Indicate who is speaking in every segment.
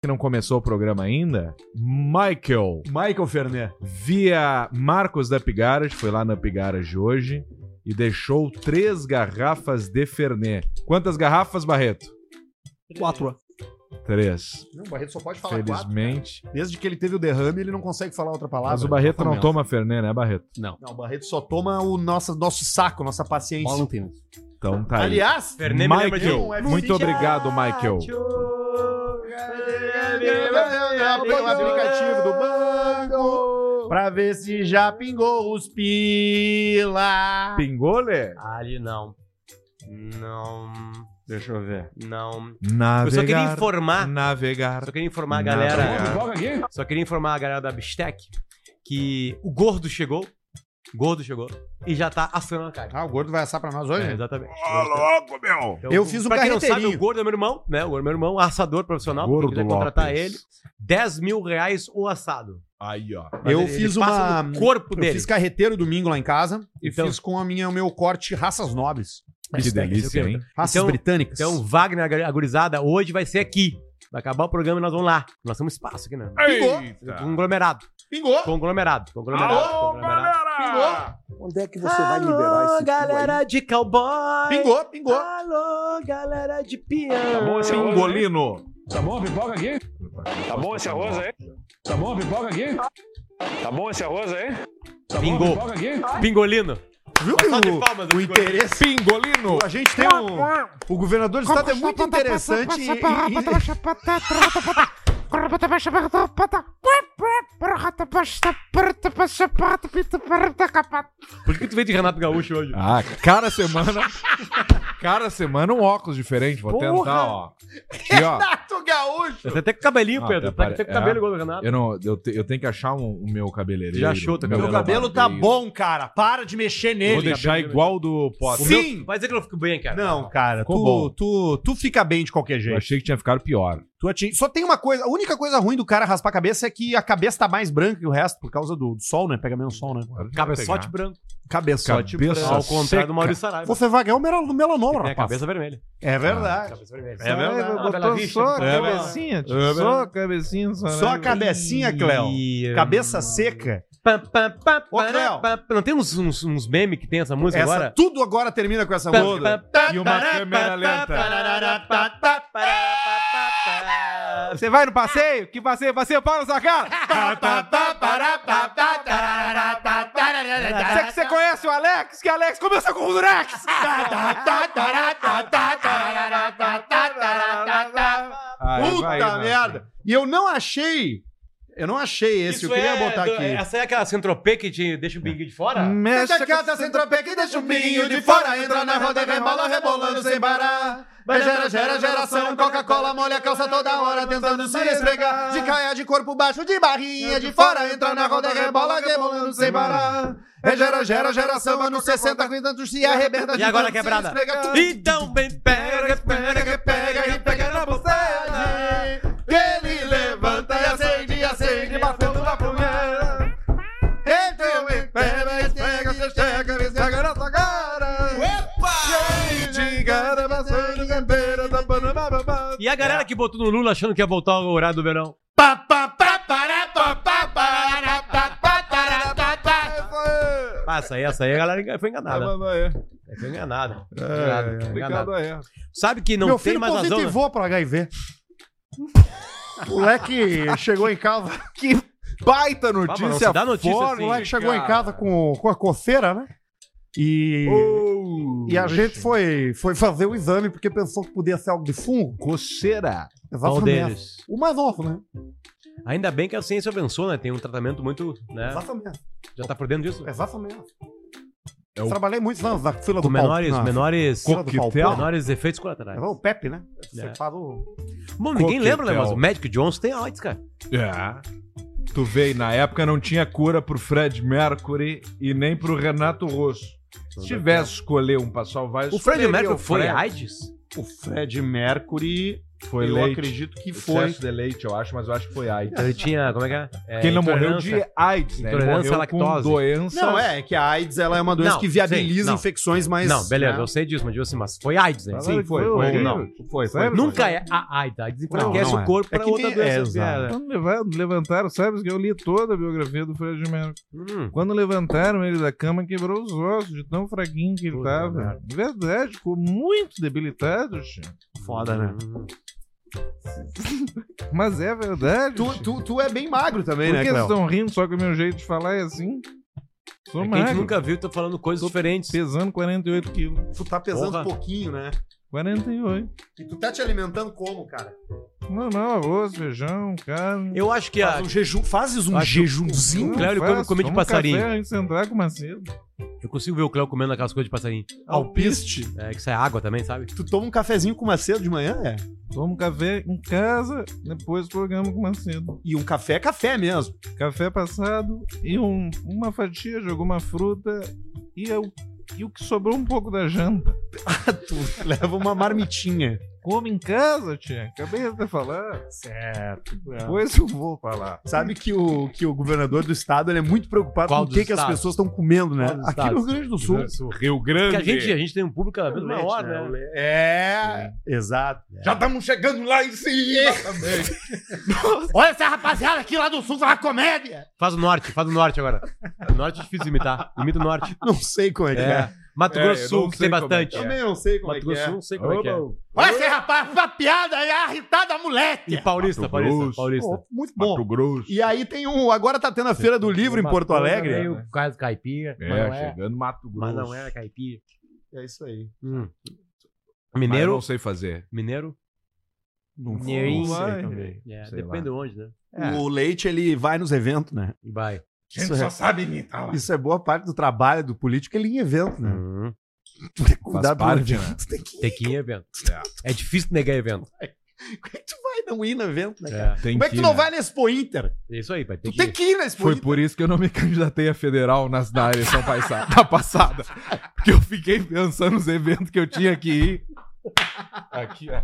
Speaker 1: que não começou o programa ainda, Michael,
Speaker 2: Michael Fernet.
Speaker 1: via Marcos da Pigaras, foi lá na Pigaras hoje e deixou três garrafas de Fernet. Quantas garrafas, Barreto?
Speaker 2: Quatro.
Speaker 1: Três.
Speaker 3: Ah,
Speaker 2: Não, o Barreto só pode falar quatro.
Speaker 1: Felizmente.
Speaker 2: Desde que ele teve o derrame, ele não consegue falar outra palavra.
Speaker 1: Mas o Barreto não toma Fernet, né, Barreto?
Speaker 3: Não.
Speaker 2: Não, o Barreto só toma o nosso, nosso saco, nossa paciência.
Speaker 3: Bola não tem. isso.
Speaker 1: Então tá aí.
Speaker 2: Aliás,
Speaker 1: Fernet me lembra de
Speaker 2: Michael,
Speaker 1: um Muito Felicidade. obrigado, Michael.
Speaker 2: Põe o aplicativo do banco pra ver se já pingou os pila.
Speaker 1: Pingolé?
Speaker 3: Ali não. Não.
Speaker 1: Deixa eu ver.
Speaker 3: Não. Eu só queria
Speaker 1: Navegar.
Speaker 3: informar.
Speaker 1: Navegar.
Speaker 3: Só queria informar a
Speaker 1: Nada.
Speaker 3: galera. Só queria informar a galera da Bistec que o gordo chegou. Gordo chegou. E já tá assinando a cara.
Speaker 2: Ah, o gordo vai assar pra nós hoje?
Speaker 3: É, exatamente.
Speaker 1: Ah, louco, meu!
Speaker 3: Então,
Speaker 2: Eu fiz um
Speaker 3: pra quem não sabe,
Speaker 2: carreteirinho.
Speaker 3: o Gordo é meu irmão, né? O Gordo é meu irmão, assador profissional. quem
Speaker 1: Gordo
Speaker 3: quiser contratar
Speaker 1: Lopes.
Speaker 3: ele, 10 mil reais o assado.
Speaker 1: Aí, ó.
Speaker 3: Mas
Speaker 2: Eu
Speaker 3: ele- ele
Speaker 2: fiz
Speaker 3: passa
Speaker 2: uma-
Speaker 3: no corpo
Speaker 2: Eu
Speaker 3: dele.
Speaker 2: fiz carreteiro domingo lá em casa e
Speaker 3: Então-
Speaker 2: fiz com a minha, o meu corte raças nobres.
Speaker 1: Que delícia, hein?
Speaker 2: Raças
Speaker 3: Então-
Speaker 2: britânicas.
Speaker 3: Então, Wagner, a gurizada, hoje vai ser aqui. Vai acabar o programa e nós vamos lá. Nós temos espaço aqui, né?
Speaker 2: Tá.
Speaker 3: Conglomerado.
Speaker 2: Pingou!
Speaker 3: Conglomerado. Conglomerado. conglomerado.
Speaker 2: Pingou!
Speaker 4: Onde é que você vai liberar
Speaker 3: Alô,
Speaker 4: esse cubo
Speaker 3: galera de cowboy.
Speaker 2: Pingou, pingou!
Speaker 3: Ah, Alô, galera de
Speaker 4: Tá
Speaker 3: peão.
Speaker 4: bom
Speaker 2: é
Speaker 4: esse arroz aí?
Speaker 1: Pingolino.
Speaker 4: Tá bom a pipoca aqui? Tá bom esse arroz aí? Tá bom a pipoca aqui? Tá bom esse arroz aí? Tá
Speaker 3: Pingou.
Speaker 4: bom a pipoca aqui?
Speaker 3: Pingolino.
Speaker 2: Viu que
Speaker 3: Uma salva de
Speaker 2: o,
Speaker 3: palmas,
Speaker 2: o
Speaker 3: Igor.
Speaker 2: interesse...
Speaker 1: Pingolino.
Speaker 2: A gente tem um... O governador do estado é muito interessante e... e-
Speaker 3: Por que tu veio de Renato Gaúcho hoje?
Speaker 1: Ah, cada semana. cada semana um óculos diferente. Vou
Speaker 3: Porra!
Speaker 1: tentar, ó. Aqui, ó.
Speaker 2: Renato Gaúcho!
Speaker 3: Você tem que cabelinho,
Speaker 1: Ah,
Speaker 3: Pedro.
Speaker 1: até
Speaker 3: Tá tem
Speaker 1: pare-
Speaker 3: que cabelo
Speaker 1: é.
Speaker 3: igual do Renato.
Speaker 1: Eu, não, eu, te- eu tenho que achar um- o meu cabeleireiro.
Speaker 3: Já achou teu
Speaker 1: meu
Speaker 2: Meu cabelo tá
Speaker 1: barbeiro.
Speaker 2: bom, cara. Para de mexer
Speaker 1: Vou
Speaker 2: nele.
Speaker 1: deixar igual o do Potter.
Speaker 2: Sim.
Speaker 3: Meu, vai dizer que eu não fico bem, cara.
Speaker 2: Não, cara,
Speaker 1: Ficou
Speaker 2: tu,
Speaker 1: bom.
Speaker 2: tu, tu fica bem de qualquer
Speaker 1: Eu
Speaker 2: jeito.
Speaker 1: achei que tinha ficado pior.
Speaker 2: Tu atin- Só tem uma coisa, a única coisa ruim do cara raspar a cabeça é que a cabeça tá mais branca que o resto por causa do, do sol, né? Pega menos sol, né?
Speaker 3: Cabeçote branco.
Speaker 2: Cabeçote
Speaker 1: Cabeça
Speaker 2: branco.
Speaker 3: Ao contrário do
Speaker 1: seca.
Speaker 3: Maurício Saraiva.
Speaker 2: Você vai ganhar o melo- melanoma,
Speaker 3: Tem a
Speaker 2: rapaz.
Speaker 3: cabeça vermelha.
Speaker 2: É verdade.
Speaker 3: Cabeça vermelha.
Speaker 2: É verdade.
Speaker 3: Ah, Bela Vista,
Speaker 1: só a
Speaker 3: Portugal.
Speaker 1: cabecinha, tio.
Speaker 2: É
Speaker 1: Só né? a cabecinha.
Speaker 2: Só a cabecinha, Cleo.
Speaker 3: E-
Speaker 2: Cabeça seca.
Speaker 3: Pam, pam, pam,
Speaker 2: Ô, Cleo.
Speaker 3: pam, pam. Não tem uns, uns, uns memes que tem essa música
Speaker 2: Essa,
Speaker 3: agora?
Speaker 2: Tudo agora termina com essa
Speaker 3: Pam,
Speaker 2: música.
Speaker 3: pam, pam,
Speaker 1: E uma
Speaker 3: pam,
Speaker 1: câmera
Speaker 3: pam,
Speaker 1: lenta.
Speaker 3: pam, pam, pam, tá, pam, pam.
Speaker 1: Você vai no passeio? Que passeio? Passeio para sua cara! tá, Você que você conhece o Alex, que Alex começa com o Durex!
Speaker 3: tá,
Speaker 2: Puta merda. E eu não achei. Eu não achei esse, eu queria botar
Speaker 3: do-
Speaker 2: aqui. Hum,
Speaker 3: Essa é aquela centropê que te deixa o bingue de fora?
Speaker 1: Mexe
Speaker 2: cata sem tropeca e deixa o pinguinho de fora. Entra na roda e rebola, rebolando sem parar. Mas gera, gera, geração, Coca-Cola molha a calça toda hora, tentando se esfregar. De caia de corpo baixo, de barrinha de fora. Entra na roda e rebola, rebolando sem parar. É gera, gera, geração, anos 60, cuidando se arrebenta.
Speaker 3: E agora
Speaker 2: tanto se
Speaker 3: quebrada.
Speaker 2: esfregar.
Speaker 3: Então bem, pega, pega, pega,
Speaker 2: Pega, pega e pega na
Speaker 3: buceta.
Speaker 2: buceta. Ele levanta e acende, acende, batendo na punheta. Então me pega, esfrega, se chega, me esfrega na sua cara. Epa! Diga, passando campeira, tapando bababá.
Speaker 3: E a galera que botou no Lula achando que ia voltar ao horário do verão?
Speaker 2: Pá, pá, pá, pará, pá, pá, pará, pá, pá, pará, pá, pá.
Speaker 3: Passa aí, essa aí a galera foi
Speaker 2: Tá
Speaker 3: enganada. Foi enganada. Foi enganada, foi enganada. Sabe que não
Speaker 2: É, Meu
Speaker 3: tem
Speaker 2: filho
Speaker 3: mais razão. né?
Speaker 2: positivou pra HIV. Moleque chegou em casa.
Speaker 1: Baita
Speaker 3: Vamos, não se
Speaker 1: notícia,
Speaker 3: dá notícia
Speaker 1: fora,
Speaker 3: assim.
Speaker 1: moleque.
Speaker 2: moleque chegou em
Speaker 1: cara.
Speaker 2: casa com, com a coceira, né? E,
Speaker 1: Oh.
Speaker 2: e a gente foi, foi fazer o exame porque pensou que podia ser algo de fungo.
Speaker 1: Coceira.
Speaker 3: Qual
Speaker 2: Exatamente.
Speaker 3: deles?
Speaker 2: O mais novo, né?
Speaker 3: Ainda bem que a ciência avançou, né? Tem um tratamento muito. Né?
Speaker 2: Exatamente.
Speaker 3: Já tá por dentro disso?
Speaker 2: Exatamente.
Speaker 1: É o-
Speaker 2: Trabalhei muitos anos na fila do
Speaker 3: Com menores,
Speaker 2: pau. na
Speaker 3: menores,
Speaker 2: fila do pau.
Speaker 1: coquetel?
Speaker 3: menores efeitos colaterais.
Speaker 2: Era o Pepe, né? Você
Speaker 3: É.
Speaker 2: fala o...
Speaker 3: Bom, ninguém
Speaker 1: Coquetel.
Speaker 3: lembra, né? Mas o Magic Johnson tem AIDS, cara.
Speaker 1: É. Tu vê, na época não tinha cura pro Fred Mercury e nem pro Renato Russo. Se tivesse escolher um pra salvar,
Speaker 3: O Fred
Speaker 1: escolheria
Speaker 3: Mercury foi
Speaker 1: Fred.
Speaker 3: AIDS?
Speaker 2: o Fred Mercury,
Speaker 1: Foi
Speaker 2: eu
Speaker 1: leite.
Speaker 2: acredito que
Speaker 1: Foi.
Speaker 2: foi.
Speaker 1: Excesso de leite, eu acho, mas eu acho que foi AIDS.
Speaker 3: Ele tinha, como é que é? é
Speaker 1: Porque ele não morreu
Speaker 3: intolerância.
Speaker 1: de AIDS, né? Ele
Speaker 3: Intolerância
Speaker 1: morreu
Speaker 3: à
Speaker 1: com
Speaker 3: lactose.
Speaker 1: doença.
Speaker 2: Não, é, é que a AIDS ela é uma doença
Speaker 3: Não,
Speaker 2: que viabiliza
Speaker 3: sim, não.
Speaker 2: infecções mais...
Speaker 3: Não, beleza,
Speaker 2: né?
Speaker 3: eu sei disso, mas digo assim, mas foi AIDS, né?
Speaker 1: Sim, foi,
Speaker 2: Ou
Speaker 1: foi.
Speaker 2: não. Foi, foi.
Speaker 1: Sério?
Speaker 3: Nunca é a AIDS. A AIDS enfraquece
Speaker 2: não
Speaker 3: o
Speaker 2: é.
Speaker 3: corpo
Speaker 2: É
Speaker 3: pra
Speaker 2: que
Speaker 3: outra
Speaker 2: tem- é,
Speaker 3: doença.
Speaker 2: exato.
Speaker 3: É,
Speaker 1: Quando leva- levantaram, sabe que eu li toda a biografia do Fred Mercury.
Speaker 3: Hum.
Speaker 1: Quando levantaram ele da cama, quebrou os ossos de tão fraguinho que ele
Speaker 3: Puta
Speaker 1: tava. Verdade, ficou muito debilitado, tio.
Speaker 2: Foda, né?
Speaker 3: Hum.
Speaker 1: Mas é verdade.
Speaker 2: Tu,
Speaker 1: tio.
Speaker 2: tu, tu é bem magro também,
Speaker 1: Por
Speaker 2: né,
Speaker 1: que vocês
Speaker 2: Cleo?
Speaker 1: estão rindo só que o meu jeito de falar é assim? Sou
Speaker 3: É que a gente
Speaker 1: magro,
Speaker 3: nunca viu, tô falando coisas diferentes.
Speaker 1: pesando 48 quilos.
Speaker 2: Tu tá pesando
Speaker 3: Porra.
Speaker 2: um pouquinho, né?
Speaker 1: 48.
Speaker 2: E tu tá te alimentando como, cara?
Speaker 1: Não, não, arroz, feijão, carne.
Speaker 3: Eu acho que a.
Speaker 2: Faz um jejum, fazes um
Speaker 3: Acho-
Speaker 2: jejumzinho?
Speaker 3: Cleo, ele
Speaker 1: Faz,
Speaker 3: come- come de
Speaker 1: toma um
Speaker 3: passarinho.
Speaker 1: Café antes de entrar com macedo.
Speaker 3: Eu consigo ver o Cléo comendo aquelas coisas de passarinho.
Speaker 2: Alpiste?
Speaker 3: É, que sai água também, sabe?
Speaker 2: Tu toma um cafezinho com macedo de manhã, é?
Speaker 1: Toma um café em casa, depois programa com macedo.
Speaker 2: E um café é café mesmo.
Speaker 1: Café passado e um- uma fatia de alguma fruta e, eu, e o que sobrou um pouco da janta.
Speaker 2: Tu leva uma marmitinha.
Speaker 1: Come em casa, tia. Acabei de falar.
Speaker 2: Certo. é.
Speaker 1: Depois
Speaker 2: um
Speaker 1: eu vou falar.
Speaker 2: Sabe que o, que o governador do estado ele é muito preocupado
Speaker 3: Qual
Speaker 2: com o
Speaker 3: dos
Speaker 2: que, que as
Speaker 3: estados?
Speaker 2: pessoas estão comendo, né?
Speaker 3: Qual dos
Speaker 2: Aqui
Speaker 3: estados?
Speaker 2: no Rio Grande do Sul.
Speaker 1: Rio Grande.
Speaker 3: Porque a gente, a gente tem um público da mesma
Speaker 2: Leite, né?
Speaker 3: hora, né?
Speaker 2: É, exato. É.
Speaker 1: Já estamos chegando lá em cima também.
Speaker 2: Olha essa rapaziada aqui lá do sul fala comédia.
Speaker 3: Faz o norte, faz o norte agora. O norte é difícil imitar. Imita o norte.
Speaker 2: Não sei como é que é.
Speaker 3: É. Mato
Speaker 1: É,
Speaker 3: Grosso
Speaker 1: eu
Speaker 3: do
Speaker 1: não
Speaker 3: Sul, que
Speaker 1: sei
Speaker 3: tem
Speaker 1: como é
Speaker 3: bastante.
Speaker 1: que é.
Speaker 2: Também não sei como
Speaker 3: Mato Grosso do Sul, não sei como é que é.
Speaker 2: Olha esse rapaz, uma piada aí arretada moleque.
Speaker 3: E Paulista,
Speaker 1: Mato
Speaker 3: Paulista,
Speaker 1: Grosso.
Speaker 3: Paulista.
Speaker 2: muito bom.
Speaker 1: Mato Grosso.
Speaker 2: E aí tem um. Agora tá tendo a Feira do Livro em Porto Alegre.
Speaker 3: O caso é caipira,
Speaker 1: É,
Speaker 3: mas não é.
Speaker 1: chegando Mato Grosso.
Speaker 3: Mas não é caipira.
Speaker 2: É isso aí.
Speaker 3: Hum.
Speaker 1: Mas eu
Speaker 3: Mineiro?
Speaker 1: não sei fazer.
Speaker 3: Mineiro?
Speaker 2: Não
Speaker 3: Mineirinho.
Speaker 2: sei também.
Speaker 3: É,
Speaker 1: Sei
Speaker 3: depende de
Speaker 1: lá.
Speaker 3: onde, né?
Speaker 1: É.
Speaker 2: O leite, ele vai nos eventos, né?
Speaker 3: E vai.
Speaker 2: gente Isso é- só
Speaker 1: sabe imitar
Speaker 2: Isso é boa parte do trabalho do político, ele ir em evento, né?
Speaker 3: Hum.
Speaker 2: Tem que cuidar do
Speaker 1: parte, né?
Speaker 2: evento. Tu Tem que...
Speaker 3: Tem que ir em evento. É difícil negar evento.
Speaker 2: Como é que tu vai não ir no evento, né? cara?
Speaker 3: É.
Speaker 1: Tem
Speaker 2: Como é que
Speaker 1: ir,
Speaker 2: tu não
Speaker 1: né?
Speaker 2: vai na Expo Inter?
Speaker 3: É isso aí, vai ter
Speaker 2: Tu
Speaker 3: que
Speaker 2: tem
Speaker 3: ir.
Speaker 2: que ir na Expo
Speaker 1: Foi
Speaker 2: Inter.
Speaker 1: por isso que eu não me candidatei a federal nas, na eleição paisa- da passada. Porque eu fiquei pensando nos eventos que eu tinha que ir. Aqui, ó.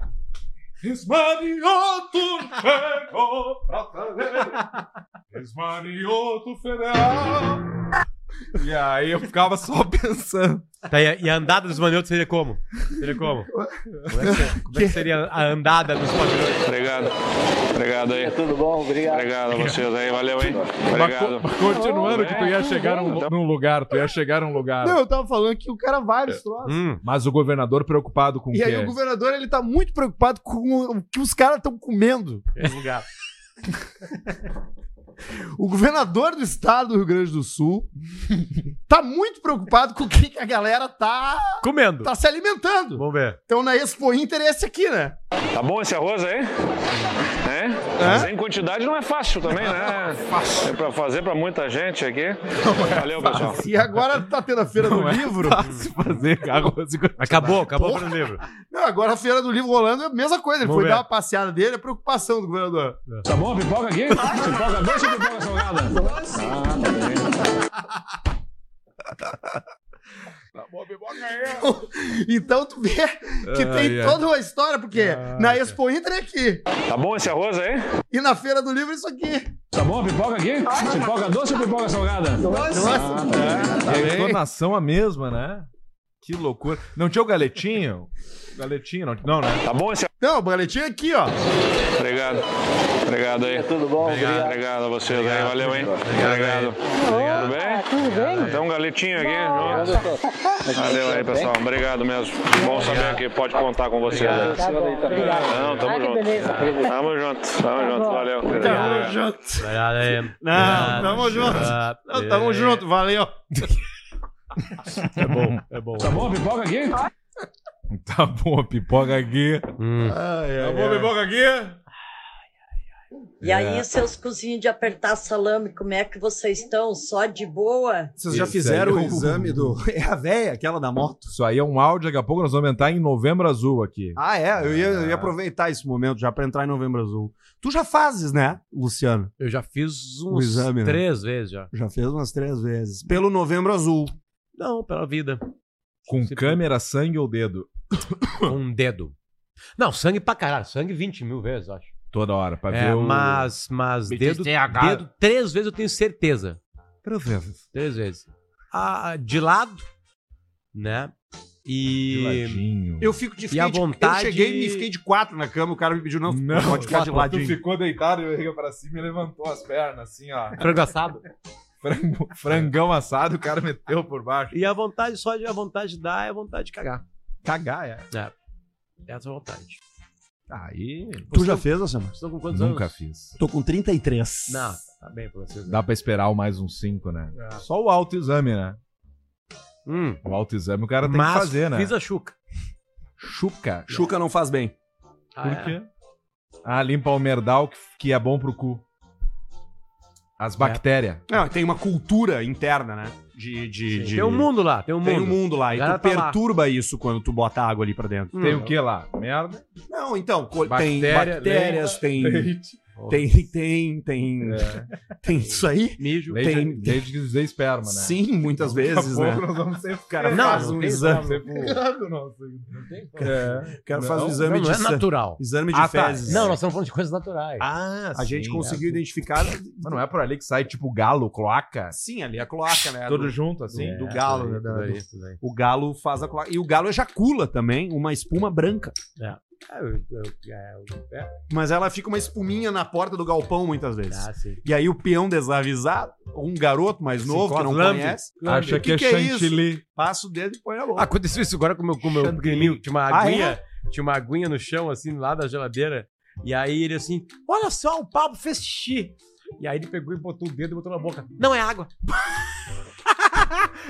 Speaker 1: Esmarioto chegou pra fazer. Esmarioto federal. E aí eu ficava só pensando.
Speaker 3: Tá, e, a, e a andada dos maniotos seria como? Seria como? Como é que, seria- como é que seria a andada dos maniotos?
Speaker 4: Obrigado. Obrigado aí. tudo bom? Obrigado. Obrigado a vocês aí. Valeu, hein? Obrigado.
Speaker 1: Mas co- Continuando que tu ia chegar num, lu- num lugar, tu ia chegar num lugar.
Speaker 2: Não, eu tava falando que o cara
Speaker 1: É.
Speaker 2: vai nos troços.
Speaker 3: Hum,
Speaker 1: Mas o governador preocupado com o
Speaker 2: E aí
Speaker 1: quê?
Speaker 3: É.
Speaker 2: o governador, ele tá muito preocupado com o que os caras estão comendo.
Speaker 3: esse É um lugar.
Speaker 2: O governador do estado do Rio Grande do Sul tá muito preocupado com o que que a galera tá,
Speaker 3: Comendo.
Speaker 2: tá se alimentando.
Speaker 3: Vamos ver.
Speaker 2: Então na Expo Inter é esse aqui, né?
Speaker 4: Tá bom esse arroz aí? É? Fazer em quantidade não é fácil também, né? É pra fazer pra muita gente aqui.
Speaker 1: é
Speaker 4: Valeu, pessoal.
Speaker 2: E agora tá tendo a Feira
Speaker 3: é
Speaker 2: do Livro.
Speaker 1: Se fazer arroz e
Speaker 3: Acabou, acabou
Speaker 2: Porra.
Speaker 3: o livro.
Speaker 2: Não, agora a Feira do Livro rolando é a mesma coisa. Ele
Speaker 3: Vamos
Speaker 2: foi
Speaker 3: ver.
Speaker 2: dar uma passeada dele, é preocupação do governador.
Speaker 4: Tá bom, pipoca aqui? Pipoca doce ou pipoca salgada? Ah, tá bem.
Speaker 2: Então tu vê que
Speaker 3: Ah,
Speaker 2: tem
Speaker 1: Ai, ai.
Speaker 2: toda uma história, porque na Expo Inter é aqui.
Speaker 4: Tá bom esse arroz aí?
Speaker 2: E na Feira do Livro é isso aqui.
Speaker 4: Tá bom, pipoca aqui? Pipoca doce ou pipoca salgada?
Speaker 2: Nossa.
Speaker 1: E a entonação a mesma, né? Que loucura. Não tinha o galetinho? Galetinho, não, não né?
Speaker 4: Tá bom esse
Speaker 2: Não, o boletinho é aqui, ó.
Speaker 4: Obrigado. Obrigado aí. tudo bom? Obrigado. Obrigado a vocês aí. Valeu, hein? Obrigado. Tudo bem? Tudo bem. Tem um galetinho aqui. junto. Valeu aí, pessoal. Obrigado mesmo. Bom saber que pode contar com vocês. aí. Não, tamo junto. Tamo junto. Tamo junto. Valeu. Então,
Speaker 2: Tamo junto.
Speaker 3: Obrigado aí. Ah,
Speaker 2: Não, Ah, tamo junto. Não, tamo junto, valeu.
Speaker 3: É bom, é bom.
Speaker 4: Tá bom, pipoca aqui?
Speaker 1: Tá bom, pipoca aqui.
Speaker 3: Hum.
Speaker 1: Tá bom, pipoca aqui.
Speaker 5: E
Speaker 2: É.
Speaker 5: aí, seus cozinhos de apertar salame, como é que vocês estão? Só de boa?
Speaker 2: Vocês já
Speaker 1: Isso
Speaker 2: fizeram
Speaker 1: aí
Speaker 2: o
Speaker 1: é um-
Speaker 2: exame do. É a véia, aquela da moto.
Speaker 1: Isso aí é um áudio, daqui a pouco nós vamos entrar em Novembro Azul aqui.
Speaker 2: Ah, é? Eu ia, eu ia aproveitar esse momento já pra entrar em Novembro Azul. Tu já fazes, né, Luciano?
Speaker 3: Eu já fiz
Speaker 2: O
Speaker 3: uns
Speaker 2: exame, né?
Speaker 3: três vezes já.
Speaker 2: Já fez umas três vezes. Pelo Novembro Azul.
Speaker 3: Não, pela vida.
Speaker 1: Com
Speaker 3: Sim.
Speaker 1: câmera, sangue ou dedo?
Speaker 3: Com um dedo. Não, sangue pra caralho. Sangue 20 mil vezes, acho.
Speaker 1: Toda hora, pra
Speaker 3: É,
Speaker 1: ver o...
Speaker 3: mas, mas dedo, dedo três vezes eu tenho certeza.
Speaker 1: Três vezes.
Speaker 3: Três vezes. Ah, de lado, né?
Speaker 1: De
Speaker 3: E.
Speaker 1: ladinho.
Speaker 2: Eu fico de
Speaker 3: E a
Speaker 2: de-
Speaker 3: vontade-
Speaker 2: Eu cheguei e me fiquei de quatro na cama, o cara me pediu, não, pode ficar de
Speaker 1: tu
Speaker 2: ladinho.
Speaker 1: ficou deitado e barriga pra cima e levantou as pernas, assim, ó.
Speaker 3: Frango assado.
Speaker 1: Frango- frangão assado, o cara meteu por baixo.
Speaker 3: E a vontade, só de a vontade dar é a vontade de cagar.
Speaker 2: Cagar, é.
Speaker 3: Essa é a vontade.
Speaker 1: Aí.
Speaker 2: Tu já fez, Luciano?
Speaker 3: Vocês estão com quantos
Speaker 1: Nunca
Speaker 3: anos?
Speaker 1: fiz.
Speaker 2: Tô com 33.
Speaker 3: Não, tá bem pra vocês.
Speaker 1: Dá pra esperar o mais uns cinco, né?
Speaker 3: É.
Speaker 1: Só o autoexame, né?
Speaker 3: Hum,
Speaker 1: O autoexame o cara tem
Speaker 3: mas
Speaker 1: que fazer, né?
Speaker 3: fiz a chuca.
Speaker 1: Chuca.
Speaker 2: Chuca não faz bem.
Speaker 3: Ah,
Speaker 1: Por quê? Ah, limpa o merdal que, que é bom pro cu.
Speaker 3: É.
Speaker 1: As bactérias.
Speaker 2: Não, tem uma cultura interna, né? De. de,
Speaker 3: é.
Speaker 2: de-
Speaker 3: Tem um mundo lá, tem um mundo.
Speaker 2: Tem um mundo lá. E
Speaker 3: Galera
Speaker 2: tu
Speaker 3: tá lá. Hum.
Speaker 2: perturba isso quando tu bota água ali pra dentro.
Speaker 1: Tem o que lá? Merda.
Speaker 2: Não, então, co-
Speaker 1: Bactéria,
Speaker 2: tem bactérias, tem,
Speaker 1: Leite.
Speaker 2: tem. Tem. Tem. Tem isso aí?
Speaker 3: Mijo.
Speaker 1: Leite,
Speaker 2: Tem-
Speaker 1: leite que dizer esperma, né?
Speaker 2: Sim, muitas
Speaker 1: Daqui a
Speaker 2: vezes, né?
Speaker 1: pouco nós vamos ser
Speaker 2: cara
Speaker 3: Não,
Speaker 2: faz
Speaker 3: não
Speaker 2: um
Speaker 3: tem
Speaker 2: exame.
Speaker 1: É.
Speaker 2: O cara faz um exame
Speaker 3: não, não
Speaker 2: de
Speaker 3: é
Speaker 2: sangue.
Speaker 3: natural.
Speaker 2: Exame de
Speaker 1: Ah, tá.
Speaker 2: fezes.
Speaker 3: Não, nós estamos falando de coisas naturais.
Speaker 1: Ah,
Speaker 2: a gente
Speaker 1: sim,
Speaker 2: conseguiu
Speaker 1: é.
Speaker 2: identificar.
Speaker 1: Mas não é por ali que sai tipo galo, cloaca?
Speaker 2: Sim, ali a cloaca,
Speaker 3: É
Speaker 2: né?
Speaker 1: Tudo
Speaker 2: Do-
Speaker 1: junto, assim?
Speaker 2: do galo, né? da-
Speaker 3: Tudo é, isso, né?
Speaker 2: O galo faz a cloaca. E o galo ejacula também uma espuma branca.
Speaker 3: É, eu- eu- é, eu- é,
Speaker 2: Mas ela fica uma espuminha na porta do galpão muitas vezes.
Speaker 3: tá, sim.
Speaker 2: E aí o peão desavisado, ou um garoto mais novo que não
Speaker 3: lambe.
Speaker 2: conhece,
Speaker 1: Acha que,
Speaker 2: Que
Speaker 1: é
Speaker 2: que é isso?
Speaker 1: chantilly.
Speaker 2: passa o dedo e põe na boca.
Speaker 3: Aconteceu isso agora com o meu, com o meu
Speaker 2: Xandinho.
Speaker 3: pequenininho. Tinha uma
Speaker 2: Ah,
Speaker 3: aguinha, tinha uma aguinha no chão, assim, lá da geladeira. E aí ele assim, olha só, o Pablo fez xixi. E aí ele pegou e botou o dedo e botou na boca. Não é água.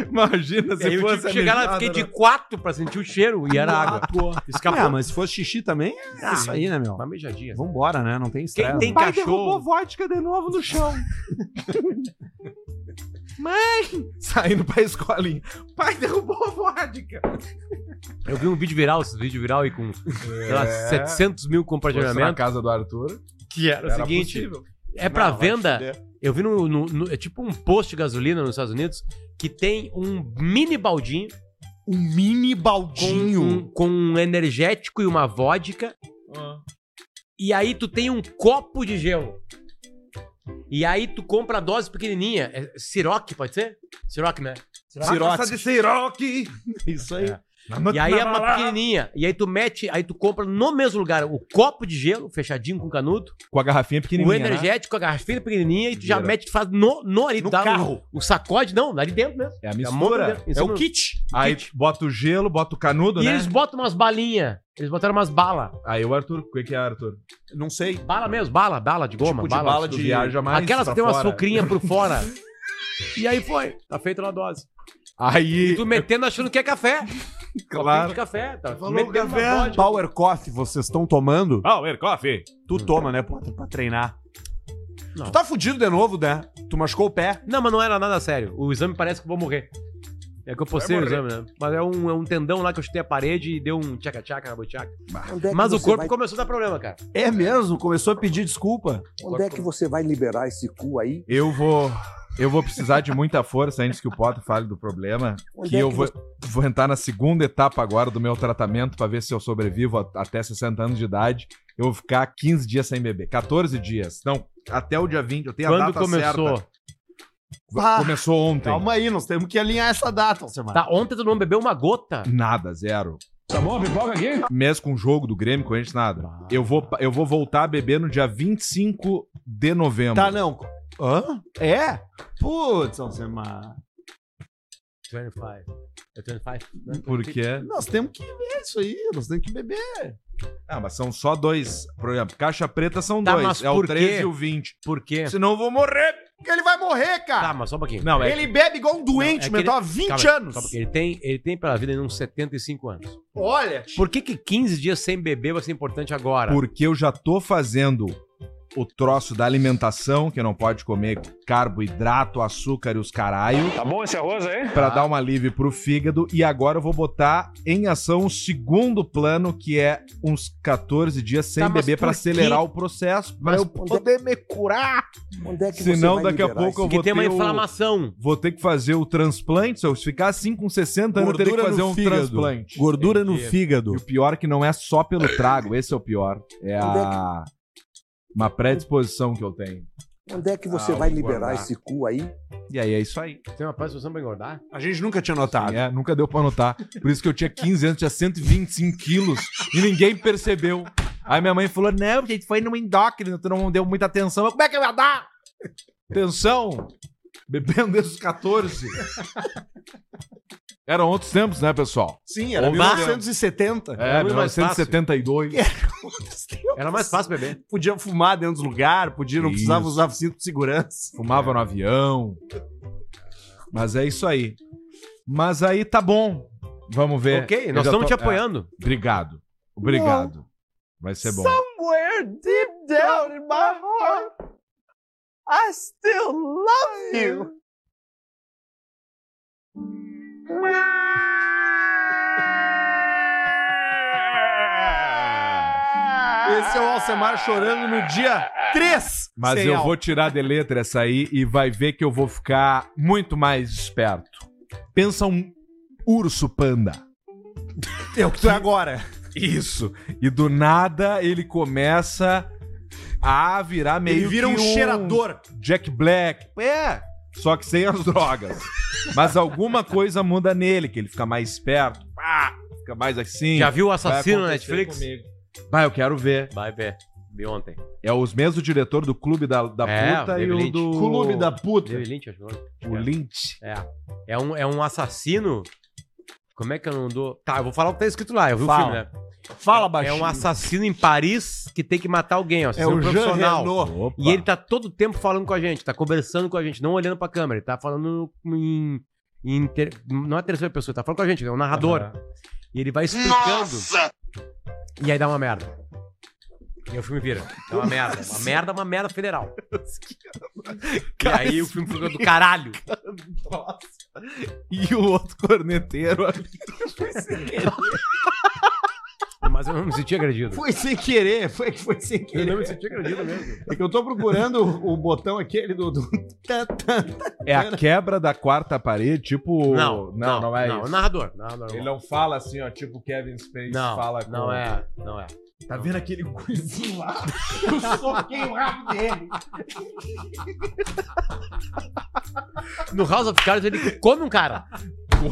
Speaker 1: Imagina
Speaker 3: E aí eu tive que chegar lá, fiquei de quatro pra sentir o cheiro e era água. Escapou.
Speaker 2: Ah, mas se fosse xixi também, é isso aí, né, meu?
Speaker 3: Ah, Uma mijadinha.
Speaker 2: Vambora, né? Não tem estresse.
Speaker 3: Quem tem
Speaker 2: Pai,
Speaker 3: cachorro...
Speaker 1: vodka de novo no chão. Mãe! Saindo pra escolinha. Pai, derrubou a vodka.
Speaker 3: Eu vi um vídeo viral, esse vídeo viral e com sei lá, 700 mil
Speaker 1: Na
Speaker 3: compartilhamentos.
Speaker 1: casa do Arthur.
Speaker 3: Que era, o seguinte, é pra venda. Eu vi no, no- no- é tipo um posto de gasolina nos Estados Unidos que tem um mini baldinho
Speaker 2: Um mini
Speaker 3: com
Speaker 2: baldinho. Ah.
Speaker 3: um, com um energético e uma vodka. E aí tu tem um copo de gelo. E aí tu compra a dose pequenininha. É, Ciroc, pode ser? Ciroc, né?
Speaker 1: Siroque. de Siroque.
Speaker 2: Isso aí.
Speaker 3: É. E aí é uma pequenininha. E aí tu mete, aí tu compra no mesmo lugar o copo de gelo, fechadinho com canudo,
Speaker 1: Com a garrafinha
Speaker 3: o
Speaker 1: pequenininha. né?
Speaker 3: energético, a garrafinha pequenininha, e tu já
Speaker 1: Vira.
Speaker 3: mete, tu faz no, no ali,
Speaker 2: No
Speaker 3: dá o-
Speaker 2: carro.
Speaker 3: O, sacode, não, ali dentro mesmo.
Speaker 1: um- É a
Speaker 3: monta
Speaker 1: mistura.
Speaker 3: dentro, em cima do-
Speaker 2: kit.
Speaker 1: Aí bota o gelo, bota o canudo,
Speaker 3: E
Speaker 1: né?
Speaker 3: eles botam umas balinhas. Eles botaram umas balas.
Speaker 1: Aí o Arthur, o que que é Arthur?
Speaker 2: Não sei.
Speaker 3: Bala mesmo, bala, bala de goma,
Speaker 2: Tipo de
Speaker 3: bala.
Speaker 2: bala
Speaker 1: Tu
Speaker 2: de-
Speaker 1: viaja mais
Speaker 3: Aquelas que
Speaker 1: pra
Speaker 3: tem uma
Speaker 1: fora.
Speaker 3: sucrinha por fora. E aí foi, tá feita uma dose.
Speaker 1: Aí,
Speaker 3: E tu metendo achando que é café. Copinho De
Speaker 1: claro.
Speaker 3: café, tá?
Speaker 1: Falou
Speaker 3: metendo uma
Speaker 1: café. é-
Speaker 3: vodka.
Speaker 2: Power Coffee vocês estão tomando?
Speaker 1: Power Coffee.
Speaker 2: Tu toma, né, Potter, pra treinar.
Speaker 3: Hum. Não.
Speaker 2: Tu tá fudido de novo, né? Tu machucou o pé.
Speaker 3: Não, mas não era nada sério. O exame parece que eu vou morrer. É que eu postei o
Speaker 1: Vai
Speaker 3: exame, né? Mas é um, é um tendão lá que eu chutei a parede e deu um tchaca-tchaca na butiaca.
Speaker 6: Onde é que
Speaker 3: Mas o
Speaker 6: você
Speaker 3: corpo
Speaker 6: vai-
Speaker 3: começou a dar problema, cara.
Speaker 2: É mesmo? Começou a pedir desculpa.
Speaker 6: Onde é que você vai liberar esse cu aí?
Speaker 1: Eu vou. Eu vou precisar de muita força antes que o Potter fale do problema.
Speaker 6: Onde
Speaker 1: que
Speaker 6: é
Speaker 1: eu
Speaker 6: que
Speaker 1: vou, vou entrar na segunda etapa agora do meu tratamento pra ver se eu sobrevivo a- até 60 anos de idade. Eu vou ficar 15 dias sem beber. 14 dias. Não, até o dia 20. Eu tenho a
Speaker 3: Quando
Speaker 1: data
Speaker 3: começou?
Speaker 1: certa. Va- Começou ontem.
Speaker 2: Ah, Calma aí, nós temos que alinhar essa data, Alcemar.
Speaker 3: Tá, ontem tu não bebeu uma gota.
Speaker 1: Nada, zero. Tá bom, pipoca aqui? Mesmo com o jogo do Grêmio, com a gente, nada.
Speaker 3: Ah.
Speaker 1: Eu vou, pa- eu vou voltar a beber no dia 25 de novembro.
Speaker 2: Tá, não. Hã? É? Putz, Alcemar.
Speaker 3: 25. É 25. né?
Speaker 1: Por quê?
Speaker 2: Nós temos que ver isso aí. Nós temos que beber.
Speaker 1: Ah, mas são só dois. Por exemplo, caixa preta são
Speaker 3: Tá,
Speaker 1: dois.
Speaker 3: mas
Speaker 1: É o
Speaker 3: por
Speaker 1: 13
Speaker 3: quê?
Speaker 1: e o 20.
Speaker 3: Por quê?
Speaker 1: Senão eu vou morrer.
Speaker 2: Porque ele vai morrer, cara.
Speaker 3: Tá, mas só um pouquinho.
Speaker 1: Não, é
Speaker 2: ele bebe igual um doente
Speaker 3: Não, é que
Speaker 2: mental
Speaker 3: ele-
Speaker 2: há 20
Speaker 3: Calma aí,
Speaker 2: anos.
Speaker 3: só um pouquinho. ele, tem, ele tem pela vida ainda uns 75 anos.
Speaker 2: Olha.
Speaker 3: Por que, que 15 dias sem beber vai ser importante agora?
Speaker 1: porque eu já tô fazendo o troço da alimentação, que não pode comer carboidrato, açúcar e os caralho,
Speaker 7: Tá bom esse arroz aí?
Speaker 1: pra dar uma alívio pro fígado. E agora eu vou botar em ação o segundo plano, que é uns 14 dias sem
Speaker 3: Tá, mas
Speaker 1: beber pra
Speaker 3: por quê?
Speaker 1: acelerar o processo, pra
Speaker 6: Mas
Speaker 1: eu
Speaker 6: onde é-
Speaker 1: poder me curar.
Speaker 6: Onde é que você
Speaker 1: Senão
Speaker 6: vai
Speaker 1: daqui a
Speaker 6: liberar
Speaker 1: pouco eu
Speaker 3: Porque
Speaker 1: vou
Speaker 3: tem
Speaker 1: ter
Speaker 3: uma
Speaker 1: o-
Speaker 3: inflamação.
Speaker 1: Vou ter que fazer o transplante. Se eu ficar assim com 60 anos, eu teria que
Speaker 2: Gordura
Speaker 1: fazer
Speaker 2: no
Speaker 1: um
Speaker 2: fígado.
Speaker 1: transplante.
Speaker 2: Gordura no
Speaker 3: Entendi.
Speaker 2: fígado.
Speaker 1: E o pior é que não é só pelo trago, esse é o pior. É
Speaker 6: Onde é
Speaker 1: a. Uma predisposição que eu tenho.
Speaker 6: isso? Onde é que você
Speaker 1: Ah,
Speaker 6: vai
Speaker 1: vou
Speaker 6: liberar
Speaker 1: guardar.
Speaker 6: esse cu aí?
Speaker 1: E aí é isso aí.
Speaker 3: Tem uma posição pra engordar?
Speaker 2: A gente nunca tinha notado.
Speaker 1: É, nunca deu pra notar. Por isso que eu tinha 15 anos, tinha 125 quilos e ninguém percebeu. Aí minha mãe falou: Não, gente, foi numa endócrina, tu não deu muita atenção. Eu, Como é que eu ia dar? Atenção! Bebendo desde os 14. Eram outros tempos, né, pessoal?
Speaker 2: Sim,
Speaker 1: Ou vá.
Speaker 2: 1970.
Speaker 1: É,
Speaker 3: muito mais
Speaker 1: 1972.
Speaker 3: Era mais fácil beber.
Speaker 2: Podia fumar dentro do lugar, podia, não
Speaker 1: Isso.
Speaker 2: precisava usar cinto de segurança.
Speaker 1: Fumava no avião. Mas é isso aí. Mas aí tá bom. Vamos ver.
Speaker 3: ok,
Speaker 1: Eu
Speaker 3: nós
Speaker 1: já
Speaker 3: estamos te
Speaker 1: tô- é,
Speaker 3: apoiando.
Speaker 1: obrigado. Obrigado. Vai ser bom.
Speaker 8: Somewhere deep down in my heart, I still love you.
Speaker 2: Esse é o Alcemar chorando no dia 3.
Speaker 1: Mas eu vou tirar de letra essa aí e vai ver que eu vou ficar muito mais esperto. Pensa um urso panda.
Speaker 2: Eu que tô agora.
Speaker 1: Isso. E do nada ele começa a virar meio
Speaker 2: Ele vira
Speaker 1: que
Speaker 2: um cheirador.
Speaker 1: Jack Black. É, só que sem as drogas. Mas alguma coisa muda nele, que ele fica mais esperto. Pá, fica mais assim.
Speaker 3: É. Já viu o
Speaker 1: Vai
Speaker 3: assassino na
Speaker 1: acontecer
Speaker 3: Netflix?
Speaker 1: comigo. Vai, eu quero ver.
Speaker 3: Vai ver. Vi ontem.
Speaker 1: É os mesmos diretor do Clube da, da
Speaker 3: É, o
Speaker 1: Puta e
Speaker 3: David
Speaker 1: o
Speaker 3: Lynch.
Speaker 1: do...
Speaker 2: Clube da puta.
Speaker 3: David Lynch, acho que é o nome.
Speaker 1: O Lynch.
Speaker 3: É. É um, é um assassino. Como é que eu não dou. Tá, eu vou falar o que tá escrito lá. Eu vi
Speaker 2: Fala.
Speaker 3: o filme, né?
Speaker 2: Fala,
Speaker 3: É
Speaker 2: baixinho.
Speaker 3: um assassino em Paris que tem que matar alguém, ó. um
Speaker 2: É o
Speaker 3: assassino
Speaker 2: Jean Renault.
Speaker 1: Opa.
Speaker 3: E ele tá todo tempo falando com a gente, tá conversando com a gente, não olhando pra câmera, ele tá falando em. em ter- não é a terceira pessoa, ele tá falando com a gente, é um narrador. E ele vai explicando. E aí dá uma merda. E aí o filme vira. É uma merda. Uma merda, uma merda federal. E aí o filme fica do caralho.
Speaker 1: E o outro corneteiro ali.
Speaker 3: Mas eu não me senti agredido.
Speaker 2: Foi sem querer, foi que foi sem querer.
Speaker 3: me senti agredido mesmo.
Speaker 2: É que eu tô procurando o, o botão aquele do. do... Tá, tá.
Speaker 1: É a quebra da quarta parede, tipo.
Speaker 3: Não,
Speaker 1: não, não é
Speaker 3: o
Speaker 1: isso.
Speaker 3: narrador. narrador
Speaker 1: Ele não fala assim, ó, tipo Kevin Space
Speaker 3: não,
Speaker 1: fala com.
Speaker 3: não é, não é.
Speaker 1: Tá vendo aquele coisinho lá?
Speaker 2: Eu soquei o rabo dele.
Speaker 3: No House of Cards ele come um cara.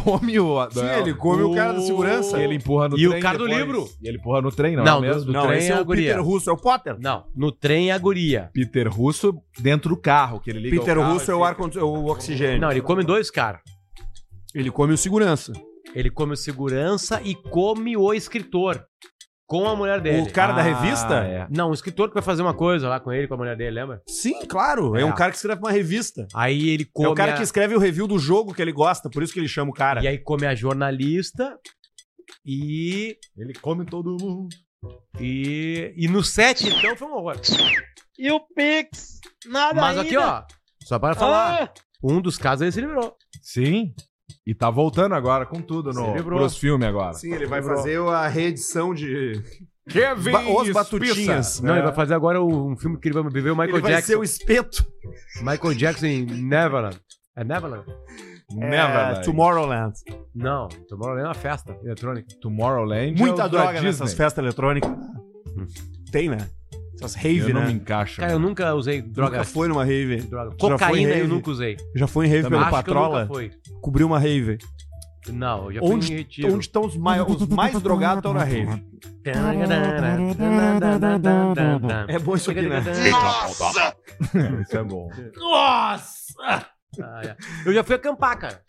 Speaker 1: Come o.
Speaker 2: Sim, ele come o cara da segurança.
Speaker 1: Ele empurra no
Speaker 3: E o
Speaker 1: trem.
Speaker 3: cara do
Speaker 1: depois.
Speaker 3: livro.
Speaker 1: E ele empurra no trem, não,
Speaker 3: Não,
Speaker 1: é mesmo?
Speaker 3: do- do trem é a guria.
Speaker 2: Russo, é o Potter.
Speaker 3: Não, no trem é a guria.
Speaker 1: Peter Russo dentro do carro, que ele liga.
Speaker 2: Peter
Speaker 1: o carro
Speaker 2: Russo
Speaker 1: e
Speaker 2: é o
Speaker 1: fica-
Speaker 2: ar condi- é o oxigênio.
Speaker 3: Não, ele come dois caras.
Speaker 2: Ele come o segurança.
Speaker 3: Ele come o segurança e come o escritor. Com a mulher dele.
Speaker 2: O cara da
Speaker 1: Ah,
Speaker 2: revista?
Speaker 1: é.
Speaker 3: Não, o escritor que vai fazer uma coisa lá com ele, com a mulher dele, lembra?
Speaker 2: Sim, claro. É.
Speaker 3: É.
Speaker 2: um cara que escreve uma revista.
Speaker 3: Aí ele come.
Speaker 2: é o cara
Speaker 3: a-
Speaker 2: que escreve o review do jogo que ele gosta, por isso que ele chama o cara.
Speaker 3: E aí come a jornalista. E.
Speaker 1: Ele come todo mundo.
Speaker 3: E. E no set, então, foi um horror.
Speaker 8: E o Pix? Nada Ah.
Speaker 3: Mas aqui, ó. Só para falar. Um dos casos ele se liberou.
Speaker 1: Sim. E tá voltando agora com tudo no,
Speaker 3: Você vibrou.
Speaker 1: pros filmes agora.
Speaker 2: Sim, ele vai fazer a reedição de.
Speaker 1: Kevin
Speaker 2: Ba- Os
Speaker 1: Spacey.
Speaker 2: Batutinhas. É.
Speaker 3: Não, ele vai fazer agora o- um filme que É. ele vai viver o Michael
Speaker 2: Ele vai ser
Speaker 3: Jackson.
Speaker 2: o espeto.
Speaker 3: Michael Jackson em Neverland. É Neverland? Né,
Speaker 1: Neverland.
Speaker 2: É, Tomorrowland.
Speaker 3: Não, Tomorrowland é uma festa eletrônica.
Speaker 1: Tomorrowland.
Speaker 2: Muita
Speaker 1: é o da
Speaker 2: droga
Speaker 1: Disney.
Speaker 2: nessas festas eletrônicas. Tem, né? Essas rave,
Speaker 1: Eu não
Speaker 2: né?
Speaker 1: me encaixo.
Speaker 3: Cara, Hum. eu nunca usei droga. é
Speaker 2: Nunca foi numa rave.
Speaker 3: droga.
Speaker 2: foi
Speaker 3: Cocaína eu
Speaker 2: rave?
Speaker 3: nunca usei.
Speaker 2: Já foi em rave
Speaker 3: Também
Speaker 2: pelo
Speaker 3: acho que eu
Speaker 2: Patrola?
Speaker 3: nunca fui.
Speaker 2: Cobriu uma rave.
Speaker 3: Não, eu já fui em
Speaker 2: Onde,
Speaker 3: retiro.
Speaker 2: onde estão os, mai- os mais drogados estão na rave. É bom isso aqui, né?
Speaker 1: Isso é bom.
Speaker 3: Ah, é. Eu já fui acampar, cara.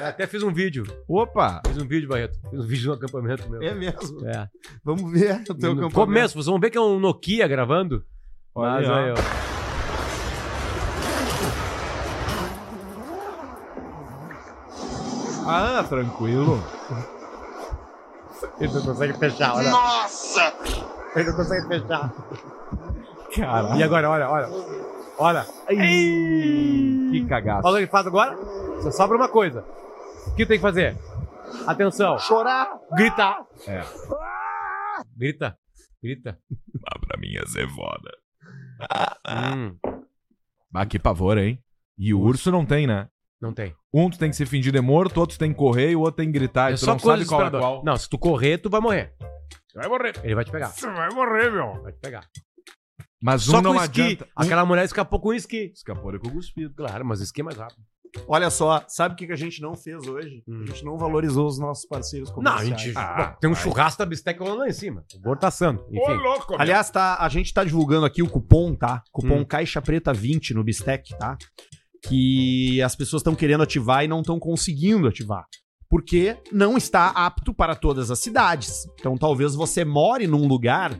Speaker 3: Eu até fiz um vídeo.
Speaker 1: Opa!
Speaker 3: Fiz um vídeo, Barreto. Fiz um vídeo no acampamento meu.
Speaker 2: É mesmo.
Speaker 3: É.
Speaker 2: Vamos ver o teu
Speaker 3: No
Speaker 2: campo.
Speaker 3: começo, vocês vão ver que é um Nokia gravando.
Speaker 1: Olha
Speaker 3: Mas
Speaker 1: aí, ó.
Speaker 3: aí, ó.
Speaker 1: Ah, tranquilo.
Speaker 8: Ele não consegue fechar, olha. Nossa! Ele não consegue fechar.
Speaker 1: Caralho.
Speaker 3: E agora, olha, olha. Olha.
Speaker 1: Que cagaço.
Speaker 3: Olha o que ele faz agora. Só sobra uma coisa. O que tem que fazer? Atenção.
Speaker 8: Chorar.
Speaker 3: Gritar.
Speaker 1: É.
Speaker 3: Grita. Grita.
Speaker 1: Ah, pra mim ia ser foda.
Speaker 3: Hum,
Speaker 1: Ah, que pavor, hein? E o urso não tem, né?
Speaker 3: não tem.
Speaker 1: Um tu tem que se fingir de morto, outro tu tem que correr e o outro tem que gritar.
Speaker 3: É
Speaker 1: e tu
Speaker 3: só
Speaker 1: não
Speaker 3: coisa
Speaker 1: sabe qual é
Speaker 3: desesperadora.
Speaker 1: qual.
Speaker 3: Não, se tu correr, tu vai morrer.
Speaker 1: Vai morrer.
Speaker 3: Ele vai te pegar.
Speaker 1: vai morrer, meu.
Speaker 3: Vai te pegar.
Speaker 1: Mas um
Speaker 3: Só com
Speaker 1: não
Speaker 3: esqui.
Speaker 1: adianta. Um...
Speaker 3: Aquela mulher escapou com esqui.
Speaker 1: Escapou ele com o cuspido.
Speaker 3: Claro, mas o esqui é mais rápido.
Speaker 2: Olha só, sabe o que que a gente não fez hoje?
Speaker 3: Hum.
Speaker 2: A gente não valorizou os nossos parceiros
Speaker 3: Não, a
Speaker 2: comerciais.
Speaker 3: gente.
Speaker 1: Ah,
Speaker 3: Bom, tem um churrasco da bisteca rolando lá em cima. O gordo tá assando. Enfim.
Speaker 1: louco,
Speaker 2: Aliás, tá, a gente tá divulgando aqui o cupom, tá? Cupom
Speaker 3: Hum.
Speaker 2: Caixa Preta 20 no Bistec, tá? Que as pessoas estão querendo ativar e não estão conseguindo ativar. Porque não está apto para todas as cidades. Então talvez você more num lugar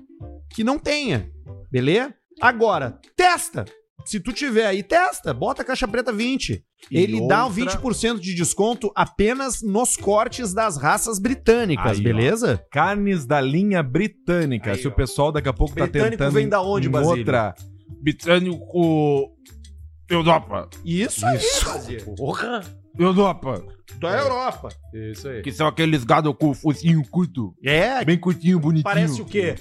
Speaker 2: que não tenha. Beleza? Agora, testa! Se tu tiver aí, testa, bota a caixa preta 20.
Speaker 1: E
Speaker 2: Ele dá
Speaker 1: outra-
Speaker 2: 20% de desconto apenas nos cortes das raças britânicas,
Speaker 1: Aí, ó.
Speaker 2: beleza?
Speaker 1: Carnes da linha britânica. Se o pessoal daqui a pouco tá
Speaker 2: Britânico
Speaker 1: tentando.
Speaker 2: vem
Speaker 1: em-
Speaker 2: da onde,
Speaker 1: em
Speaker 2: Basílio?
Speaker 1: outra. Britânico. Europa.
Speaker 2: Isso, aí,
Speaker 3: Porra!
Speaker 1: Europa.
Speaker 2: da Europa.
Speaker 3: Isso aí.
Speaker 1: Que são aqueles gado com o focinho curto.
Speaker 2: É,
Speaker 1: Bem curtinho, bonitinho.
Speaker 2: parece o quê?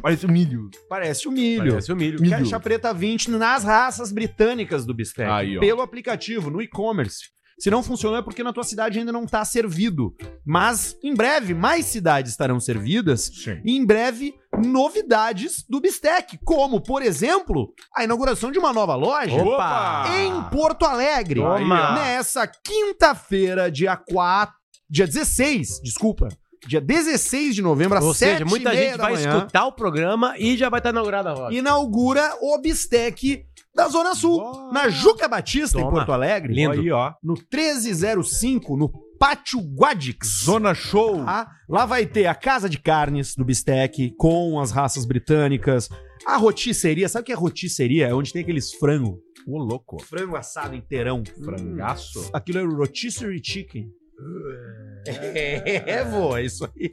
Speaker 1: Parece um milho.
Speaker 2: Parece o milho.
Speaker 3: Parece o milho.
Speaker 1: milho.
Speaker 2: Caixa Preta 20 nas raças britânicas do Bistec.
Speaker 1: Aí, ó.
Speaker 2: pelo aplicativo, no e-commerce. Se não funcionou é porque na tua cidade ainda não está servido. Mas em breve mais cidades estarão servidas
Speaker 1: Sim.
Speaker 2: e em breve novidades do Bistec, como, por exemplo, a inauguração de uma nova loja.
Speaker 3: Opa!
Speaker 2: em Porto Alegre.
Speaker 3: Toma!
Speaker 2: Nessa quinta-feira, dia 4. Dia 16, desculpa. Dia 16 de novembro, às
Speaker 3: Ou
Speaker 2: 7
Speaker 3: seja, muita gente vai escutar o programa e já vai estar inaugurada a roda.
Speaker 2: Inaugura o Bistec da Zona Sul,
Speaker 1: Boa!
Speaker 2: na Juca Batista, em
Speaker 3: Toma.
Speaker 2: Porto Alegre.
Speaker 3: Lindo.
Speaker 1: Aí, ó.
Speaker 2: No 1305, no Pátio Guadix.
Speaker 1: Zona Show.
Speaker 2: Tá? Lá vai ter a casa de carnes do Bistec, com as raças britânicas. A rotisseria, sabe o que é rotisseria? É onde tem aqueles frango.
Speaker 1: Ô, louco.
Speaker 2: Frango assado inteirão.
Speaker 1: Frangaço.
Speaker 2: Aquilo é rotisserie chicken. É, vô, é isso aí.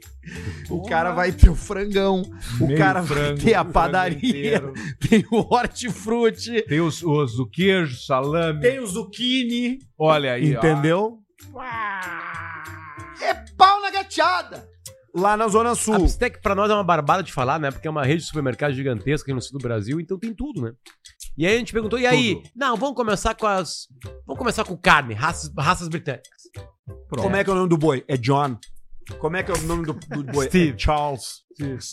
Speaker 2: O cara vai ter o frangão, o
Speaker 1: Meio
Speaker 2: cara
Speaker 1: frango,
Speaker 2: vai ter a
Speaker 1: frango
Speaker 2: padaria,
Speaker 1: inteiro.
Speaker 2: tem o hortifruti,
Speaker 1: Tem os, os, o queijo, salame.
Speaker 2: tem o zucchini,
Speaker 1: Olha aí, ó.
Speaker 2: entendeu? É pau na gateada! Lá na Zona
Speaker 3: A
Speaker 2: Sul.
Speaker 3: Bistec pra nós é uma barbada de falar, né? Porque é uma rede de supermercados gigantesca aqui no sul do Brasil, então tem tudo, né? E aí a gente perguntou, e aí?
Speaker 1: Tudo.
Speaker 3: Não, vamos começar com as. Vamos começar com carne, raças, raças britânicas.
Speaker 2: Como é que é o nome do boi? É John. Como é que é o nome do, do boi? É
Speaker 3: Steve.
Speaker 2: Charles.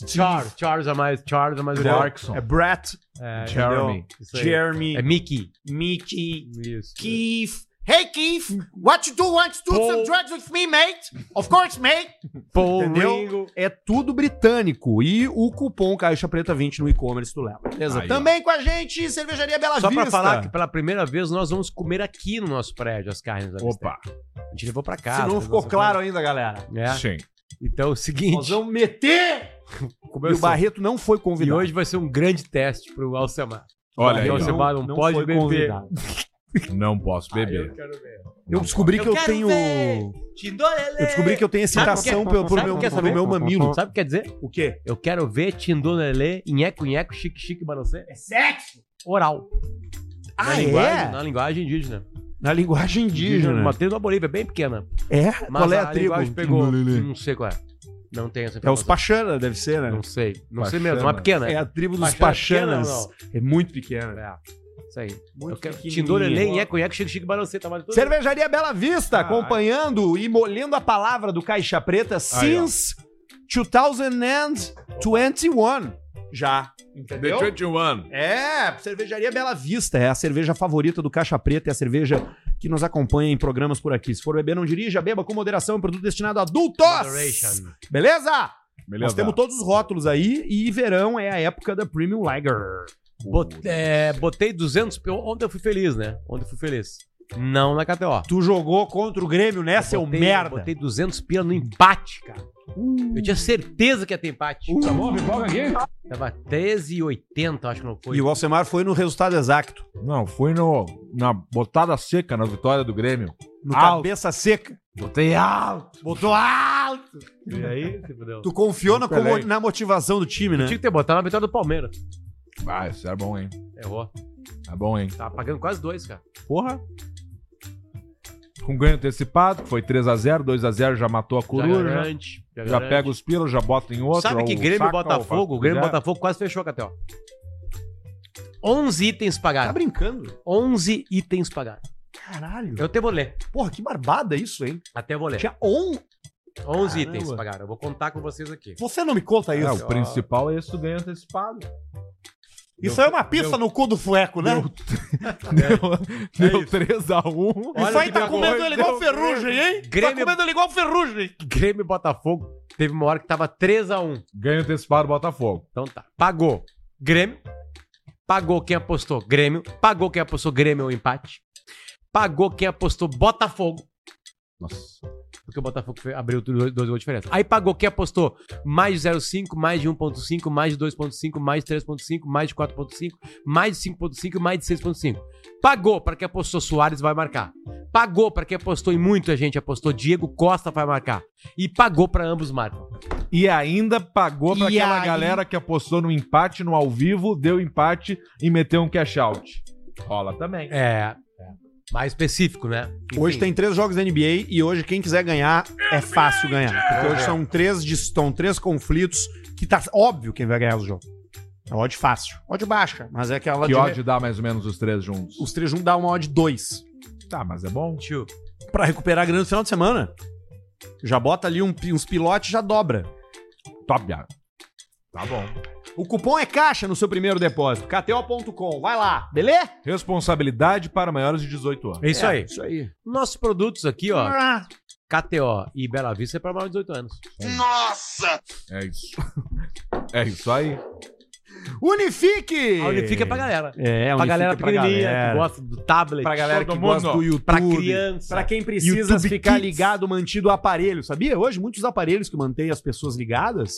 Speaker 3: Charles, Charles é mais. Charles é mais.
Speaker 2: Entendeu?
Speaker 1: Clarkson.
Speaker 2: É Brett.
Speaker 3: É,
Speaker 1: Jeremy.
Speaker 3: entendeu? Isso aí.
Speaker 2: Jeremy.
Speaker 3: É Mickey.
Speaker 2: Mickey.
Speaker 3: Isso.
Speaker 2: Keith. Hey Keith, what you do? Want to do some drugs with me, mate? Of course, mate.
Speaker 3: Paul
Speaker 2: Entendeu?
Speaker 3: Ringo.
Speaker 2: É tudo britânico e o cupom Caixa Preta 20 no e-commerce do Léo. Beleza?
Speaker 1: Aí, ó.
Speaker 2: Também com a gente, cervejaria Bela
Speaker 3: Só
Speaker 2: Vista.
Speaker 3: pra falar que pela primeira vez nós vamos comer aqui no nosso prédio as carnes da Bistec.
Speaker 1: Opa,
Speaker 3: A gente levou pra
Speaker 2: se
Speaker 3: casa.
Speaker 2: não
Speaker 3: fez
Speaker 2: ficou
Speaker 3: uma
Speaker 2: claro ainda, galera.
Speaker 3: semana. É.
Speaker 1: sim.
Speaker 3: Então é o
Speaker 2: Nós
Speaker 3: seguinte.
Speaker 2: vamos meter. E o
Speaker 3: começou.
Speaker 2: Barreto não foi
Speaker 3: E
Speaker 2: convidado.
Speaker 3: hoje vai ser um grande teste pro Alcemar.
Speaker 1: Olha aí,
Speaker 3: Então
Speaker 1: ó.
Speaker 3: você vai- não pode beber.
Speaker 1: não posso beber.
Speaker 2: Eu descobri que eu, tenho. Eu descobri que eu tenho excitação
Speaker 3: Sabe o que-
Speaker 2: pelo, pelo
Speaker 3: sabe o
Speaker 2: meu,
Speaker 3: que é
Speaker 2: pelo
Speaker 3: saber?
Speaker 2: meu mamilo.
Speaker 3: Sabe o que quer dizer?
Speaker 2: O quê?
Speaker 3: Eu quero ver Tindolelê, Inheco Inheco, Chique Chique Balancê. É sexo! Oral.
Speaker 2: Ah,
Speaker 3: na
Speaker 2: é?
Speaker 3: linguagem, né? Na linguagem indígena.
Speaker 2: Na linguagem indígena.
Speaker 3: Matei na Bolívia, bem pequena.
Speaker 2: É?
Speaker 3: Mas
Speaker 2: Qual é a,
Speaker 3: linguagem
Speaker 2: tribo?
Speaker 3: pegou.
Speaker 1: Tindolelê.
Speaker 3: Não sei qual é. Não tem essa
Speaker 2: É os
Speaker 3: informação.
Speaker 2: Paxana, deve ser, né?
Speaker 3: Não sei. Não sei
Speaker 1: Paxana.
Speaker 3: mesmo, não é pequena.
Speaker 2: É a tribo dos
Speaker 3: Paxana,
Speaker 2: Paxanas.
Speaker 3: não,
Speaker 2: É muito pequena.
Speaker 3: É. Isso aí.
Speaker 2: Muito
Speaker 3: eu quero
Speaker 2: pequenininha.
Speaker 3: Tindolelê, Inheco Inheco, Chique Chique Balancê. Tá valendo tudo.
Speaker 2: é. Cervejaria Bela Vista,
Speaker 1: Ah,
Speaker 2: acompanhando e molhando a palavra do Caixa Preta since 2021. Já.
Speaker 1: Ah,
Speaker 2: Entendeu?
Speaker 1: 21.
Speaker 2: É, cervejaria Bela Vista é a cerveja favorita do Caixa Preta, é a cerveja que nos acompanha em programas por aqui. Se for beber, não dirija, beba com moderação, é um produto destinado a adultos.
Speaker 3: Moderation.
Speaker 2: Beleza?
Speaker 1: Beleza.
Speaker 2: Nós temos todos os rótulos aí e verão é a época da Premium Lager.
Speaker 3: Bot- é, botei 200. eu- Ontem eu fui feliz, né? Ontem eu fui feliz. Não na KTO.
Speaker 2: Tu jogou contra o Grêmio, né, seu
Speaker 3: botei,
Speaker 2: merda? Uh.
Speaker 3: Botei 200 pila no empate, cara. Eu tinha certeza que ia ter empate.
Speaker 4: Tá
Speaker 3: Tava 13,80, acho que não foi.
Speaker 2: E o Alcemar foi no resultado exato.
Speaker 1: Não, fui no, na botada seca na vitória do Grêmio.
Speaker 2: No
Speaker 1: Alto.
Speaker 2: cabeça seca.
Speaker 1: Botei alto.
Speaker 2: Botou alto.
Speaker 3: E aí, se fudeu.
Speaker 2: Tu confiou na,
Speaker 1: Pelé.
Speaker 2: como- na motivação do time,
Speaker 3: Tinha
Speaker 2: né?
Speaker 3: que ter botado na vitória do Palmeiras.
Speaker 1: Ah, isso era bom, hein?
Speaker 3: Errou.
Speaker 1: Tá bom, hein?
Speaker 3: Tá pagando quase dois, cara.
Speaker 1: Porra. Com ganho antecipado, que foi 3x0, 2x0 já matou a
Speaker 2: né?
Speaker 1: coruja. Já,
Speaker 3: garante, já,
Speaker 1: pega os pilos, já bota em outro.
Speaker 3: Sabe
Speaker 1: ou
Speaker 3: que Grêmio e
Speaker 1: saca, ou faz
Speaker 3: Botafogo,
Speaker 1: que
Speaker 3: o Grêmio e
Speaker 1: quiser.
Speaker 3: Botafogo quase fechou a Catel. 11 itens
Speaker 2: Tá
Speaker 3: pagados.
Speaker 2: brincando?
Speaker 3: 11 itens pagados.
Speaker 2: Caralho.
Speaker 3: Eu até vou ler.
Speaker 2: Porra, que barbada isso, hein?
Speaker 3: Até vou ler.
Speaker 2: Tinha on...
Speaker 3: 11
Speaker 2: Caramba.
Speaker 3: itens pagaram. Eu vou contar com vocês aqui.
Speaker 2: Você não me conta
Speaker 1: É,
Speaker 2: isso.
Speaker 1: o principal é esse do ganho antecipado.
Speaker 3: Tá
Speaker 2: isso aí é uma pizza no cu do fueco, né?
Speaker 3: É
Speaker 1: Deu, deu 3x1.
Speaker 3: Olha
Speaker 2: isso aí
Speaker 3: que
Speaker 2: tá
Speaker 3: vergonha.
Speaker 2: comendo ele igual ferrugem, hein? Tá
Speaker 3: um Grêmio-
Speaker 2: comendo ele igual ferrugem.
Speaker 3: Grêmio e Botafogo teve uma hora que tava 3x1.
Speaker 1: Ganho antecipado, Botafogo.
Speaker 3: Então tá. Pagou Grêmio. Pagou quem apostou Grêmio. Pagou quem apostou Grêmio o empate. Pagou quem apostou Botafogo.
Speaker 1: Nossa.
Speaker 3: Porque o Botafogo foi- abriu dois, dois gols de diferença. Aí pagou quem apostou mais de 0,5, mais de 1,5, mais de 2,5, mais de 3,5, mais de 4,5, mais de 5,5, mais de 6,5. Pagou para quem apostou Soares vai marcar. Pagou para quem apostou em muita gente, apostou Diego Costa vai marcar. E pagou para ambos marcam.
Speaker 1: E ainda pagou pra
Speaker 2: E
Speaker 1: aquela
Speaker 2: aí?
Speaker 1: galera que apostou no empate no ao vivo, deu empate e meteu um cash out. Rola também.
Speaker 3: É. Mais específico, né?
Speaker 2: Hoje
Speaker 3: Enfim.
Speaker 2: tem três jogos da NBA e hoje quem quiser ganhar é fácil ganhar. Porque hoje são três, dis- são três conflitos que tá óbvio quem vai ganhar o jogo. É odd fácil. Odd baixa, mas é aquela
Speaker 1: Que
Speaker 2: de-
Speaker 1: ódio dá mais ou menos os três juntos.
Speaker 2: Os três juntos dá uma odd 2.
Speaker 1: Tá, mas é bom.
Speaker 3: Tio,
Speaker 2: Pra recuperar a grana no final de semana. Já bota ali um pi- uns pilotes e já dobra.
Speaker 1: Top, já. Tá bom.
Speaker 2: O cupom é caixa no seu primeiro depósito. KTO.com. Vai lá, beleza?
Speaker 1: Responsabilidade para maiores de 18 anos.
Speaker 3: É isso aí.
Speaker 2: Isso aí.
Speaker 3: Nossos produtos aqui, ó,
Speaker 2: Ah.
Speaker 3: KTO e Bela Vista é para maior de 18 anos.
Speaker 1: É isso. É isso aí.
Speaker 2: Ah, Unifique!
Speaker 3: A Unifica é pra galera.
Speaker 2: É,
Speaker 3: pra galera
Speaker 2: pra
Speaker 3: pequenininha, que
Speaker 2: galera.
Speaker 3: gosta do tablet.
Speaker 2: Pra galera
Speaker 1: Todo
Speaker 2: que
Speaker 1: mundo.
Speaker 2: gosta do YouTube.
Speaker 3: Pra criança.
Speaker 2: Pra quem precisa
Speaker 3: YouTube
Speaker 2: ficar
Speaker 3: Kids.
Speaker 2: ligado, mantido o aparelho, sabia? Hoje, muitos aparelhos que mantêm as pessoas ligadas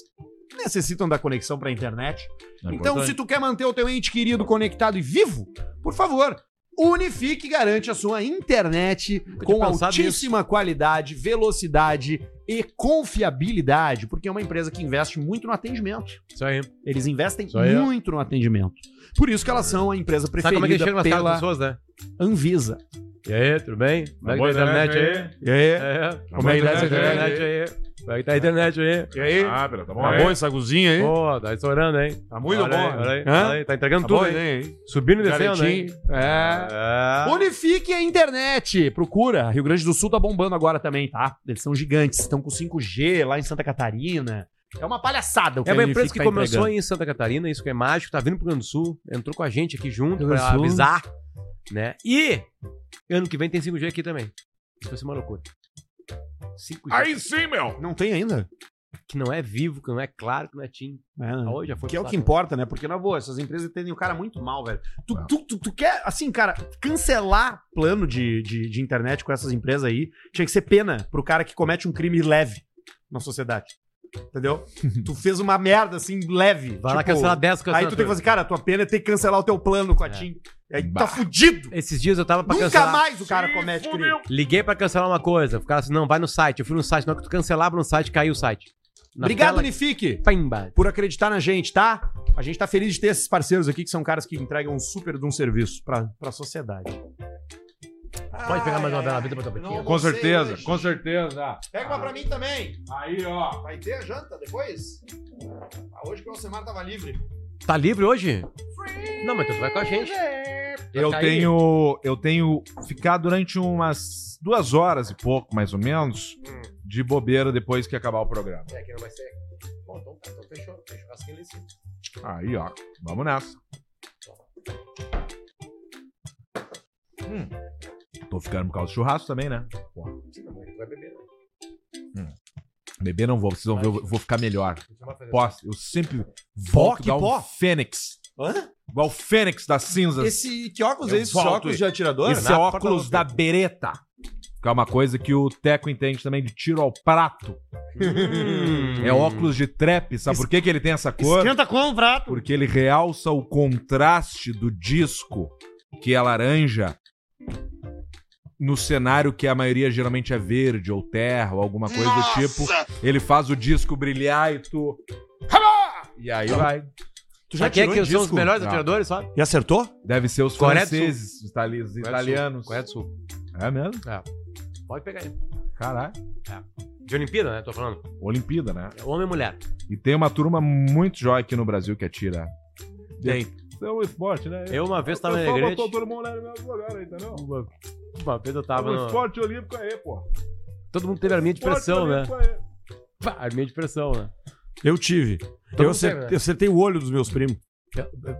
Speaker 2: necessitam da conexão pra internet.
Speaker 1: É
Speaker 2: então,
Speaker 1: importante.
Speaker 2: se tu quer manter o teu ente querido conectado e vivo, por favor, unifique e garante a sua internet com
Speaker 3: tinha pensado
Speaker 2: altíssima qualidade, velocidade e confiabilidade, porque é uma empresa que investe muito no atendimento.
Speaker 3: Isso aí.
Speaker 2: Eles investem
Speaker 3: Isso aí, ó.
Speaker 2: muito no atendimento. Por isso que elas são a empresa
Speaker 3: Sabe como é que
Speaker 2: preferida
Speaker 3: eles chegam nas casas das
Speaker 2: pela
Speaker 3: pessoas, né?
Speaker 2: Anvisa.
Speaker 3: E aí, tudo bem? Como é que tá a internet aí?
Speaker 2: É.
Speaker 3: É.
Speaker 1: Como é que tá
Speaker 3: essa
Speaker 1: a internet
Speaker 3: aí? Como é que tá a internet aí?
Speaker 1: E aí? Ah, pera, tá bom.
Speaker 2: Tá
Speaker 1: aí?
Speaker 2: bom essa cozinha aí?
Speaker 3: Pô, tá estourando, hein?
Speaker 1: Tá muito
Speaker 3: Olha
Speaker 1: bom.
Speaker 3: aí, olha aí,
Speaker 2: Hã?
Speaker 3: olha aí, Tá entregando
Speaker 2: Tá
Speaker 3: tudo,
Speaker 2: bom,
Speaker 3: hein?
Speaker 2: hein?
Speaker 3: Subindo e descendo, hein?
Speaker 2: Galetinho. É.
Speaker 3: É.
Speaker 2: Unifique a internet. Procura. Rio Grande do Sul tá bombando agora também, tá? Eles são gigantes. Estão com 5G lá em Santa Catarina. É uma palhaçada o que
Speaker 3: É uma
Speaker 2: a
Speaker 3: empresa
Speaker 2: Unifique
Speaker 3: que
Speaker 2: tá
Speaker 3: começou
Speaker 2: entregando.
Speaker 3: em Santa Catarina, isso que é mágico, tá vindo pro Rio Grande do Sul, entrou com a gente aqui junto
Speaker 2: Rio Grande
Speaker 3: pra
Speaker 2: do Sul.
Speaker 3: avisar, né? E ano que vem tem 5G aqui também. Isso vai ser uma loucura. 5G
Speaker 1: Aí sim, meu.
Speaker 2: Não tem ainda.
Speaker 3: que não é vivo, que não é claro, que não é TIM.
Speaker 2: É, né?
Speaker 3: Ah, hoje já foi
Speaker 2: Que é o
Speaker 3: pro
Speaker 2: que
Speaker 3: saco.
Speaker 2: importa, né? Porque, na boa, essas empresas têm o cara muito mal, velho. Tu,
Speaker 1: É.
Speaker 2: tu, tu, tu quer, assim, cara, cancelar plano de, de, de internet com essas empresas aí tinha que ser pena pro cara que comete um crime leve na sociedade. Entendeu? tu fez uma merda, assim, leve.
Speaker 3: Vai lá
Speaker 2: tipo,
Speaker 3: cancelar 10
Speaker 2: Aí tu tem que fazer, cara, a tua pena é ter que cancelar o teu plano com a
Speaker 3: É.
Speaker 2: TIM. E aí tu
Speaker 1: Bah.
Speaker 2: tá fudido.
Speaker 3: Esses dias eu tava pra
Speaker 2: Nunca
Speaker 3: cancelar.
Speaker 2: mais o cara comete crime.
Speaker 3: Liguei pra cancelar uma coisa. O cara disse, não, vai no site. Eu fui no site. Na hora que tu cancelava no site, caiu o site. Na
Speaker 2: Obrigado,
Speaker 3: tela,
Speaker 2: Unifique,
Speaker 3: Pimba.
Speaker 2: por acreditar na gente, tá? A gente tá feliz de ter esses parceiros aqui, que são caras que entregam um super de um serviço pra, pra sociedade.
Speaker 3: Pode pegar mais uma bela vida pra tua pequinha.
Speaker 1: Com certeza, com certeza.
Speaker 2: Pega uma pra mim também.
Speaker 1: Aí, ó.
Speaker 2: Vai ter a janta depois? Ah, hoje que o Alcemar tava livre.
Speaker 3: Tá livre hoje? Não, mas tu vai com a gente.
Speaker 1: Eu
Speaker 3: Vai cair.
Speaker 1: tenho, eu tenho ficado durante umas duas horas e pouco, mais ou menos, de bobeira depois que acabar o programa.
Speaker 3: Hum. É, que não vai ser. Bom, então tá, então fechou. Fechou assim ali em cima.
Speaker 1: Aí, ó. Vamos nessa. Hum. Tô ficando por causa do churrasco também, né? Pô, Hum.
Speaker 3: Sim, não, mas tu vai beber, né?
Speaker 1: Beber não vou, vocês vão ver, eu vou ficar melhor.
Speaker 3: Tu vai fazer-
Speaker 1: Pó, eu sempre
Speaker 2: que
Speaker 1: volto igual
Speaker 2: pó?
Speaker 1: um fênix.
Speaker 2: Hã?
Speaker 1: Igual o fênix das cinzas.
Speaker 2: Esse, que óculos é
Speaker 1: Eu
Speaker 2: esse? Esse
Speaker 1: volto,
Speaker 2: óculos de atirador?
Speaker 1: Esse é óculos da bereta. Que é uma coisa que o Teco entende também de tiro ao prato.
Speaker 2: Hum.
Speaker 1: É
Speaker 3: Hum.
Speaker 1: óculos de trap. Sabe por que, que ele tem essa cor?
Speaker 2: com o prato.
Speaker 1: Porque ele realça o contraste do disco, que é laranja, no cenário que a maioria geralmente é verde ou terra ou alguma coisa do tipo. Ele faz o disco brilhar e tu. E aí vai.
Speaker 2: Tu
Speaker 3: Já quer
Speaker 2: tirou
Speaker 3: é que
Speaker 2: em
Speaker 3: são os
Speaker 2: disco? Ah.
Speaker 3: melhores
Speaker 1: Não.
Speaker 3: atiradores, sabe?
Speaker 2: E acertou?
Speaker 1: Deve ser os
Speaker 3: Coreia do Sul.
Speaker 1: franceses, os itali- os italianos.
Speaker 3: Coreia do Sul.
Speaker 1: É mesmo?
Speaker 3: Pode pegar ele.
Speaker 1: Caralho.
Speaker 3: De Olimpíada, né? Tô falando.
Speaker 1: Olimpíada, né?
Speaker 3: É Homem e mulher.
Speaker 1: E tem uma turma muito jóia aqui no Brasil que atira.
Speaker 3: Tem.
Speaker 1: É um esporte, né?
Speaker 3: Eu uma vez tava
Speaker 1: O
Speaker 3: na
Speaker 1: pessoal
Speaker 3: igreja.
Speaker 1: botou todo mundo lá no mesmo lugar, entendeu?
Speaker 3: Uma uma vez eu tava
Speaker 1: O
Speaker 3: no...
Speaker 1: esporte olímpico é aí, pô.
Speaker 3: Todo mundo teve arminha de pressão, né?
Speaker 1: Esporte olímpico é aí.
Speaker 3: Pá, Arminha de pressão, né?
Speaker 2: Eu tive. Eu
Speaker 3: mundo
Speaker 2: acertei,
Speaker 3: teve, né?
Speaker 2: eu acertei o olho dos meus primos.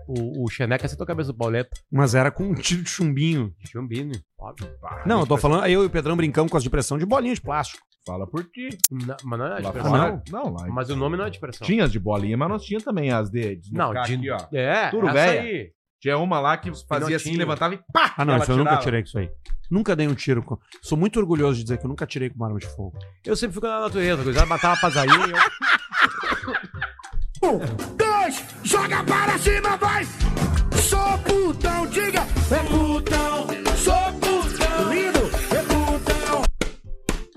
Speaker 3: O, o Xeneca acertou a cabeça do Pauleto.
Speaker 2: Mas era com um tiro de chumbinho.
Speaker 1: um
Speaker 3: Chumbino, óbvio.
Speaker 2: Não, eu tô falando. Eu e o Pedrão brincamos com as de pressão de bolinha de plástico.
Speaker 1: Fala por ti.
Speaker 3: Na- Mas não é de
Speaker 1: Lá
Speaker 3: pressão.
Speaker 1: fora- Não, lá.
Speaker 3: Mas o nome não é de pressão.
Speaker 1: Tinha as de bolinha, mas nós tinha também as de.
Speaker 3: Não,
Speaker 1: desnucar
Speaker 3: de...
Speaker 1: aqui, ó.
Speaker 3: É,
Speaker 1: Tudo
Speaker 3: essa
Speaker 1: véia.
Speaker 3: aí.
Speaker 1: Tinha uma lá que fazia assim,
Speaker 3: Pinotinho.
Speaker 1: levantava e pá!
Speaker 2: Ah, não,
Speaker 1: ela
Speaker 2: isso eu nunca
Speaker 1: tirava.
Speaker 2: tirei com isso aí. Nunca dei um tiro. com- Sou muito orgulhoso de dizer que eu nunca tirei com uma arma de fogo.
Speaker 3: Eu sempre fico na natureza, coisa. Matar uma passarinho. eu-
Speaker 2: É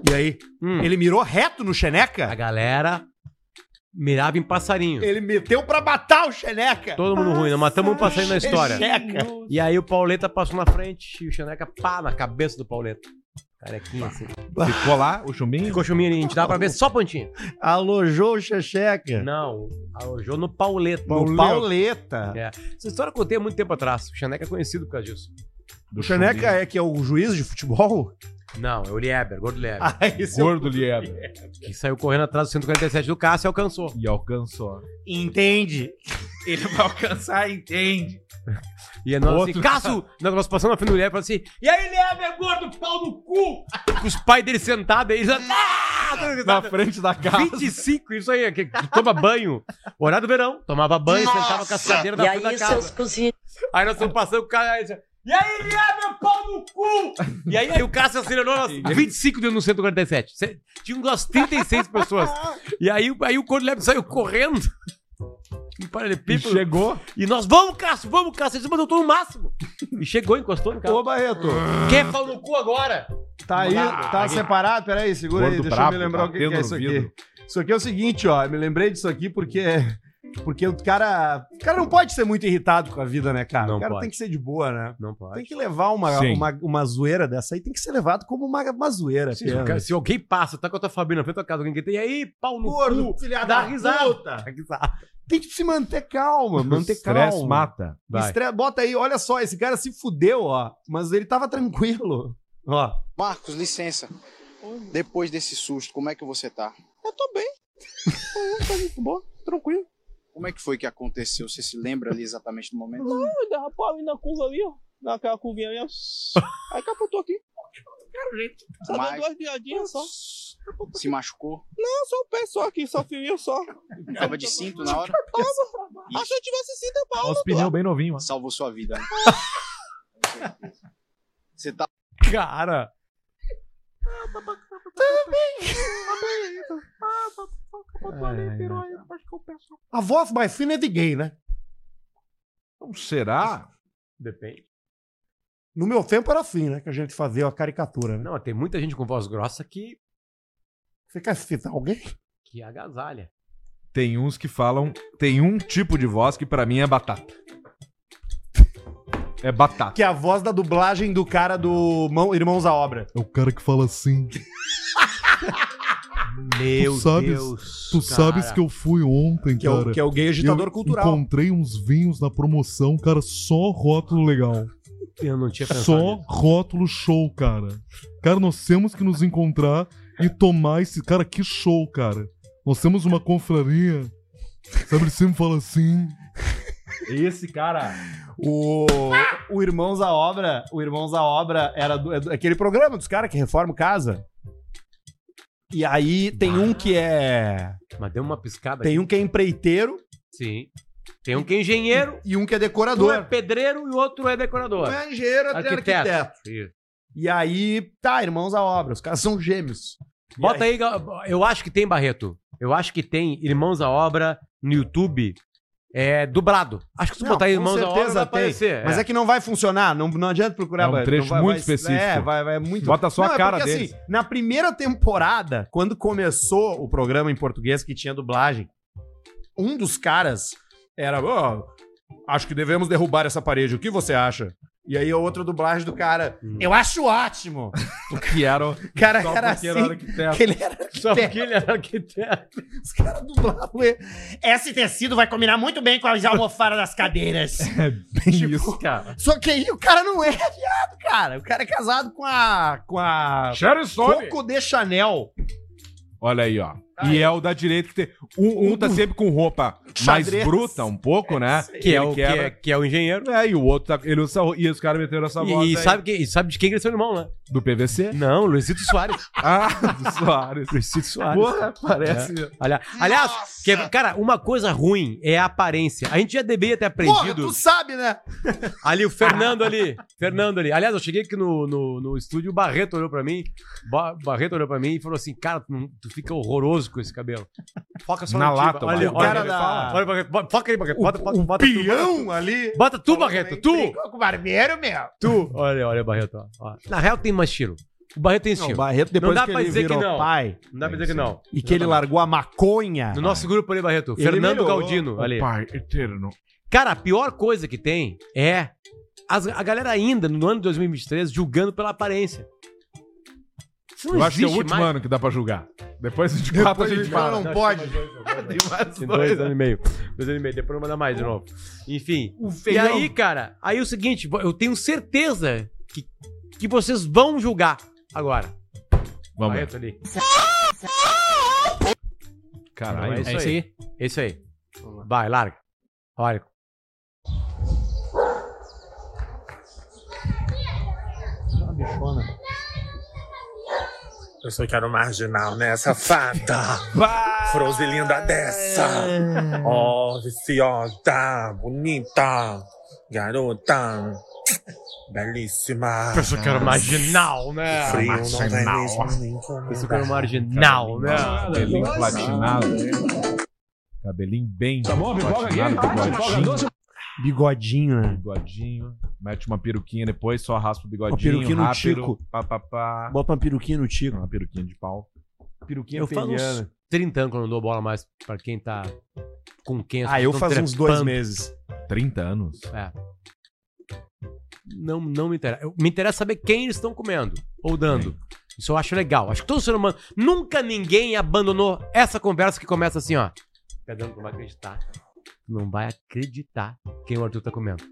Speaker 2: E aí?
Speaker 3: Hum.
Speaker 2: Ele mirou reto no
Speaker 3: A
Speaker 2: Xeneca?
Speaker 3: galera mirava em passarinho.
Speaker 2: Ele meteu pra matar o Xeneca.
Speaker 3: Todo mundo ruim, nós matamos um passarinho na história.
Speaker 2: Xeneca.
Speaker 3: E aí o Pauleta passou na frente e o Xeneca pá na cabeça do Pauleta. Carequinha assim.
Speaker 1: Ficou lá o chumbinho.
Speaker 3: Ficou chuminho, a gente dava pra ver só a pontinha.
Speaker 2: Alojou o
Speaker 1: É.
Speaker 2: Xexeca.
Speaker 3: Não, alojou no Pauleta.
Speaker 2: No Pauleta.
Speaker 3: É. Essa história eu contei há muito tempo atrás. O Xeneca é conhecido por causa disso.
Speaker 2: O Xeneca é que é o juiz de futebol?
Speaker 3: Não, é o Lieber, Gordo Lieber.
Speaker 2: Ah, esse é o-
Speaker 1: Gordo Lieber.
Speaker 3: Que saiu correndo atrás do 147 do Cássio e alcançou.
Speaker 1: E alcançou.
Speaker 2: Entende?
Speaker 1: Ele
Speaker 2: é
Speaker 1: vai alcançar, entende?
Speaker 3: E nós
Speaker 1: Outro
Speaker 3: assim, Cássio! Nós, nós passamos na frente do Lieber e falamos assim, e aí Lieber, gordo, pau no cu! Com os pais dele sentados aí, eles... Ah! dando
Speaker 1: Na
Speaker 3: risada.
Speaker 1: frente da casa.
Speaker 3: 25, isso aí, que que toma banho. Horário do verão. Tomava banho, sentava com as cadeiras
Speaker 5: E
Speaker 3: na frente da
Speaker 5: aí,
Speaker 3: casa.
Speaker 5: seus cozinheiros.
Speaker 3: Aí nós estamos passando com o cara. Aí, assim, e aí, Lieber, pau no cu! E aí, aí o cara se acelerou, nós, 25 deu no 147. Se- Tinha um umas 36 pessoas. E aí, aí o Corno Lieber saiu correndo. E
Speaker 1: E
Speaker 3: paralelepípedo.
Speaker 1: chegou.
Speaker 3: E nós, vamos, Cássio, vamos, Cássio. Ele disse, mas eu tô no máximo. E chegou, encostou no cara.
Speaker 2: Barreto.
Speaker 3: Quer pau no cu agora?
Speaker 2: Tá aí, tá separado? Peraí, segura aí,
Speaker 1: Gordo
Speaker 2: deixa
Speaker 1: brabo,
Speaker 2: eu me lembrar
Speaker 3: tá
Speaker 2: o que, que
Speaker 1: batendo
Speaker 2: é
Speaker 1: no
Speaker 2: isso
Speaker 1: vidro.
Speaker 2: aqui. Isso aqui é o seguinte, ó, eu me lembrei disso aqui porque porque o cara, o cara não pode ser muito irritado com a vida, né, cara?
Speaker 3: Não
Speaker 2: o cara
Speaker 3: pode.
Speaker 2: tem que ser de boa, né?
Speaker 3: Não pode.
Speaker 2: Tem que levar uma,
Speaker 1: Sim.
Speaker 2: uma, uma zoeira dessa aí, tem que ser levado como uma, uma zoeira.
Speaker 3: Se, o
Speaker 2: apenas.
Speaker 3: cara- se alguém passa, tá com a tua família na frente da tua casa, alguém grita, e aí, pau no cu.
Speaker 2: filha
Speaker 3: dá
Speaker 2: da
Speaker 3: risada.
Speaker 2: puta. Tem que se manter calma, manter
Speaker 1: Estresse
Speaker 2: calma.
Speaker 1: mata.
Speaker 3: Vai.
Speaker 2: Estresse- bota aí, olha só, esse cara se fudeu, ó, mas ele tava tranquilo. Ó,
Speaker 9: Marcos, licença. Depois desse susto, como é que você tá? Eu tô bem. Eu tô muito bom, tranquilo. Como é que foi que aconteceu? Você se lembra ali exatamente do momento? Não, eu dava pau ali na curva ali, ó. Naquela curvinha ali, Aí capotou aqui. Só deu duas viadinhas só. Se machucou? Não, só o pé só aqui, só o fioinho só. Tava de cinto na hora? Tava. Achei que tivesse cinto, pau.
Speaker 1: Olha os pneus bem novinhos.
Speaker 9: Salvou sua vida. né? Você tá
Speaker 3: Cara.
Speaker 2: a voz mais fina é de gay, né?
Speaker 1: Então, será?
Speaker 3: Depende.
Speaker 2: No meu tempo era assim, né? Que a gente fazia a caricatura, né?
Speaker 3: Não, tem muita gente com voz grossa que,
Speaker 2: Você quer citar alguém?
Speaker 3: que agasalha.
Speaker 1: Tem uns que falam. Tem um tipo de voz que pra mim é batata. É batata.
Speaker 2: Que é a voz da dublagem do cara do Mão- Irmãos à Obra.
Speaker 1: É o cara que fala assim.
Speaker 3: Meu
Speaker 1: sabes-
Speaker 3: Deus.
Speaker 10: Tu sabes
Speaker 3: cara.
Speaker 10: que eu fui ontem,
Speaker 2: Que é
Speaker 10: cara.
Speaker 2: o, que é o gay agitador
Speaker 10: Eu
Speaker 2: cultural.
Speaker 10: Encontrei uns vinhos na promoção, cara, só rótulo legal.
Speaker 3: eu não tinha pensado.
Speaker 10: Só
Speaker 3: nisso.
Speaker 10: rótulo show, cara. Cara, nós temos que nos encontrar e tomar esse. Cara, que show, cara. Nós temos uma confraria. Sabe, ele sempre fala assim.
Speaker 1: Esse cara.
Speaker 2: O, o Irmãos à Obra, o Irmãos à Obra era do- é do- aquele programa dos caras que reformam casa. E aí tem um que é.
Speaker 3: Mas deu uma piscada
Speaker 2: Tem um que é empreiteiro
Speaker 3: aqui. Sim. Tem um que é engenheiro,
Speaker 2: e um que
Speaker 3: um
Speaker 2: é
Speaker 3: é
Speaker 2: decorador.
Speaker 3: pedreiro e o outro é decorador.
Speaker 2: é engenheiro, outro é
Speaker 3: Arquiteto. Isso.
Speaker 2: E aí, tá, Irmãos à Obra. Os caras são gêmeos.
Speaker 3: Bota aí, Gal- eu acho que tem, Barreto. Eu acho que tem Irmãos à Obra no YouTube. É dublado. Acho que se
Speaker 2: Não,
Speaker 3: botar
Speaker 2: com
Speaker 3: Irmãos à Obra vai
Speaker 2: certeza tem.
Speaker 3: aparecer.
Speaker 2: Mas é. que não vai funcionar, não, não adianta procurar.
Speaker 1: É um
Speaker 2: vai-
Speaker 1: trecho
Speaker 2: não vai-
Speaker 1: muito
Speaker 2: vai-
Speaker 1: específico.
Speaker 2: É, vai, vai é muito.
Speaker 1: Bota só a
Speaker 2: Não, é
Speaker 1: cara
Speaker 2: porque,
Speaker 1: deles.
Speaker 2: assim, na primeira temporada, quando começou o programa em português que tinha dublagem, um dos caras Era, ó, acho que devemos derrubar essa parede. O que você acha? E aí a outra dublagem do cara, eu acho ótimo.
Speaker 1: Hum. O que era o
Speaker 2: Cara,
Speaker 1: Só um
Speaker 2: era
Speaker 1: porque
Speaker 2: assim,
Speaker 1: era arquiteto.
Speaker 2: que ele era
Speaker 3: Só porque ele era arquiteto.
Speaker 2: Os caras dublavam ele. Esse tecido vai combinar muito bem com as almofadas das cadeiras. Um
Speaker 1: É bem
Speaker 2: Tipo,
Speaker 1: isso, cara.
Speaker 2: Só que aí o cara não é viado, cara. O cara é casado com a. com a.
Speaker 1: Sharon Stone.
Speaker 2: Coco de Chanel.
Speaker 1: Olha aí, ó.
Speaker 2: Tá
Speaker 1: E é o da direita que tem. Um, um tá sempre com roupa mais
Speaker 2: Xadrez.
Speaker 1: bruta, um pouco, né?
Speaker 3: Que é,
Speaker 1: Ele
Speaker 3: o, que,
Speaker 1: quebra.
Speaker 3: é, que é o engenheiro.
Speaker 1: É, e o outro tá. Ele usa, e os caras meteram essa voz.
Speaker 3: E, e sabe que, e sabe de quem que ele é seu irmão, né?
Speaker 1: Do PVC?
Speaker 3: Não, Luizito Soares.
Speaker 1: Ah, do Soares.
Speaker 3: Luizito Soares.
Speaker 1: Porra, parece.
Speaker 3: É. Olha- Aliás, que- cara, uma coisa ruim é a aparência. A gente já deveria ter aprendido.
Speaker 2: sabe, né?
Speaker 3: Ali, o Fernando ali. Fernando ali. Aliás, eu cheguei aqui no, no, no estúdio, o Barreto olhou pra mim. Ba- Barreto olhou pra mim e falou assim: Cara, tu, não- tu fica horroroso com esse cabelo. Foca só
Speaker 1: Na
Speaker 3: no ti,
Speaker 1: lata,
Speaker 3: olha, olha,
Speaker 1: Barreto.
Speaker 3: olha,
Speaker 2: O cara da-
Speaker 3: olha, Barreto. Bo- Foca aí, Barreto. Bota, bota, bota tu,
Speaker 1: Um
Speaker 2: Peão ali.
Speaker 3: Bota tu, Barreto. Tu!
Speaker 2: Com o barbeiro, meu.
Speaker 3: Tu! Olha, olha, Barreto. ó, ó. Na real, tem mais estilo. O Barreto
Speaker 1: É.
Speaker 3: tem
Speaker 2: Não,
Speaker 3: estilo.
Speaker 2: o Barreto, depois
Speaker 3: Não dá
Speaker 2: que
Speaker 3: pra
Speaker 2: ele
Speaker 3: dizer que
Speaker 2: virou
Speaker 3: não.
Speaker 2: pai
Speaker 3: Não dá pra dizer que não.
Speaker 2: e que ele
Speaker 3: Exatamente.
Speaker 2: largou a maconha.
Speaker 3: No nosso grupo ali, Barreto.
Speaker 2: Ele
Speaker 3: Fernando
Speaker 2: melhorou.
Speaker 3: Galdino ali.
Speaker 1: Pai eterno.
Speaker 3: Cara, a pior coisa que tem é as- a galera ainda, no ano de 2023, julgando pela aparência. Isso não
Speaker 1: Eu acho que é o
Speaker 3: existe
Speaker 1: último
Speaker 3: mais.
Speaker 1: ano que dá pra julgar. Depois de quatro a gente para.
Speaker 2: não pode.
Speaker 3: Tem dois anos e meio. Dois anos e meio. Depois não manda mais de novo. Enfim. E
Speaker 1: feião.
Speaker 3: aí, cara, aí é o seguinte, vo- eu tenho certeza que, que vocês vão julgar agora.
Speaker 1: Vamos.
Speaker 3: Barreto ali.
Speaker 1: Caralho.
Speaker 3: é isso aí. É isso aí. Vai, larga. Olha.
Speaker 8: Eu só quero marginal nessa fada. Froselinda dessa. Ó, viciosa, bonita, garota, belíssima.
Speaker 3: Eu só quero marginal, né?
Speaker 8: Frio não vai mesmo nem
Speaker 3: Eu só
Speaker 8: incomodar.
Speaker 3: quero marginal, né?
Speaker 1: Cabelinho platinado. Cabelinho bem. Tá bom, pipoca aqui? Bigodinho.
Speaker 2: Bigodinho, né?
Speaker 1: bigodinho. Mete uma peruquinha depois, só raspa o bigodinho.
Speaker 2: peruquinha no
Speaker 1: rápido,
Speaker 2: tico.
Speaker 1: Pá, pá, pá.
Speaker 2: Bota uma peruquinha no tico.
Speaker 1: Uma peruquinha de pau. Peruquinha
Speaker 3: Eu falo uns 30 anos que eu não dou bola mais pra quem tá com quem as
Speaker 2: Ah, eu
Speaker 3: pessoas
Speaker 2: faço
Speaker 3: tão
Speaker 2: uns dois
Speaker 3: trepando.
Speaker 2: meses.
Speaker 1: 30 anos.
Speaker 3: É. Não, não me interessa. Eu- Me interessa saber quem eles estão comendo ou dando. Isso eu acho legal. Acho que todo ser humano. Nunca ninguém abandonou essa conversa que começa assim, ó.
Speaker 1: Tá
Speaker 3: Pedrão, tu não vai acreditar. Tu Não vai acreditar quem o Arthur tá comendo.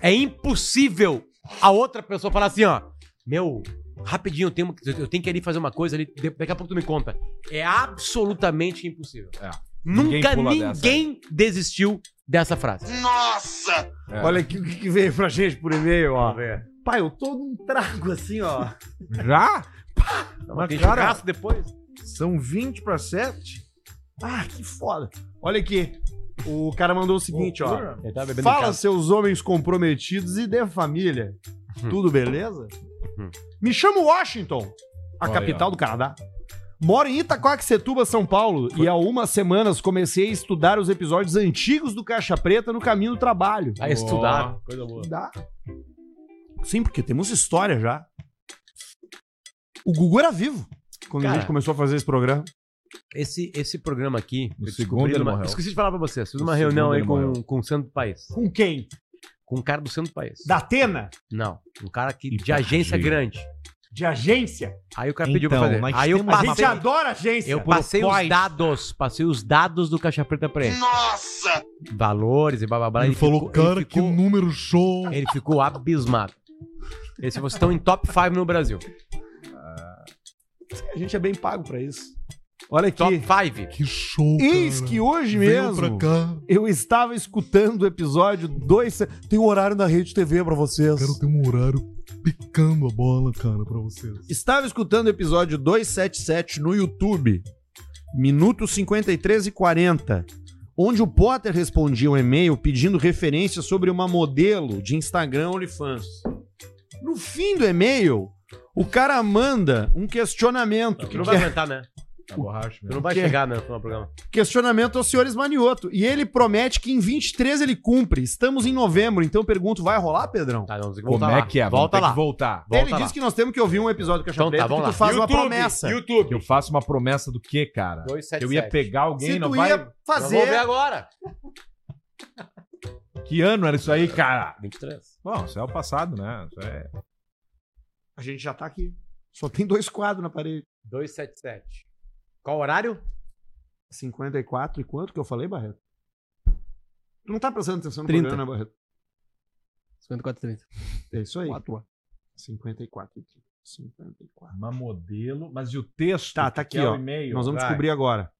Speaker 3: é impossível a outra pessoa falar assim, ó. Meu, rapidinho, eu tenho, eu tenho que ir ali fazer uma coisa ali. de- Daqui a pouco tu me conta. É absolutamente impossível.
Speaker 1: É.
Speaker 3: Nunca
Speaker 1: Ninguém pula
Speaker 3: ninguém,
Speaker 1: dessa,
Speaker 3: desistiu dessa frase.
Speaker 1: É.
Speaker 2: Olha aqui o que que veio pra gente por e-mail, ó. Pai, eu tô num trago assim,
Speaker 3: Tá
Speaker 2: ó.
Speaker 1: Já?
Speaker 3: Não,
Speaker 1: Mas,
Speaker 3: tem
Speaker 1: cara-
Speaker 3: churrasco depois.
Speaker 1: São 20 pra 7?
Speaker 2: Ah, que foda. Olha aqui. O cara mandou o seguinte, ó.
Speaker 3: Ele tá bebendo em
Speaker 2: Fala,
Speaker 3: casa.
Speaker 2: seus homens comprometidos e de família.
Speaker 3: Hum.
Speaker 2: Tudo beleza?
Speaker 3: Hum.
Speaker 2: Me chamo Washington, a
Speaker 1: Olha aí,
Speaker 2: capital do Canadá. Moro em Itaquaquecetuba, São Paulo, e há umas semanas comecei a estudar os episódios antigos do Caixa Preta no caminho do trabalho.
Speaker 3: A estudar. Coisa boa.
Speaker 2: Dá. Sim, porque temos história já. O Gugu era vivo quando a
Speaker 3: Cara.
Speaker 2: gente começou a fazer esse programa.
Speaker 3: Esse, esse programa aqui. eu
Speaker 1: No
Speaker 3: descobri
Speaker 1: segundo ele
Speaker 3: numa-
Speaker 1: morreu.
Speaker 3: Esqueci de falar pra vocês. Fiz
Speaker 1: No
Speaker 3: uma reunião
Speaker 1: segundo
Speaker 3: aí
Speaker 1: ele
Speaker 3: com,
Speaker 1: morreu.
Speaker 3: com o centro do país.
Speaker 2: Com quem?
Speaker 3: Com um cara do centro do país.
Speaker 2: Da Atena?
Speaker 3: Não. Um cara que,
Speaker 1: E
Speaker 3: de agência
Speaker 1: Brasil.
Speaker 3: grande.
Speaker 2: De agência?
Speaker 3: Aí o cara pediu
Speaker 1: Então,
Speaker 3: pra fazer.
Speaker 1: nós
Speaker 3: Aí eu
Speaker 1: temos
Speaker 2: A
Speaker 1: uma
Speaker 2: gente
Speaker 3: passei,
Speaker 2: adora agência.
Speaker 3: eu passei os dados. Passei os dados do Caixa Preta pra ele. Nossa! Valores e blá blá blá.
Speaker 10: Ele falou,
Speaker 3: ficou-
Speaker 10: cara,
Speaker 3: ele
Speaker 10: que
Speaker 3: ficou,
Speaker 10: número show.
Speaker 3: ele ficou abismado. Esse vocês estão em top 5 no Brasil.
Speaker 2: A gente é bem pago pra isso. Olha
Speaker 3: Top
Speaker 2: aqui.
Speaker 3: 5.
Speaker 10: Que show,
Speaker 2: Eis
Speaker 10: cara.
Speaker 2: que hoje
Speaker 10: Venham pra
Speaker 2: mesmo
Speaker 10: cá.
Speaker 2: eu estava escutando o episódio 2. Tem um horário na Rede TV pra vocês.
Speaker 10: Quero ter um horário picando a bola, cara, pra vocês.
Speaker 2: Estava escutando o episódio 277 no YouTube, minutos 53 e 40, onde o Potter respondia um e-mail pedindo referência sobre uma modelo de Instagram OnlyFans. No fim do e-mail, o cara manda um questionamento.
Speaker 3: Tu
Speaker 2: que
Speaker 3: não
Speaker 2: que
Speaker 3: vai
Speaker 2: é-
Speaker 3: aguentar, né?
Speaker 1: Tá borracha
Speaker 3: Tu
Speaker 1: mesmo.
Speaker 3: não vai
Speaker 2: Que-
Speaker 3: chegar né, no final do programa.
Speaker 2: questionamento aos senhores Manioto. E ele promete que em 23 ele cumpre. Estamos em novembro, então eu pergunto, vai rolar, Pedrão?
Speaker 3: Tá, vamos ter que
Speaker 1: Como
Speaker 3: voltar
Speaker 1: é
Speaker 3: lá.
Speaker 1: que é? Vamos
Speaker 3: Volta
Speaker 1: ter
Speaker 3: lá.
Speaker 1: que voltar.
Speaker 3: Volta
Speaker 2: ele
Speaker 3: lá.
Speaker 2: disse que nós temos que ouvir um episódio do Caixa
Speaker 3: Então tá,
Speaker 2: Preta que
Speaker 3: vamos lá.
Speaker 2: tu faz
Speaker 3: YouTube,
Speaker 2: uma promessa.
Speaker 3: YouTube.
Speaker 1: Eu faço uma promessa do quê, cara? Eu ia
Speaker 3: 277.
Speaker 1: pegar alguém,
Speaker 2: Se
Speaker 1: não
Speaker 2: tu
Speaker 1: vai...
Speaker 2: ia
Speaker 3: Nós Vamos ver
Speaker 2: fazer
Speaker 3: agora.
Speaker 1: Que ano era isso aí, cara?
Speaker 3: 23.
Speaker 1: Bom, isso é o passado, né? Isso é...
Speaker 2: A gente já tá aqui. Só tem dois quadros na parede.
Speaker 3: 277. Qual horário?
Speaker 2: 54 e quanto que eu falei, Barreto? Tu não tá prestando atenção no
Speaker 3: 30.
Speaker 2: programa, né, Barreto?
Speaker 3: 54 30.
Speaker 2: É isso aí.
Speaker 3: Quatro
Speaker 2: 54 e 30. 54.
Speaker 1: Uma modelo, mas e o texto?
Speaker 2: Tá, tá
Speaker 1: que
Speaker 2: aqui,
Speaker 1: é o
Speaker 2: ó.
Speaker 1: e-mail?
Speaker 2: Nós vamos
Speaker 1: Vai.
Speaker 2: descobrir agora.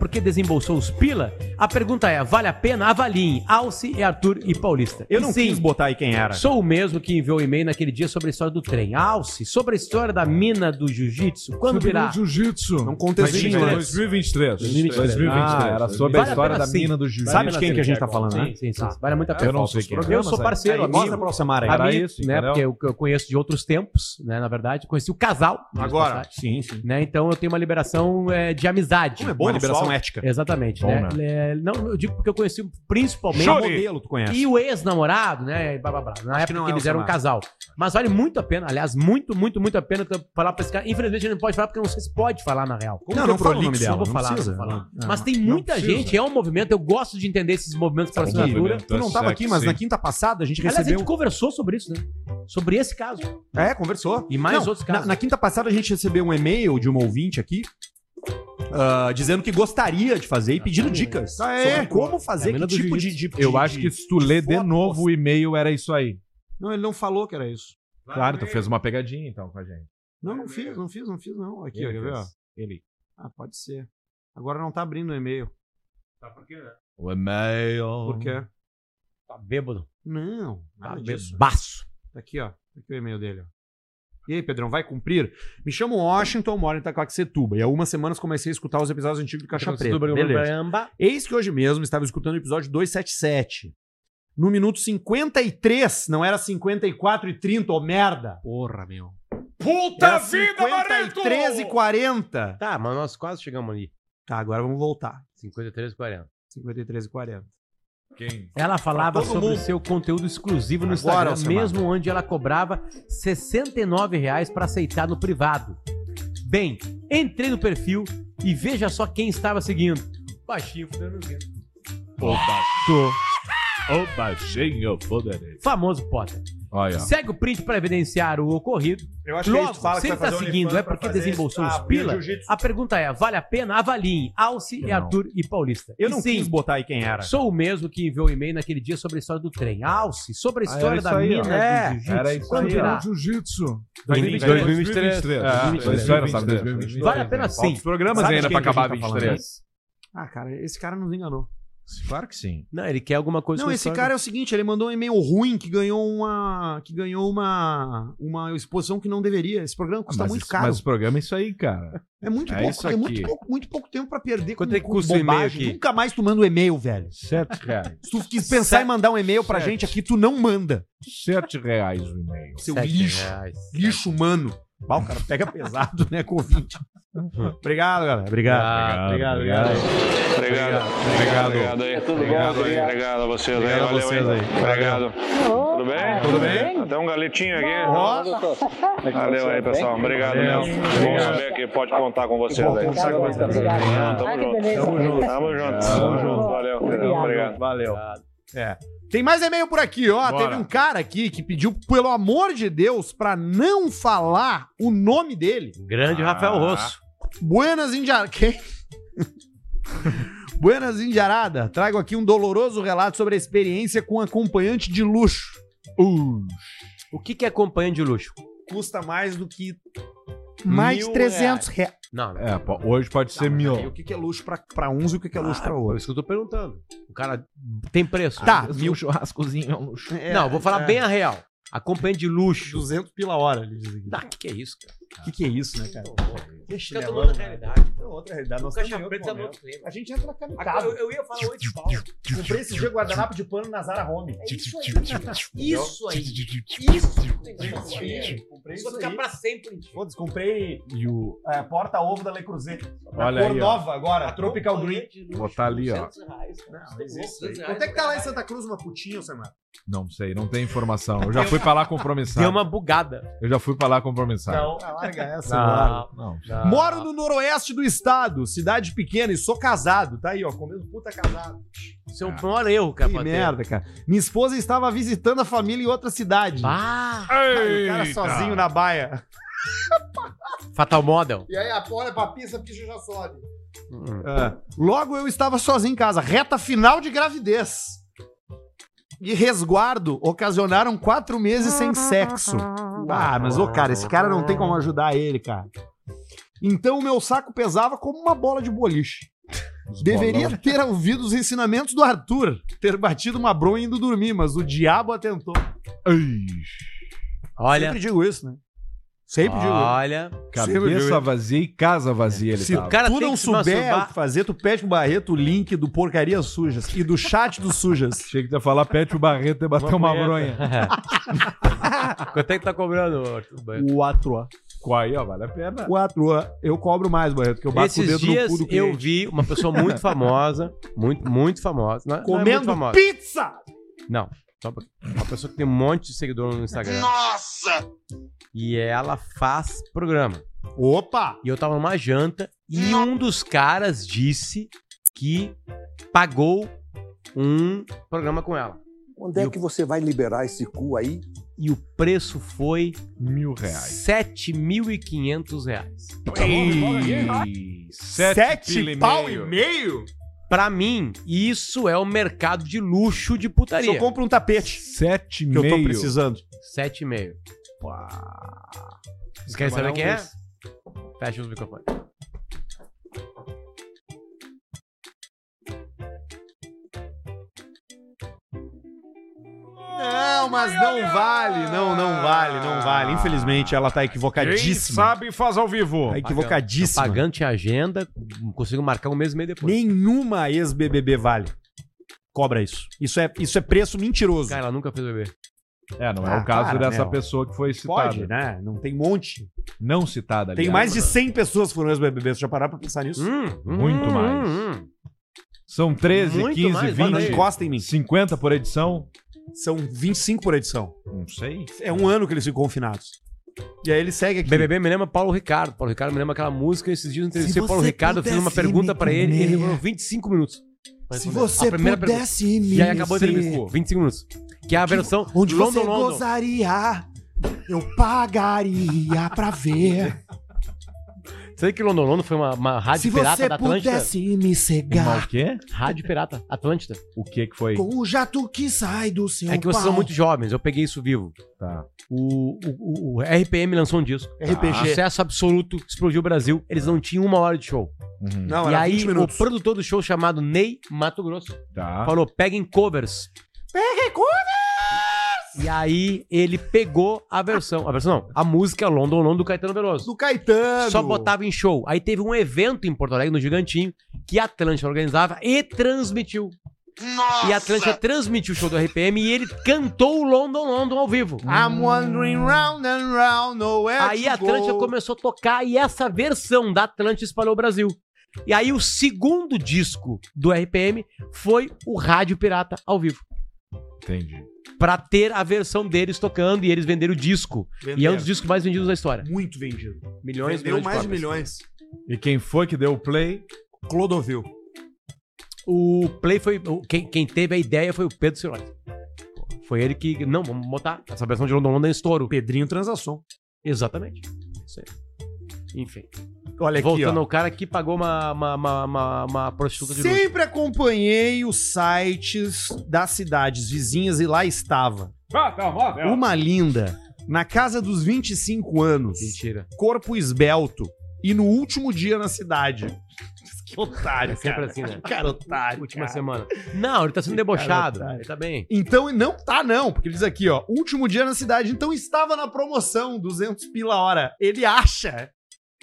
Speaker 3: Por que desembolsou os pila? A pergunta é, vale a pena? Avaliem. Alce e Arthur e Paulista.
Speaker 2: Eu
Speaker 3: E
Speaker 2: não
Speaker 3: sim,
Speaker 2: quis botar aí quem era.
Speaker 3: Sou o mesmo que enviou e-mail naquele dia sobre a história do trem. Alce, sobre a história da mina do jiu-jitsu. Quando virá?
Speaker 1: Jiu-Jitsu. Não
Speaker 2: contexto
Speaker 1: contexto
Speaker 2: de
Speaker 1: de
Speaker 2: inglês.
Speaker 1: 2023.
Speaker 3: 2023.
Speaker 1: Ah, era sobre a
Speaker 3: Vale a
Speaker 1: história
Speaker 3: pena
Speaker 1: da
Speaker 3: sim.
Speaker 1: mina do jiu-jitsu.
Speaker 3: Vale
Speaker 2: Sabe de
Speaker 3: pena
Speaker 2: quem
Speaker 3: sim,
Speaker 2: que a gente
Speaker 3: Tiago.
Speaker 2: tá falando,
Speaker 3: sim,
Speaker 2: né?
Speaker 3: Sim, sim, Vale muito a
Speaker 1: Eu
Speaker 3: pena.
Speaker 1: não sei quem é.
Speaker 3: Eu sou parceiro,
Speaker 2: Aí,
Speaker 3: amigo.
Speaker 2: mostra pra Samara aí.
Speaker 1: Era
Speaker 3: amigo,
Speaker 1: isso,
Speaker 3: né?
Speaker 1: entendeu?
Speaker 3: Porque eu, eu conheço de outros tempos, né? Na verdade, conheci o casal. diga-se
Speaker 2: Agora.
Speaker 3: passagem,
Speaker 2: Sim, sim.
Speaker 3: Né? Então eu tenho uma liberação é, de amizade.
Speaker 2: Como é bom
Speaker 3: Uma
Speaker 2: a liberação ética.
Speaker 3: Exatamente.
Speaker 2: Bom,
Speaker 3: né? É, não, eu digo porque eu conheci principalmente.
Speaker 2: Qual modelo tu conhece?
Speaker 3: E o ex-namorado, né? e Blá, blá, blá. Na época
Speaker 2: não
Speaker 3: que
Speaker 2: é o
Speaker 3: eles eram um
Speaker 2: Samara.
Speaker 3: casal. Mas vale muito a pena, aliás, muito, muito, muito a pena tu falar pra esse cara. Infelizmente, ele não pode falar porque eu não sei se pode falar na real.
Speaker 2: Não,
Speaker 3: que eu
Speaker 2: não fala o é nome
Speaker 3: prolixo,
Speaker 2: dela,
Speaker 3: Não vou
Speaker 2: não
Speaker 3: falar, não
Speaker 2: precisa,
Speaker 3: vou falar.
Speaker 2: não,
Speaker 3: Mas
Speaker 2: não,
Speaker 3: tem
Speaker 2: não
Speaker 3: muita
Speaker 2: precisa.
Speaker 3: gente, é um movimento, eu gosto de entender esses movimentos por
Speaker 1: Movimento
Speaker 3: assinatura.
Speaker 2: Tu
Speaker 1: é
Speaker 2: não tava aqui, mas na quinta passada a gente
Speaker 3: Aliás, a
Speaker 2: recebeu.
Speaker 3: gente conversou sobre isso, né? Sobre esse caso.
Speaker 2: É, conversou.
Speaker 3: E mais
Speaker 2: Não,
Speaker 3: outros casos.
Speaker 2: Na, na quinta passada a gente recebeu um e-mail de uma ouvinte aqui. ah, dizendo que gostaria de fazer e pedindo dicas sobre como fazer, que tipo de, de-
Speaker 1: Eu
Speaker 2: de-
Speaker 1: acho que se tu lê de
Speaker 2: foto
Speaker 1: novo o e-mail, era isso aí.
Speaker 2: Não, ele não falou que era isso.
Speaker 1: Claro, tu fez uma pegadinha então com a gente.
Speaker 2: Não, não fiz, não fiz, não fiz, não. Aqui, ó,
Speaker 1: Ele
Speaker 2: quer ver? ó?
Speaker 1: fez. Ele.
Speaker 2: Ah, pode ser. Agora não tá abrindo o e-mail.
Speaker 1: O e-mail.
Speaker 2: Por quê?
Speaker 3: Tá bêbado.
Speaker 2: Não,
Speaker 3: Tá
Speaker 2: nada disso.
Speaker 3: bebaço.
Speaker 2: Tá aqui, ó. Tá aqui o e-mail dele, ó. E aí, Pedrão, vai cumprir? Me chamo Washington, moro em Itacoaxetuba. E há umas semanas comecei a escutar os episódios antigos do Caixa Preta. Beleza.
Speaker 3: Beleza.
Speaker 2: Eis que hoje mesmo estava escutando o episódio 277. No minuto 53, não era 54 e 30, ô merda.
Speaker 3: Porra, meu.
Speaker 1: Puta
Speaker 2: Era 53 e 40.
Speaker 3: Tá, mas nós quase chegamos ali.
Speaker 2: Tá, agora vamos voltar.
Speaker 3: 53 40.
Speaker 2: 53 e 40.
Speaker 1: Quem?
Speaker 3: Ela falava
Speaker 2: Pra todo
Speaker 3: sobre o
Speaker 2: mundo.
Speaker 3: seu conteúdo exclusivo no Instagram,
Speaker 2: Agora, Alcemar.
Speaker 3: mesmo onde ela cobrava R$ 69 reais para aceitar no privado. Bem, entrei no perfil e veja só quem estava seguindo. Baixinho fudendo o dedo.
Speaker 1: O baixo. O baixinho foderei.
Speaker 3: Famoso Potter.
Speaker 2: Tá.
Speaker 1: Olha.
Speaker 3: Segue o print para evidenciar o ocorrido.
Speaker 2: Eu
Speaker 3: Logo, se tá seguindo é porque desembolsou
Speaker 2: ah,
Speaker 3: os pila, a pergunta é, vale a pena? Avaliem Alce,
Speaker 2: Eu
Speaker 3: e
Speaker 2: não.
Speaker 3: Arthur e Paulista.
Speaker 2: Eu
Speaker 3: E
Speaker 2: não
Speaker 3: sim,
Speaker 2: quis botar aí quem era.
Speaker 3: Sou o mesmo que enviou o e-mail naquele dia sobre a história do trem. Alce, sobre a
Speaker 1: Ah,
Speaker 3: história
Speaker 1: era
Speaker 3: da
Speaker 1: isso aí, ó.
Speaker 3: mina
Speaker 1: É,
Speaker 3: do jiu-jitsu.
Speaker 1: era isso
Speaker 3: Quando
Speaker 1: aí,
Speaker 3: virá?
Speaker 1: ó.
Speaker 10: Jiu-jitsu.
Speaker 1: 2023.
Speaker 3: 2023.
Speaker 1: Ah, isso era, sabe, 2023.
Speaker 3: Vale a pena sim.
Speaker 1: Os programas
Speaker 2: Sabe de
Speaker 1: ainda
Speaker 2: quem
Speaker 1: pra
Speaker 2: que a gente
Speaker 1: acabar
Speaker 2: tá falando,
Speaker 1: 23.
Speaker 2: Ah, cara, esse cara nos enganou.
Speaker 1: Claro que sim.
Speaker 3: Não, ele quer alguma coisa
Speaker 2: Não,
Speaker 3: com a
Speaker 2: esse
Speaker 3: história
Speaker 2: cara é o seguinte, ele mandou um e-mail ruim que ganhou uma que ganhou uma uma exposição que não deveria. Esse programa custa
Speaker 1: Ah, mas
Speaker 2: tá muito
Speaker 1: isso-
Speaker 2: caro.
Speaker 1: Mas o programa é isso aí, cara.
Speaker 2: É muito
Speaker 1: é
Speaker 2: pouco,
Speaker 1: isso
Speaker 2: é muito
Speaker 1: aqui.
Speaker 2: pouco, muito pouco tempo pra perder
Speaker 3: Quanto é que custa o e-mail
Speaker 2: bobagem.
Speaker 3: aqui?
Speaker 2: Nunca mais tu manda um e-mail, velho.
Speaker 1: Sete reais.
Speaker 2: Se tu quis pensar em mandar um e-mail pra
Speaker 1: Sete.
Speaker 2: gente aqui, tu não manda.
Speaker 1: Sete reais o e-mail.
Speaker 2: Seu
Speaker 3: Sete
Speaker 2: lixo,
Speaker 3: reais.
Speaker 2: lixo humano. Ah, o cara pega pesado, né, Covid. obrigado, galera. Obrigado. Obrigado, obrigado.
Speaker 7: Obrigado.
Speaker 1: Obrigado.
Speaker 7: Obrigado aí.
Speaker 1: Tudo bom,
Speaker 7: obrigado, aí.
Speaker 1: obrigado.
Speaker 7: Tá obrigado a vocês
Speaker 1: Obrigado a
Speaker 7: aí. Valeu,
Speaker 1: vocês
Speaker 7: hein?
Speaker 1: aí.
Speaker 7: Obrigado. Tudo bem?
Speaker 1: Tudo bem?
Speaker 7: Até um galetinho aqui. Valeu
Speaker 11: Valeu
Speaker 7: aí, pessoal. Obrigado
Speaker 1: Valeu.
Speaker 7: mesmo. Bom
Speaker 1: Obrigado.
Speaker 7: saber que pode contar com vocês aí. é tá Tamo junto. Tamo junto. Tamo junto. Tamo junto. Valeu. Obrigado.
Speaker 1: Valeu.
Speaker 2: É. Tem mais e-mail por aqui, ó.
Speaker 1: Bora.
Speaker 2: Teve um cara aqui que pediu, pelo amor de Deus, pra não falar o nome dele.
Speaker 3: Grande Rafael Rosso.
Speaker 2: Buenas Indiarada. Buenas Indiarada. Trago aqui um doloroso relato sobre a experiência com um acompanhante de luxo. Uh.
Speaker 3: O que que é companhia de luxo?
Speaker 2: Custa mais do que. Mais
Speaker 3: Mil
Speaker 2: 300 reais.
Speaker 3: Não, não.
Speaker 1: É, pô, hoje pode ser mil.
Speaker 2: E o que que é luxo pra, pra uns e o que que é luxo pra
Speaker 3: Por
Speaker 2: outros?
Speaker 3: isso que eu tô perguntando. O cara tem preço.
Speaker 2: Tá,
Speaker 1: mil churrascozinho é um luxo.
Speaker 3: não, eu vou falar
Speaker 2: é.
Speaker 3: bem a real. A companhia de luxo.
Speaker 2: 200 pila hora, ele diz aqui.
Speaker 3: Ah, que que é isso, cara?
Speaker 2: O que, que é isso, né, cara?
Speaker 3: Deixa
Speaker 2: ele
Speaker 3: eu tô
Speaker 2: amando,
Speaker 3: numa
Speaker 2: né?
Speaker 3: realidade.
Speaker 2: É outra realidade. Nós
Speaker 3: O Caixa
Speaker 2: estamos em outro
Speaker 3: Preta tá no
Speaker 2: momento.
Speaker 3: outro clima.
Speaker 2: A gente entra
Speaker 3: Ah,
Speaker 2: camitado.
Speaker 3: Eu, eu ia falar hoje de pau.
Speaker 2: Comprei esse dia guardanapo de pano na Zara Home.
Speaker 3: É Isso aí. Isso aí. Isso aí.
Speaker 2: Comprei
Speaker 3: Isso vai ficar pra sempre. gente.
Speaker 2: Foda-se, comprei é, porta-ovo da Le Creuset. Na
Speaker 1: Olha
Speaker 2: cor
Speaker 1: aí, ó.
Speaker 2: nova agora, Tropical Green.
Speaker 1: Botar ali, ó.
Speaker 2: Não, existe. Quanto é que tá lá em Santa Cruz uma putinha, Samara?
Speaker 1: Não sei, não tem informação. Eu já fui pra lá compromissado.
Speaker 3: Deu uma bugada.
Speaker 1: Eu já fui pra lá compromissado.
Speaker 2: Tá lá larga essa,
Speaker 1: Não,
Speaker 2: larga.
Speaker 1: não.
Speaker 2: Moro no noroeste do estado, cidade pequena, e sou casado. Tá aí, ó, comendo puta casado.
Speaker 3: Isso é um maior erro,
Speaker 2: Que
Speaker 3: cara. pra ter.
Speaker 2: merda, cara. Minha esposa estava visitando a família em outra cidade.
Speaker 3: Ah!
Speaker 2: Aí, o cara sozinho na baia.
Speaker 3: Fatal Model.
Speaker 2: E aí, olha pra pista, bicho já sobe. É. Logo eu estava sozinho em casa, reta final de gravidez. E resguardo ocasionaram quatro meses sem sexo. Ah, mas ô cara, esse cara não tem como ajudar ele, cara. Então o meu saco pesava como uma bola de boliche. Deveria ter ouvido os ensinamentos do Arthur, ter batido uma bronha indo dormir, mas o diabo atentou.
Speaker 3: Olha.
Speaker 2: Sempre digo isso, né? Sempre digo isso.
Speaker 3: Olha.
Speaker 2: Sempre digo
Speaker 1: Cabeça
Speaker 2: isso.
Speaker 1: vazia e casa vazia. Ele
Speaker 2: Se
Speaker 1: tava.
Speaker 2: tu não souber o que fazer, tu pede pro Barreto o link do Porcaria Sujas e do chat do Sujas.
Speaker 1: Achei que tu ia falar, pede o Barreto e bater uma, bronha.
Speaker 3: Quanto é que tá cobrando, Arthur? Barreto?
Speaker 2: Quatro.
Speaker 1: Qual aí, ó, vale a pena.
Speaker 2: Quatro. Eu cobro mais, Barreto, porque eu bato o
Speaker 3: Esses
Speaker 2: dedo
Speaker 3: dias
Speaker 2: no cu do cliente.
Speaker 3: eu vi uma pessoa muito famosa, muito, muito famosa. Não, não é muito
Speaker 2: Comendo
Speaker 3: famosa.
Speaker 2: pizza!
Speaker 3: Não, só um pouquinho. uma pessoa que tem um monte de seguidor no Instagram.
Speaker 8: Nossa!
Speaker 3: E ela faz programa.
Speaker 2: Opa!
Speaker 3: E eu tava numa janta e um dos caras disse que pagou um programa com ela.
Speaker 6: Onde é que você vai liberar esse cu aí?
Speaker 3: E o preço foi
Speaker 1: mil
Speaker 3: R$ 7.500 reais.
Speaker 1: Tá Sete pila e meio.
Speaker 2: meio?
Speaker 3: Pra mim, isso é o mercado de luxo de putaria.
Speaker 2: Eu compro um tapete
Speaker 1: Sete e
Speaker 2: que eu tô
Speaker 1: meio.
Speaker 2: precisando.
Speaker 3: 7,5. Vocês querem saber quem é? Fecha os microfones.
Speaker 2: Não, mas não vale, não, não vale, não vale. Infelizmente, ela tá equivocadíssima.
Speaker 1: sabe faz ao vivo.
Speaker 2: Tá equivocadíssima.
Speaker 3: Pagando tinha agenda, consigo marcar um mês e meio depois.
Speaker 2: Nenhuma ex-BBB vale. Cobra isso. Isso é, isso é preço mentiroso.
Speaker 3: Cara, ela nunca fez bebê.
Speaker 1: É, não é
Speaker 2: Ah,
Speaker 1: o caso
Speaker 2: cara,
Speaker 1: dessa
Speaker 2: meu.
Speaker 1: pessoa que foi citada.
Speaker 2: Pode, né? Não tem um monte.
Speaker 1: Não citada,
Speaker 3: Tá
Speaker 2: Tem mais
Speaker 1: aliás.
Speaker 2: de 100 pessoas que foram ex-BBB. Você já parou pra pensar
Speaker 3: Hum?
Speaker 2: nisso?
Speaker 1: Muito mais. São 13,
Speaker 3: Muito
Speaker 1: 15,
Speaker 3: mais,
Speaker 1: 20,
Speaker 3: bota
Speaker 2: Não
Speaker 3: aí.
Speaker 2: encosta em mim.
Speaker 1: 50 por edição?
Speaker 2: São 25 por edição.
Speaker 1: Não sei.
Speaker 2: É um ano que eles ficam confinados. E aí ele segue aqui.
Speaker 3: BBB me lembra Paulo Ricardo. Paulo Ricardo me lembra aquela música. Esses dias eu entrevistei
Speaker 2: Se
Speaker 3: o Paulo
Speaker 2: você
Speaker 3: Ricardo, eu fiz uma
Speaker 2: pudesse
Speaker 3: pergunta
Speaker 2: me
Speaker 3: pra ele e ele
Speaker 2: comer.
Speaker 3: demorou 25 minutos. pra
Speaker 2: Se
Speaker 3: responder.
Speaker 2: você
Speaker 3: A primeira
Speaker 2: pudesse
Speaker 3: pergunta.
Speaker 2: me
Speaker 3: E aí acabou a
Speaker 2: ser-
Speaker 3: entrevista. 25 minutos. Que é a versão
Speaker 2: Onde
Speaker 3: London
Speaker 2: você
Speaker 3: London.
Speaker 2: gozaria, eu pagaria pra ver.
Speaker 3: Sabe que London London foi uma, uma rádio
Speaker 2: Se
Speaker 3: pirata
Speaker 2: você
Speaker 3: da Atlântida?
Speaker 2: pudesse me
Speaker 1: Uma
Speaker 2: cegar
Speaker 1: o quê?
Speaker 3: Rádio pirata, Atlântida.
Speaker 1: O que que foi?
Speaker 2: com o jato que sai do seu
Speaker 3: É que vocês
Speaker 2: pau.
Speaker 3: são muito jovens, eu peguei isso vivo.
Speaker 1: Tá.
Speaker 3: O, o- o- o RPM lançou um disco.
Speaker 2: RPG.
Speaker 3: Sucesso absoluto, explodiu o Brasil. Eles não tinham uma hora de show.
Speaker 1: Uhum.
Speaker 2: Não,
Speaker 3: e
Speaker 2: era
Speaker 3: aí,
Speaker 2: 20
Speaker 3: o
Speaker 2: minutos. Ah.
Speaker 3: produtor do show chamado Ney Mato Grosso
Speaker 1: Tá.
Speaker 3: falou: peguem covers.
Speaker 2: Pegue cura!
Speaker 3: E aí, ele pegou a versão. A versão não, a música London London do Caetano Veloso.
Speaker 2: Do Caetano.
Speaker 3: Só botava em show. Aí teve um evento em Porto Alegre, no Gigantinho, que a Atlântica organizava e transmitiu. E a Atlântica transmitiu o show do RPM e ele cantou o London London ao vivo.
Speaker 2: I'm wandering round and round, nowhere
Speaker 3: Aí a Atlântica começou a tocar e essa versão da Atlântica espalhou o Brasil. E aí o segundo disco do RPM foi o Rádio Pirata ao vivo.
Speaker 1: Entendi.
Speaker 3: Pra ter a versão deles tocando e eles venderam o disco. E é um dos discos mais vendidos da história.
Speaker 2: Muito vendido.
Speaker 3: Milhões,
Speaker 2: Vendeu
Speaker 3: milhões
Speaker 2: mais de
Speaker 3: cópias.
Speaker 2: milhões.
Speaker 1: E quem foi que deu o play?
Speaker 2: Clodovil.
Speaker 3: O Play foi. o- Quem, quem teve a ideia foi o Pedro Cirola. Foi ele que. Não, vamos botar. Essa versão de London London é estouro.
Speaker 2: Pedrinho Transação.
Speaker 3: Exatamente. Isso aí. Enfim.
Speaker 2: Olha Tá aqui,
Speaker 3: Voltando
Speaker 2: ó.
Speaker 3: ao cara que pagou uma, uma, uma, uma, uma prostituta de luxo.
Speaker 2: Sempre acompanhei os sites das cidades vizinhas e lá estava. Uma linda, na casa dos 25 anos,
Speaker 3: Mentira.
Speaker 2: corpo esbelto e no último dia na cidade. Que otário,
Speaker 3: É sempre
Speaker 2: cara.
Speaker 3: assim, né?
Speaker 2: Cara, otário,
Speaker 3: Última
Speaker 2: cara.
Speaker 3: semana. Não, ele tá sendo debochado.
Speaker 2: otário.
Speaker 3: Ele tá bem.
Speaker 2: Então, e não tá não, porque ele diz aqui, ó, último dia na cidade, então estava na promoção, 200 pila a hora. Ele acha,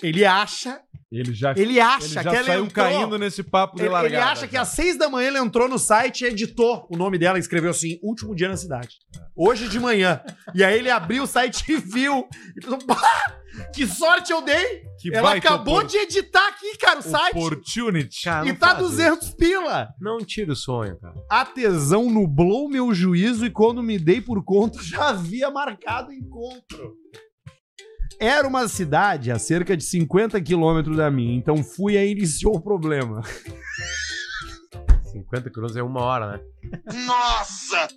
Speaker 2: ele acha,
Speaker 1: Ele já,
Speaker 2: ele acha
Speaker 1: ele já
Speaker 2: que ela
Speaker 1: saiu
Speaker 2: entrou-
Speaker 1: caindo nesse papo de
Speaker 2: Ele,
Speaker 1: largada.
Speaker 2: ele acha que às seis da manhã ele entrou no site e editou o nome dela e escreveu assim: último dia na cidade. Hoje de manhã. E aí ele abriu o site e viu. E pensou, "Bah, que sorte eu dei!
Speaker 1: Que
Speaker 2: Ela
Speaker 1: baita
Speaker 2: acabou
Speaker 1: opor-
Speaker 2: de editar aqui, cara, o site.
Speaker 1: Opportunity.
Speaker 3: Cara,
Speaker 2: E
Speaker 3: não
Speaker 2: tá
Speaker 3: faz
Speaker 2: 200 pila.
Speaker 3: isso. Não tira o sonho, cara.
Speaker 2: A tesão nublou meu juízo e quando me dei por conta já havia marcado encontro. Era uma cidade a cerca de 50 quilômetros da minha, então fui e aí iniciou o problema.
Speaker 3: 50 quilômetros é uma hora, né?
Speaker 2: Nossa!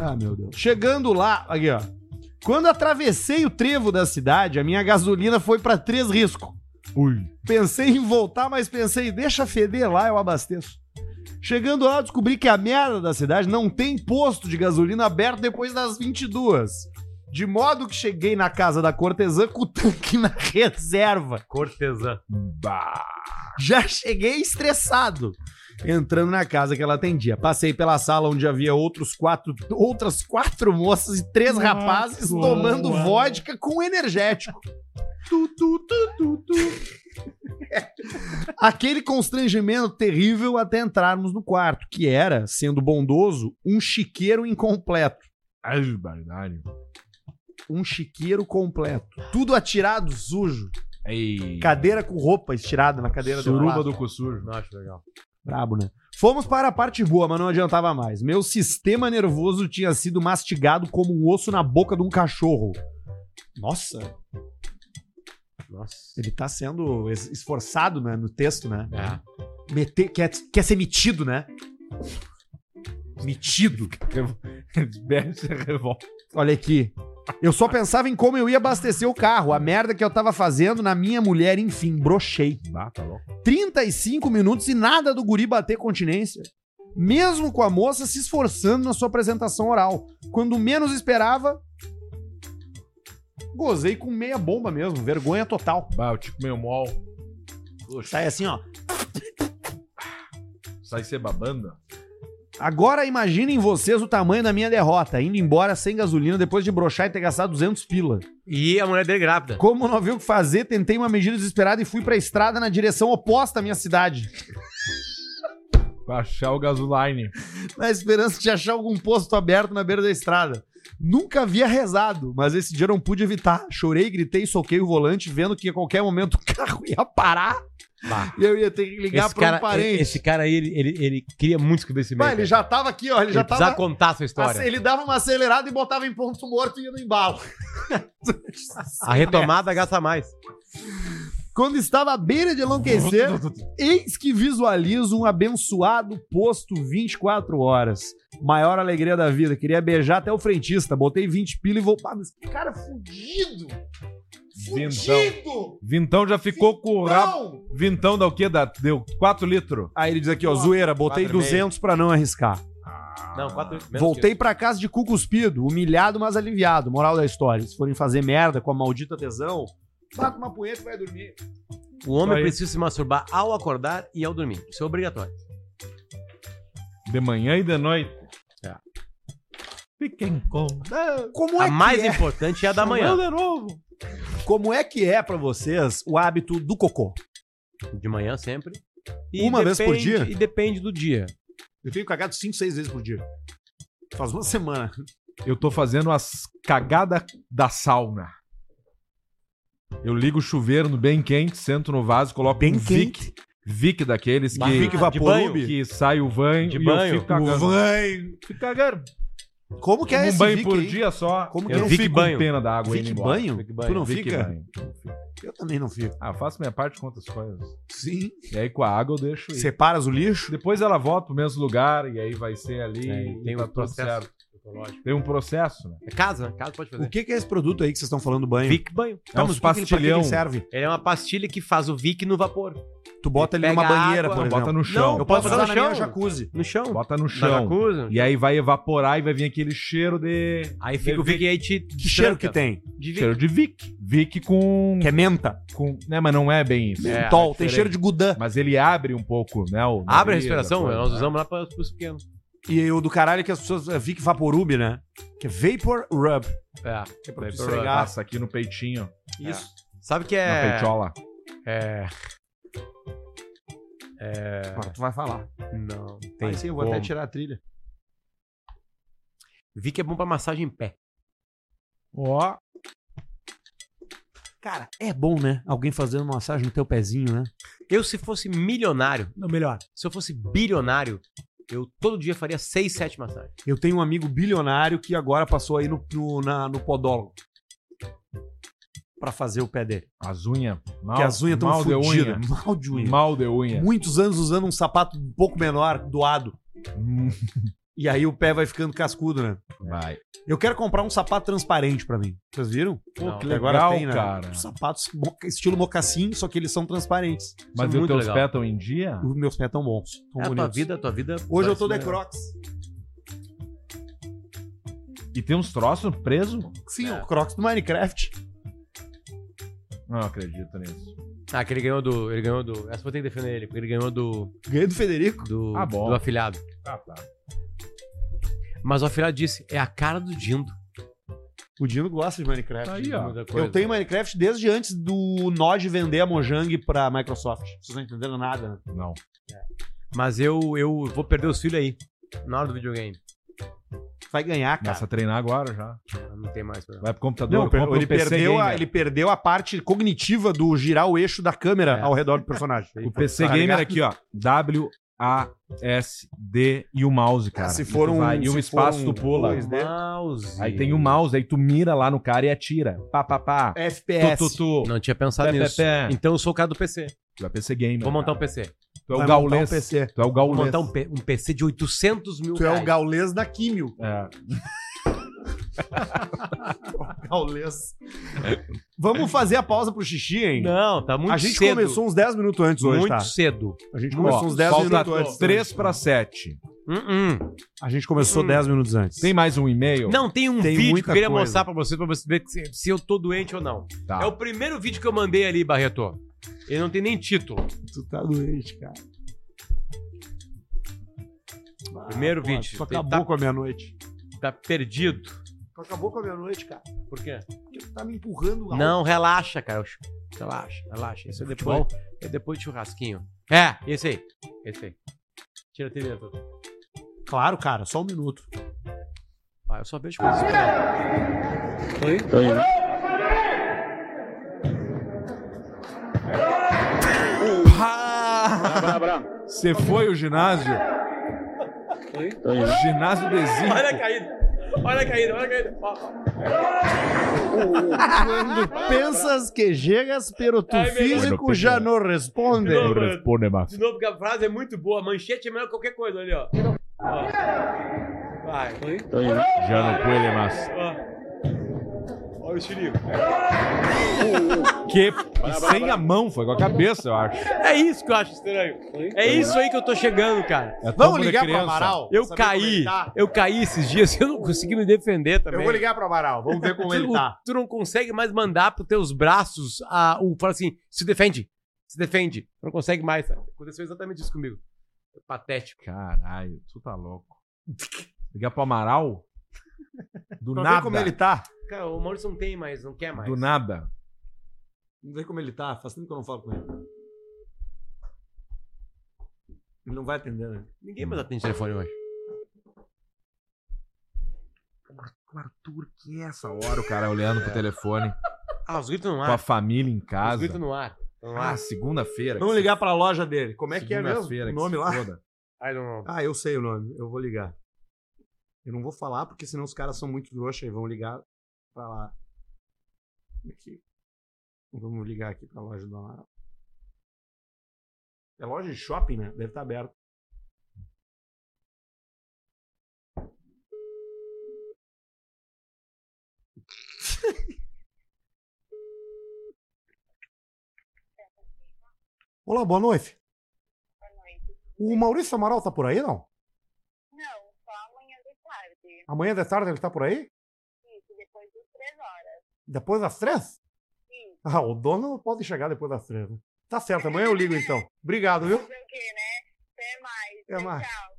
Speaker 2: Ah, meu Deus. Chegando lá, aqui ó. Quando atravessei o trevo da cidade, a minha gasolina foi pra três riscos.
Speaker 10: Ui.
Speaker 2: Pensei em voltar, mas pensei, deixa feder lá, eu abasteço. Chegando lá, descobri que a merda da cidade não tem posto de gasolina aberto depois das 22. De modo que cheguei na casa da cortesã com o tanque na reserva.
Speaker 3: Cortesã.
Speaker 2: Já cheguei estressado. Entrando na casa que ela atendia. Passei pela sala onde havia outros quatro, outras quatro moças e três
Speaker 4: Nossa,
Speaker 2: rapazes
Speaker 4: uau,
Speaker 2: tomando
Speaker 4: uau.
Speaker 2: vodka com energético. Tu, tu, tu, tu, tu. Aquele constrangimento terrível até entrarmos no quarto, que era, sendo bondoso, um chiqueiro incompleto. Ai, barbaridade. Um chiqueiro completo. Tudo atirado, sujo. Cadeira com roupa estirada na cadeira
Speaker 1: Suruba
Speaker 2: do
Speaker 1: do Cussur.
Speaker 3: Não acho legal.
Speaker 2: Brabo, né? Fomos para a parte boa, mas não adiantava mais. Meu sistema nervoso tinha sido mastigado como um osso na boca de um cachorro. Nossa.
Speaker 3: Nossa.
Speaker 2: Ele tá sendo es- esforçado né, no texto, né? Meter, quer, quer ser metido, né? Metido. Olha aqui. Eu só pensava em como eu ia abastecer o carro. A merda que eu tava fazendo na minha mulher, enfim, brochei.
Speaker 1: Ah, tá louco.
Speaker 2: 35 minutos e nada do guri bater continência. Mesmo com a moça se esforçando na sua apresentação oral. Quando menos esperava, gozei com meia bomba mesmo. Vergonha total.
Speaker 1: Bah, eu tipo meio mol.
Speaker 2: Sai assim, ó.
Speaker 1: Sai ser babanda.
Speaker 2: Agora imaginem vocês o tamanho da minha derrota. Indo embora sem gasolina depois de broxar e ter gastado 200 pila.
Speaker 3: E a mulher dele grávida.
Speaker 2: Como não havia o que fazer, tentei uma medida desesperada e fui pra estrada na direção oposta à minha cidade.
Speaker 1: Pra achar o gasoline.
Speaker 2: na esperança de achar algum posto aberto na beira da estrada. Nunca havia rezado, mas esse dia eu não pude evitar. Chorei, gritei, soquei o volante, vendo que a qualquer momento o carro ia parar e eu ia ter que ligar
Speaker 3: Esse
Speaker 2: para
Speaker 3: cara,
Speaker 2: um parente.
Speaker 3: esse cara aí, ele, ele, ele queria muito escrever esse
Speaker 2: Bah,
Speaker 3: e-mail.
Speaker 2: ele já tava aqui, ó. Ele, já tá Assim,
Speaker 3: precisava
Speaker 2: tava.
Speaker 3: contar a sua história.
Speaker 2: Ace- Ele dava uma acelerada e botava em ponto morto e ia no embalo.
Speaker 3: A retomada gasta mais.
Speaker 2: Quando estava à beira de enlouquecer, eis que visualizo um abençoado posto 24 horas. Maior alegria da vida. Queria beijar até o frentista. Botei 20 pila e vou. Ah, mas que cara fudido!
Speaker 1: Vintão. Vintão já ficou com o rabo. Vintão dá o quê? Dá, deu 4 litros.
Speaker 2: Aí ele diz aqui, ó, zoeira, botei 200 pra não arriscar.
Speaker 3: Não, quatro menos
Speaker 2: Voltei pra casa de cu cuspido, humilhado, mas aliviado. Moral da história. Se forem fazer merda com a maldita tesão, bata uma punheta e vai dormir.
Speaker 3: que isso. O homem
Speaker 2: Aí.
Speaker 3: precisa se masturbar ao acordar e ao dormir. Isso é obrigatório.
Speaker 1: De manhã e de noite.
Speaker 3: É.
Speaker 2: Tá.
Speaker 1: Fiquem com.
Speaker 2: Como
Speaker 3: a
Speaker 2: é que
Speaker 3: mais
Speaker 2: é?
Speaker 3: importante é a da manhã.
Speaker 2: Chamou de novo. Como é que é pra vocês o hábito do cocô?
Speaker 3: De manhã sempre.
Speaker 2: Uma vez por
Speaker 3: depende-
Speaker 2: dia?
Speaker 3: E depende do dia.
Speaker 2: Eu tenho cagado 5, 6 vezes por dia. Faz uma semana.
Speaker 1: Eu tô fazendo as cagadas da sauna. Eu ligo o chuveiro no bem quente, sento no vaso, coloco bem um Vic. Vic daqueles que,
Speaker 2: Bah, Vic Vaporub?
Speaker 1: de banho, que sai o banho
Speaker 2: De
Speaker 1: e
Speaker 2: banho?
Speaker 1: eu fico tá cagando.
Speaker 2: O banho.
Speaker 1: Fico cagando.
Speaker 2: Como que é
Speaker 1: um
Speaker 2: esse
Speaker 1: banho
Speaker 2: Vic
Speaker 1: por
Speaker 2: aí?
Speaker 1: dia só.
Speaker 2: Como que
Speaker 1: eu
Speaker 2: é?
Speaker 1: não
Speaker 2: Vic
Speaker 1: fico
Speaker 2: banho?
Speaker 1: com pena da água
Speaker 2: Vic
Speaker 1: indo embora.
Speaker 2: banho?
Speaker 1: Vic
Speaker 2: Tu não
Speaker 1: Vic
Speaker 2: fica?
Speaker 1: banho.
Speaker 2: Eu também não fico.
Speaker 1: Ah, eu faço minha parte com outras coisas.
Speaker 2: Sim.
Speaker 1: E aí com a água eu deixo. ir.
Speaker 2: Separas o lixo?
Speaker 1: Depois ela volta pro mesmo lugar e aí vai ser ali.
Speaker 3: É,
Speaker 1: e
Speaker 3: tem
Speaker 1: tá
Speaker 3: um
Speaker 1: tudo
Speaker 3: processo
Speaker 1: certo.
Speaker 3: ecológico.
Speaker 1: Tem um processo, né?
Speaker 3: É casa, né? Casa pode fazer.
Speaker 2: O que, que é esse produto aí que vocês estão falando banho?
Speaker 3: Vic É um banho.
Speaker 2: Tá, mas
Speaker 3: uns
Speaker 2: pra que que- pra que que ele serve?
Speaker 3: Ele é uma pastilha que faz o Vic no vapor.
Speaker 2: Tu bota ele
Speaker 3: pega
Speaker 2: numa banheira,
Speaker 3: água,
Speaker 2: por exemplo.
Speaker 1: Bota no chão.
Speaker 2: Eu posso
Speaker 3: Bota
Speaker 2: usar
Speaker 3: no
Speaker 2: na
Speaker 3: chão.
Speaker 2: minha jacuzzi.
Speaker 3: No chão.
Speaker 1: Bota no chão.
Speaker 3: jacuzzi.
Speaker 1: E aí vai evaporar e vai vir aquele cheiro de.
Speaker 3: Aí fica o Vic e aí te.
Speaker 2: Que cheiro que tem?
Speaker 3: De Vic.
Speaker 1: Cheiro de Vic. Vic com.
Speaker 2: Que é menta.
Speaker 1: Com... Né, mas não é bem isso.
Speaker 3: É,
Speaker 2: Mentol,
Speaker 1: é
Speaker 2: tem
Speaker 1: diferente.
Speaker 2: cheiro de gudã.
Speaker 1: Mas ele abre um pouco, né? o
Speaker 3: Abre a
Speaker 1: nariz,
Speaker 3: respiração, é,
Speaker 1: coisa,
Speaker 3: nós
Speaker 1: né?
Speaker 3: usamos lá para os pequenos.
Speaker 2: E o do caralho que as pessoas. é Vic Vaporub, né? Que é Vapor Rub.
Speaker 3: É.
Speaker 2: É pra
Speaker 3: Daí
Speaker 2: tu
Speaker 3: pra-
Speaker 2: esfregar.
Speaker 1: Passa aqui no peitinho.
Speaker 3: Isso. Sabe que
Speaker 1: Na
Speaker 3: é.
Speaker 1: peitola.
Speaker 3: É. É.
Speaker 2: Agora tu vai falar.
Speaker 3: Não.
Speaker 2: Tem
Speaker 3: Tem
Speaker 2: sim, eu vou até
Speaker 3: como.
Speaker 2: tirar a trilha.
Speaker 3: Vi que é bom pra massagem em pé.
Speaker 1: Ó.
Speaker 2: Cara, é bom, né? Alguém fazendo uma massagem no teu pezinho, né?
Speaker 3: Eu, se fosse milionário,
Speaker 2: Não, melhor.
Speaker 3: se eu fosse bilionário, eu todo dia faria 6, 7 massagens.
Speaker 2: Eu tenho um amigo bilionário que agora passou aí no, no, na- no podólogo. pra fazer o pé dele.
Speaker 1: As unhas. mal-
Speaker 2: Porque as unhas estão
Speaker 1: mal de
Speaker 2: fodidas.
Speaker 1: unha.
Speaker 2: Mal de unha.
Speaker 1: Mal de unha.
Speaker 2: Muitos anos usando um sapato um pouco menor, doado. e aí o pé vai ficando cascudo, né?
Speaker 1: Vai.
Speaker 2: Eu quero comprar um sapato transparente pra mim. Vocês viram?
Speaker 1: Pô,
Speaker 2: Não.
Speaker 1: que
Speaker 2: Até
Speaker 1: legal, cara.
Speaker 2: Os Sapatos mo- estilo mocassim, só que eles são transparentes. Isso é
Speaker 1: Mas os
Speaker 2: muito
Speaker 1: teus
Speaker 2: legal.
Speaker 1: pés estão em dia?
Speaker 2: Os meus pés estão bons. Tão
Speaker 3: É, a tua
Speaker 2: bonitos.
Speaker 3: vida- a tua vida
Speaker 2: Hoje eu tô de
Speaker 3: parece melhor.
Speaker 2: crocs.
Speaker 1: E tem uns troços presos?
Speaker 2: Sim,
Speaker 1: É.
Speaker 2: o crocs do Minecraft.
Speaker 1: Não acredito nisso.
Speaker 3: Ah, que ele ganhou do. Ele ganhou do. Essa vou ter que defender ele, porque ele ganhou do.
Speaker 2: Ganhei do Federico?
Speaker 3: Do,
Speaker 1: Ah, bom.
Speaker 3: do afilhado.
Speaker 1: Ah, tá.
Speaker 3: Mas o afilhado disse: é a cara do Dindo.
Speaker 2: O Dino gosta de Minecraft.
Speaker 3: Tá aí, ó.
Speaker 2: Muda coisa.
Speaker 1: é.
Speaker 2: Eu tenho Minecraft desde antes do Nod vender a Mojang pra Microsoft. Vocês não entenderam nada, né?
Speaker 1: Não.
Speaker 3: Mas eu, eu vou perder os filhos aí. Na hora do videogame.
Speaker 2: Vai ganhar, cara.
Speaker 1: Começa a treinar agora já.
Speaker 3: Não tem mais. pra-
Speaker 1: Vai pro computador.
Speaker 2: Não, per-
Speaker 1: compra um
Speaker 2: ele,
Speaker 1: PC
Speaker 2: perdeu a,
Speaker 1: gamer.
Speaker 2: ele perdeu a parte cognitiva do girar o eixo da câmera ao redor do personagem.
Speaker 1: É. O PC
Speaker 2: Tá
Speaker 1: Gamer aqui, ó. W, A, S, D e o mouse, cara.
Speaker 2: se for
Speaker 1: E
Speaker 2: um-
Speaker 1: tu vai, E
Speaker 2: se
Speaker 1: um
Speaker 2: for
Speaker 1: espaço
Speaker 2: um
Speaker 1: tu pula.
Speaker 2: dois, né?
Speaker 3: Mouse.
Speaker 1: Aí tem o mouse, aí tu mira lá no cara e atira. Pá, pá, pá.
Speaker 2: FPS.
Speaker 1: Tu, tu, tu.
Speaker 3: Não tinha pensado
Speaker 1: Pé, pé,
Speaker 3: nisso.
Speaker 1: pé.
Speaker 3: Então eu sou o cara do PC.
Speaker 1: Tu é PC Gamer.
Speaker 3: Vou montar um
Speaker 1: cara.
Speaker 3: PC.
Speaker 1: Tu é o
Speaker 2: Vai montar
Speaker 1: gaulês.
Speaker 2: um PC.
Speaker 1: Tu é o
Speaker 3: Vou
Speaker 1: gaulês.
Speaker 3: montar um, P- um PC de 800 mil
Speaker 2: Tu é o
Speaker 3: reais.
Speaker 2: gaulês da Químio.
Speaker 1: É.
Speaker 2: Gaulês. Vamos fazer a pausa pro xixi, hein?
Speaker 3: Não, tá muito
Speaker 2: a gente
Speaker 3: cedo.
Speaker 2: começou uns 10 minutos antes hoje,
Speaker 3: muito
Speaker 2: tá?
Speaker 3: cedo.
Speaker 2: A gente começou
Speaker 1: Ó,
Speaker 2: uns 10 minutos
Speaker 1: falta
Speaker 2: antes.
Speaker 1: 3 para 7.
Speaker 3: Hum, hum.
Speaker 2: A gente começou 10 minutos antes.
Speaker 1: Tem mais um e-mail?
Speaker 3: Não, tem um
Speaker 2: Tem
Speaker 3: vídeo que
Speaker 2: muita
Speaker 3: eu queria
Speaker 2: coisa.
Speaker 3: mostrar pra vocês, pra vocês verem que se, se eu tô doente ou não.
Speaker 1: Tá.
Speaker 3: É o primeiro vídeo que eu mandei ali, Barreto. Ele não tem nem título.
Speaker 2: Tu tá doente, cara.
Speaker 3: Primeiro vídeo.
Speaker 2: Tu
Speaker 3: Ele
Speaker 2: acabou
Speaker 3: tá,
Speaker 2: com a minha noite.
Speaker 3: tá perdido.
Speaker 2: Tu acabou com a minha noite, cara.
Speaker 3: Por quê?
Speaker 2: Porque tu tá me empurrando
Speaker 3: Não, relaxa, cara. Relaxa, relaxa. Isso é depois, é depois de churrasquinho. É, esse aí. Esse aí. Tira a TV, Arthur.
Speaker 2: Claro, cara, só um minuto.
Speaker 3: Ah, eu só vejo coisas. Oi?
Speaker 1: Você foi o ginásio? O ginásio desenho.
Speaker 3: Olha a caída. Olha a caída, olha a caída. Ó, ó.
Speaker 2: Quando pensas que chegas, pero tu
Speaker 3: Ai, meu
Speaker 2: físico
Speaker 1: Deus.
Speaker 2: já não responde.
Speaker 3: Não
Speaker 1: Responde,
Speaker 3: De
Speaker 1: Márcio.
Speaker 3: novo, porque a frase é muito boa. Manchete é melhor que qualquer coisa, olha, ó. Ó. Vai. Oi?
Speaker 1: Já não coelho, é Márcio.
Speaker 3: Ó. Olha o xirinho.
Speaker 1: Que e sem a mão, foi com a cabeça, eu acho.
Speaker 3: É isso que eu acho estranho. É isso aí que eu tô chegando, cara.
Speaker 1: É
Speaker 2: Vamos
Speaker 1: tombo de
Speaker 2: ligar pro
Speaker 1: criança.
Speaker 2: Amaral?
Speaker 3: Eu
Speaker 2: Saber como
Speaker 3: caí,
Speaker 2: ele tá?
Speaker 3: eu caí esses dias, eu não consegui me defender também.
Speaker 2: Eu vou ligar pro Amaral, vamos ver como
Speaker 3: tu,
Speaker 2: ele tá.
Speaker 3: tu não consegue mais mandar pros teus braços a, o fala assim, se defende, se defende. Tu não consegue mais, sabe? Aconteceu exatamente isso comigo. É patético.
Speaker 1: Caralho, tu tá louco. Ligar pro Amaral? Do
Speaker 2: Pra ver
Speaker 1: nada.
Speaker 2: como ele tá.
Speaker 3: Cara, o Maurício não tem mais, não quer mais.
Speaker 1: Do nada.
Speaker 2: Vamos ver como ele tá. Faz tempo que eu não falo com ele. Ele não vai atender, né?
Speaker 3: Ninguém mais atende telefone hoje.
Speaker 1: Arthur, que é essa hora? O cara olhando pro telefone,
Speaker 3: Ah, os gritos no
Speaker 1: com a
Speaker 3: ar.
Speaker 1: família em
Speaker 3: Os
Speaker 1: casa.
Speaker 3: gritos no ar. No
Speaker 1: Ah,
Speaker 3: ar.
Speaker 1: segunda-feira. tá.
Speaker 2: Vamos ligar pra loja dele. Como é que é mesmo?
Speaker 1: Segunda-feira,
Speaker 2: O
Speaker 1: que
Speaker 2: nome
Speaker 1: se
Speaker 2: lá?
Speaker 1: foda.
Speaker 3: I don't know.
Speaker 2: Ah, eu sei o nome. Eu vou ligar. Eu não vou falar, porque senão os caras são muito trouxa e vão ligar pra lá. Aqui. Vamos ligar aqui pra loja do Amaral. É loja de shopping, né? Deve estar aberto. Olá, boa noite. O Maurício Amaral tá por aí, não?
Speaker 11: Não, só amanhã de tarde.
Speaker 2: Amanhã de tarde ele tá por aí?
Speaker 11: Isso, depois de três horas.
Speaker 2: Depois das três?
Speaker 11: Sim.
Speaker 2: Ah, o dono pode chegar depois das três. né? Tá certo, amanhã eu ligo então. Obrigado, viu?
Speaker 11: Fazer o quê, né? Até mais.
Speaker 2: Até mais.
Speaker 11: Tchau.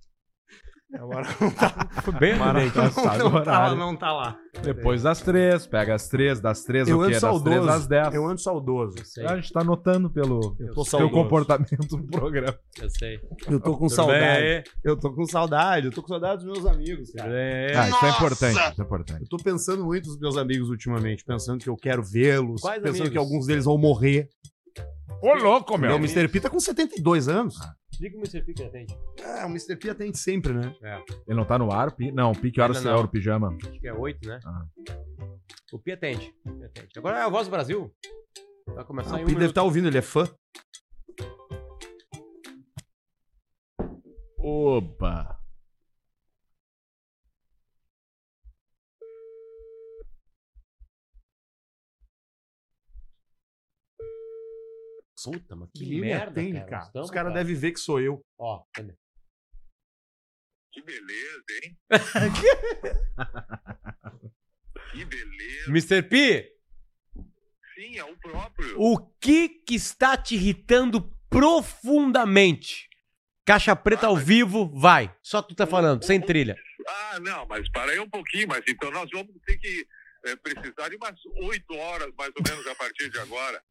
Speaker 2: Agora não tá,
Speaker 3: Foi bem
Speaker 1: Maravilha, sabe o
Speaker 2: não tá,
Speaker 1: horário.
Speaker 2: não tá lá.
Speaker 1: Depois das três, pega as três, das três
Speaker 2: Eu
Speaker 1: o quê?
Speaker 2: ando
Speaker 1: Das três às
Speaker 2: saudoso.
Speaker 1: dez.
Speaker 2: Eu ando saudoso.
Speaker 1: A gente tá notando pelo
Speaker 2: Eu
Speaker 3: tô
Speaker 2: tô
Speaker 1: teu
Speaker 2: saudoso.
Speaker 1: comportamento no programa.
Speaker 3: Eu sei.
Speaker 2: Eu tô
Speaker 3: Tudo
Speaker 2: com
Speaker 3: bem
Speaker 2: saudade.
Speaker 3: aí?
Speaker 2: Eu tô com saudade. Eu tô com saudade dos meus amigos,
Speaker 3: Tudo
Speaker 2: cara.
Speaker 3: bem aí?
Speaker 1: Ah, isso é importante, isso é importante.
Speaker 2: Eu tô pensando muito nos meus amigos ultimamente, pensando que eu quero vê-los,
Speaker 3: Quais
Speaker 2: pensando
Speaker 3: amigos?
Speaker 2: que alguns deles vão morrer.
Speaker 1: Ô, louco,
Speaker 2: Meu, o Mr. P tá com 72 anos.
Speaker 3: Diga o Mr. Pica, atende.
Speaker 2: É, o Mr. P atende sempre, né?
Speaker 1: Ele não tá no ar, Pi? Não, Pi, que horas
Speaker 3: Ainda
Speaker 1: é
Speaker 3: não.
Speaker 1: o pijama?
Speaker 2: Ah.
Speaker 3: Acho que é oito, né?
Speaker 1: Ah.
Speaker 3: O Pia atende. repete. Agora é a voz do Brasil. Vai começar
Speaker 2: Ah,
Speaker 3: em
Speaker 2: o
Speaker 3: um
Speaker 2: Pi deve
Speaker 3: minuto.
Speaker 2: estar ouvindo, ele é fã.
Speaker 12: Opa!
Speaker 3: Puta, mas que
Speaker 2: Ninguém me
Speaker 3: merda,
Speaker 2: atende,
Speaker 3: cara.
Speaker 2: cara.
Speaker 3: Estamos,
Speaker 2: Os caras
Speaker 3: cara.
Speaker 2: devem ver que sou eu.
Speaker 3: Ó, cadê?
Speaker 13: Que beleza, hein? que beleza.
Speaker 3: Mr. P,
Speaker 13: Sim, é o próprio.
Speaker 3: o que que está te irritando profundamente? Caixa preta ao vivo, vai. Só tu tá falando, sem trilha.
Speaker 13: Ah, não, mas para aí um pouquinho, mas então nós vamos ter que eh, precisar de umas oito horas, mais ou menos, a partir de agora.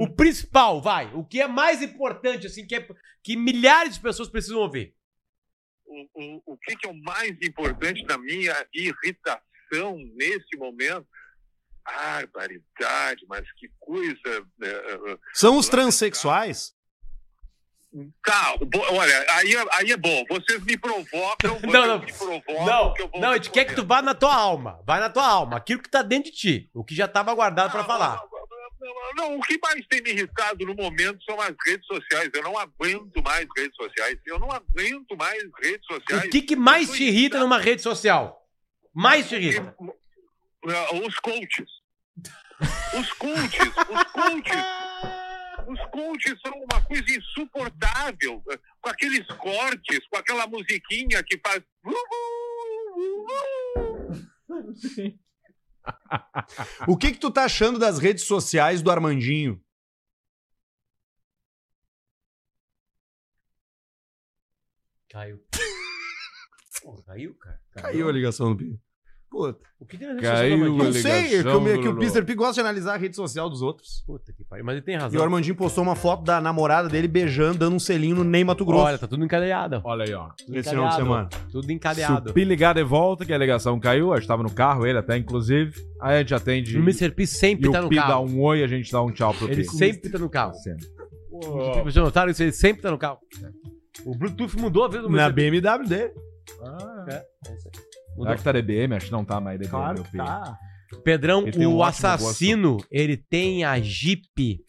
Speaker 3: O principal, vai. O que é mais importante, assim, que, é, que milhares de pessoas precisam ouvir.
Speaker 13: O, o, o que, que é o mais importante na minha irritação nesse momento? Barbaridade, mas que coisa. eh, eh,
Speaker 2: São os transexuais?
Speaker 13: Tá, bo- olha, aí, é- aí é bom. Vocês me provocam, vocês
Speaker 3: Não, não.
Speaker 13: me provocam
Speaker 3: não,
Speaker 13: que eu vou
Speaker 3: não, a gente quer que tu vá na tua alma. Vai na tua alma. Aquilo que tá dentro de ti. O que já tava guardado pra falar.
Speaker 13: Não, o que mais tem me irritado no momento são as redes sociais. Eu não aguento mais redes sociais. Eu não aguento mais redes sociais.
Speaker 3: O que, que mais te irrita numa rede social? Mais te irrita.
Speaker 13: Os coaches. Os coaches, os coaches. Os coaches são uma coisa insuportável. Com aqueles cortes, com aquela musiquinha que faz.
Speaker 2: O que que tu tá achando das redes sociais do Armandinho?
Speaker 3: Caiu. Pô, caiu, cara.
Speaker 2: Caiu a ligação do Pi. Puta.
Speaker 3: O que tem na rede social do
Speaker 2: Caiu
Speaker 3: Armandinho?
Speaker 2: Não sei, é que, o- é que o
Speaker 3: Lolo.
Speaker 2: Mr. P gosta de analisar a rede social dos outros. Puta que pariu.
Speaker 3: Mas ele tem
Speaker 2: E
Speaker 3: razão.
Speaker 2: o Armandinho postou uma foto da namorada dele beijando, dando um selinho no Ney Mato Grosso.
Speaker 3: Olha, tá tudo encadeado.
Speaker 12: Olha aí, ó.
Speaker 2: Esse final de semana.
Speaker 3: Tudo
Speaker 1: Se
Speaker 3: encadeado.
Speaker 1: o Pi ligar de volta, que a ligação caiu, a gente tava no carro, ele até, inclusive. Aí a gente atende.
Speaker 3: O Mr. P sempre
Speaker 1: e
Speaker 3: tá
Speaker 1: o
Speaker 3: no
Speaker 1: Pi
Speaker 3: carro.
Speaker 1: dá um oi, a gente dá um tchau pro
Speaker 3: Ele
Speaker 1: Pi.
Speaker 3: sempre tá no carro.
Speaker 1: Sempre. um
Speaker 3: Tipo, Vocês notaram isso? Ele sempre tá no carro. O Bluetooth mudou a vez do
Speaker 2: Na
Speaker 3: Mr. P.
Speaker 2: BMW dele.
Speaker 1: ah,
Speaker 3: É, é isso aí.
Speaker 1: Será que tá DBM? Acho que não tá mais DBM.
Speaker 3: Claro
Speaker 1: meu
Speaker 3: que
Speaker 1: Pi.
Speaker 3: tá. Pedrão,
Speaker 1: Ele tem um
Speaker 3: o
Speaker 1: ótimo gosto.
Speaker 3: assassino, ele tem a Jeep.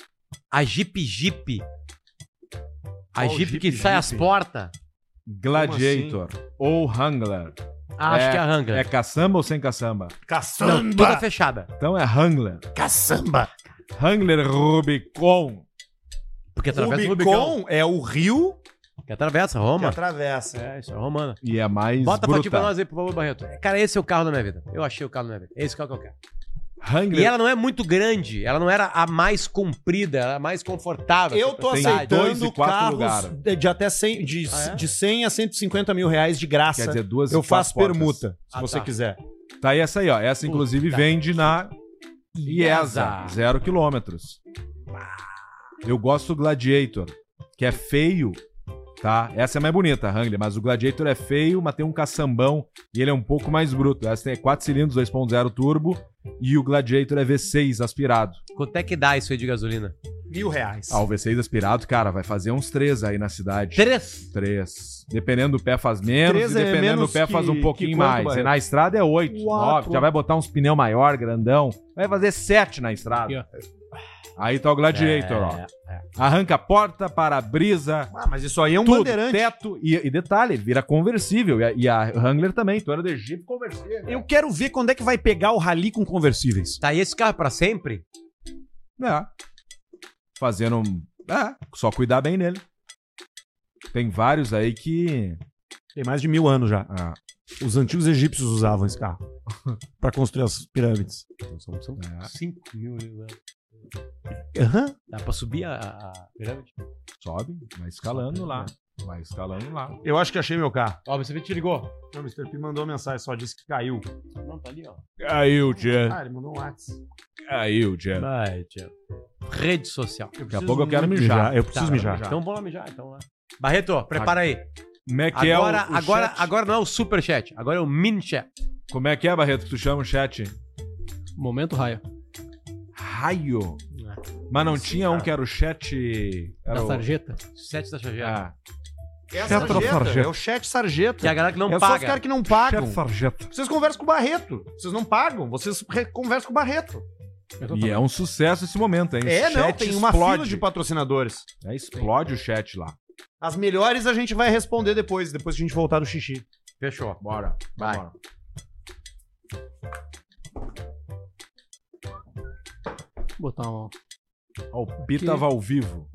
Speaker 3: A Jeep Jeep. A
Speaker 1: Qual
Speaker 3: Jeep,
Speaker 1: Jeep
Speaker 3: que sai
Speaker 1: Jeep?
Speaker 3: as portas.
Speaker 1: Gladiator ou Hangler.
Speaker 3: Ah, acho que é Wrangler.
Speaker 1: É caçamba ou sem caçamba?
Speaker 2: Caçamba!
Speaker 3: Não, toda fechada.
Speaker 1: Então é Hangler.
Speaker 2: Caçamba!
Speaker 1: Hangler Rubicon.
Speaker 3: Porque
Speaker 2: atravessa o Rubicon. é o rio
Speaker 3: que atravessa Roma.
Speaker 2: Que atravessa.
Speaker 3: É, isso é romana.
Speaker 1: E é mais
Speaker 3: Bota a
Speaker 1: bruta.
Speaker 3: fotinha pra nós aí, por favor, Barreto. Cara, esse é o carro da minha vida. Eu achei o carro da minha vida. Esse carro que eu quero.
Speaker 1: Hangler.
Speaker 3: E ela não é muito grande, ela não era a mais comprida, ela era a mais confortável.
Speaker 2: Eu tô
Speaker 3: Tem dois
Speaker 2: aceitando
Speaker 3: e quatro
Speaker 2: carros
Speaker 3: lugares.
Speaker 2: de- de até 100, de,
Speaker 3: Ah, é?
Speaker 2: de 100 a 150 mil reais de graça.
Speaker 1: Quer dizer, duas e
Speaker 2: Eu
Speaker 1: quatro
Speaker 2: faço
Speaker 1: portas.
Speaker 2: permuta, se
Speaker 1: Ah,
Speaker 2: você
Speaker 1: tá.
Speaker 2: quiser.
Speaker 1: Tá aí essa aí, ó. Essa, inclusive, vende na IESA.
Speaker 2: IESA.
Speaker 1: Zero quilômetros. Eu gosto do Gladiator, que é feio, tá? Essa é mais bonita, a Hangler, mas o Gladiator é feio, mas tem um caçambão e ele é um pouco mais bruto. Essa tem 4 cilindros, 2.0 turbo e o Gladiator é V6 aspirado.
Speaker 3: Quanto é que dá isso aí de gasolina?
Speaker 2: Mil reais.
Speaker 1: Ah, o V6 aspirado, cara, vai fazer uns três aí na cidade.
Speaker 3: Três?
Speaker 1: Três. Dependendo do pé faz menos,
Speaker 2: Três
Speaker 1: e
Speaker 2: é
Speaker 1: dependendo
Speaker 2: menos
Speaker 1: do pé
Speaker 2: que-
Speaker 1: faz um
Speaker 2: que
Speaker 1: pouquinho
Speaker 2: quanto,
Speaker 1: mais. E
Speaker 2: Barreto?
Speaker 1: na estrada é oito,
Speaker 2: Quatro.
Speaker 1: nove. Já vai botar uns pneu maior, grandão. Vai fazer sete na estrada. Aí tá o Gladiator,
Speaker 2: É,
Speaker 1: ó.
Speaker 2: é.
Speaker 1: Arranca a porta, para-brisa.
Speaker 2: Ah, mas isso aí é um
Speaker 1: tudo,
Speaker 2: bandeirante.
Speaker 1: teto. E, e detalhe, vira conversível. E a, e a Wrangler também, tu era de Jeep.
Speaker 2: Eu quero ver quando é que vai pegar o rally com conversíveis.
Speaker 3: Tá, e esse carro é pra sempre?
Speaker 1: É. Fazendo. um- É, só cuidar bem nele. Tem vários aí que. ah,
Speaker 2: Tem mais de mil anos já. Os antigos egípcios usavam esse carro pra construir as pirâmides.
Speaker 3: São, são
Speaker 1: é,
Speaker 3: cinco mil. né?
Speaker 2: Aham.
Speaker 3: Dá pra subir a, a a pirâmide?
Speaker 1: Sobe, vai escalando lá.
Speaker 2: é.
Speaker 1: Vai escalando lá.
Speaker 2: Eu acho que achei meu carro.
Speaker 3: Ó, você te ligou.
Speaker 2: O Mr. P mandou mensagem, só disse que caiu.
Speaker 3: Não, tá ali, ó.
Speaker 1: Caiu, Jen.
Speaker 2: Ah, ele mandou um WhatsApp.
Speaker 1: Caiu, Jen.
Speaker 3: Vai, Jen. Rede social.
Speaker 1: Daqui a pouco eu quero mijar.
Speaker 2: mijar, eu preciso
Speaker 1: Tá,
Speaker 2: mijar.
Speaker 3: Então vamos lá mijar, então lá. Barreto, prepara aí.
Speaker 1: Como é que
Speaker 3: Agora,
Speaker 1: é o, o
Speaker 3: agora,
Speaker 1: chat?
Speaker 3: agora não é o super chat, agora é o mini chat.
Speaker 1: Como é que é, Barreto, que tu chama o chat?
Speaker 14: Momento raio.
Speaker 1: Raio?
Speaker 2: é.
Speaker 1: Mas não tinha um que era o chat...
Speaker 3: Tá
Speaker 1: Era
Speaker 14: Da
Speaker 1: o-
Speaker 14: sarjeta.
Speaker 3: Chat da sarjeta.
Speaker 2: É a
Speaker 1: Chat da
Speaker 2: sarjeta, é
Speaker 1: sarjeta.
Speaker 2: o chat sarjeta.
Speaker 3: Que é a galera que não
Speaker 2: é só os
Speaker 3: paga.
Speaker 2: caras que não pagam.
Speaker 1: Chat sarjeta.
Speaker 2: Vocês conversam com o Barreto. Vocês não pagam, vocês re- conversam com o Barreto.
Speaker 14: Então tá
Speaker 1: E é um sucesso esse momento, hein?
Speaker 2: É,
Speaker 1: O
Speaker 2: não,
Speaker 1: chat
Speaker 2: tem uma
Speaker 1: explode.
Speaker 2: fila de patrocinadores.
Speaker 1: É, explode o chat lá.
Speaker 2: As melhores a gente vai responder depois, depois que a gente voltar do xixi.
Speaker 1: um
Speaker 3: Fechou, bora. Vai.
Speaker 14: Vou botar um.
Speaker 1: Ó, o Pi tava ao vivo.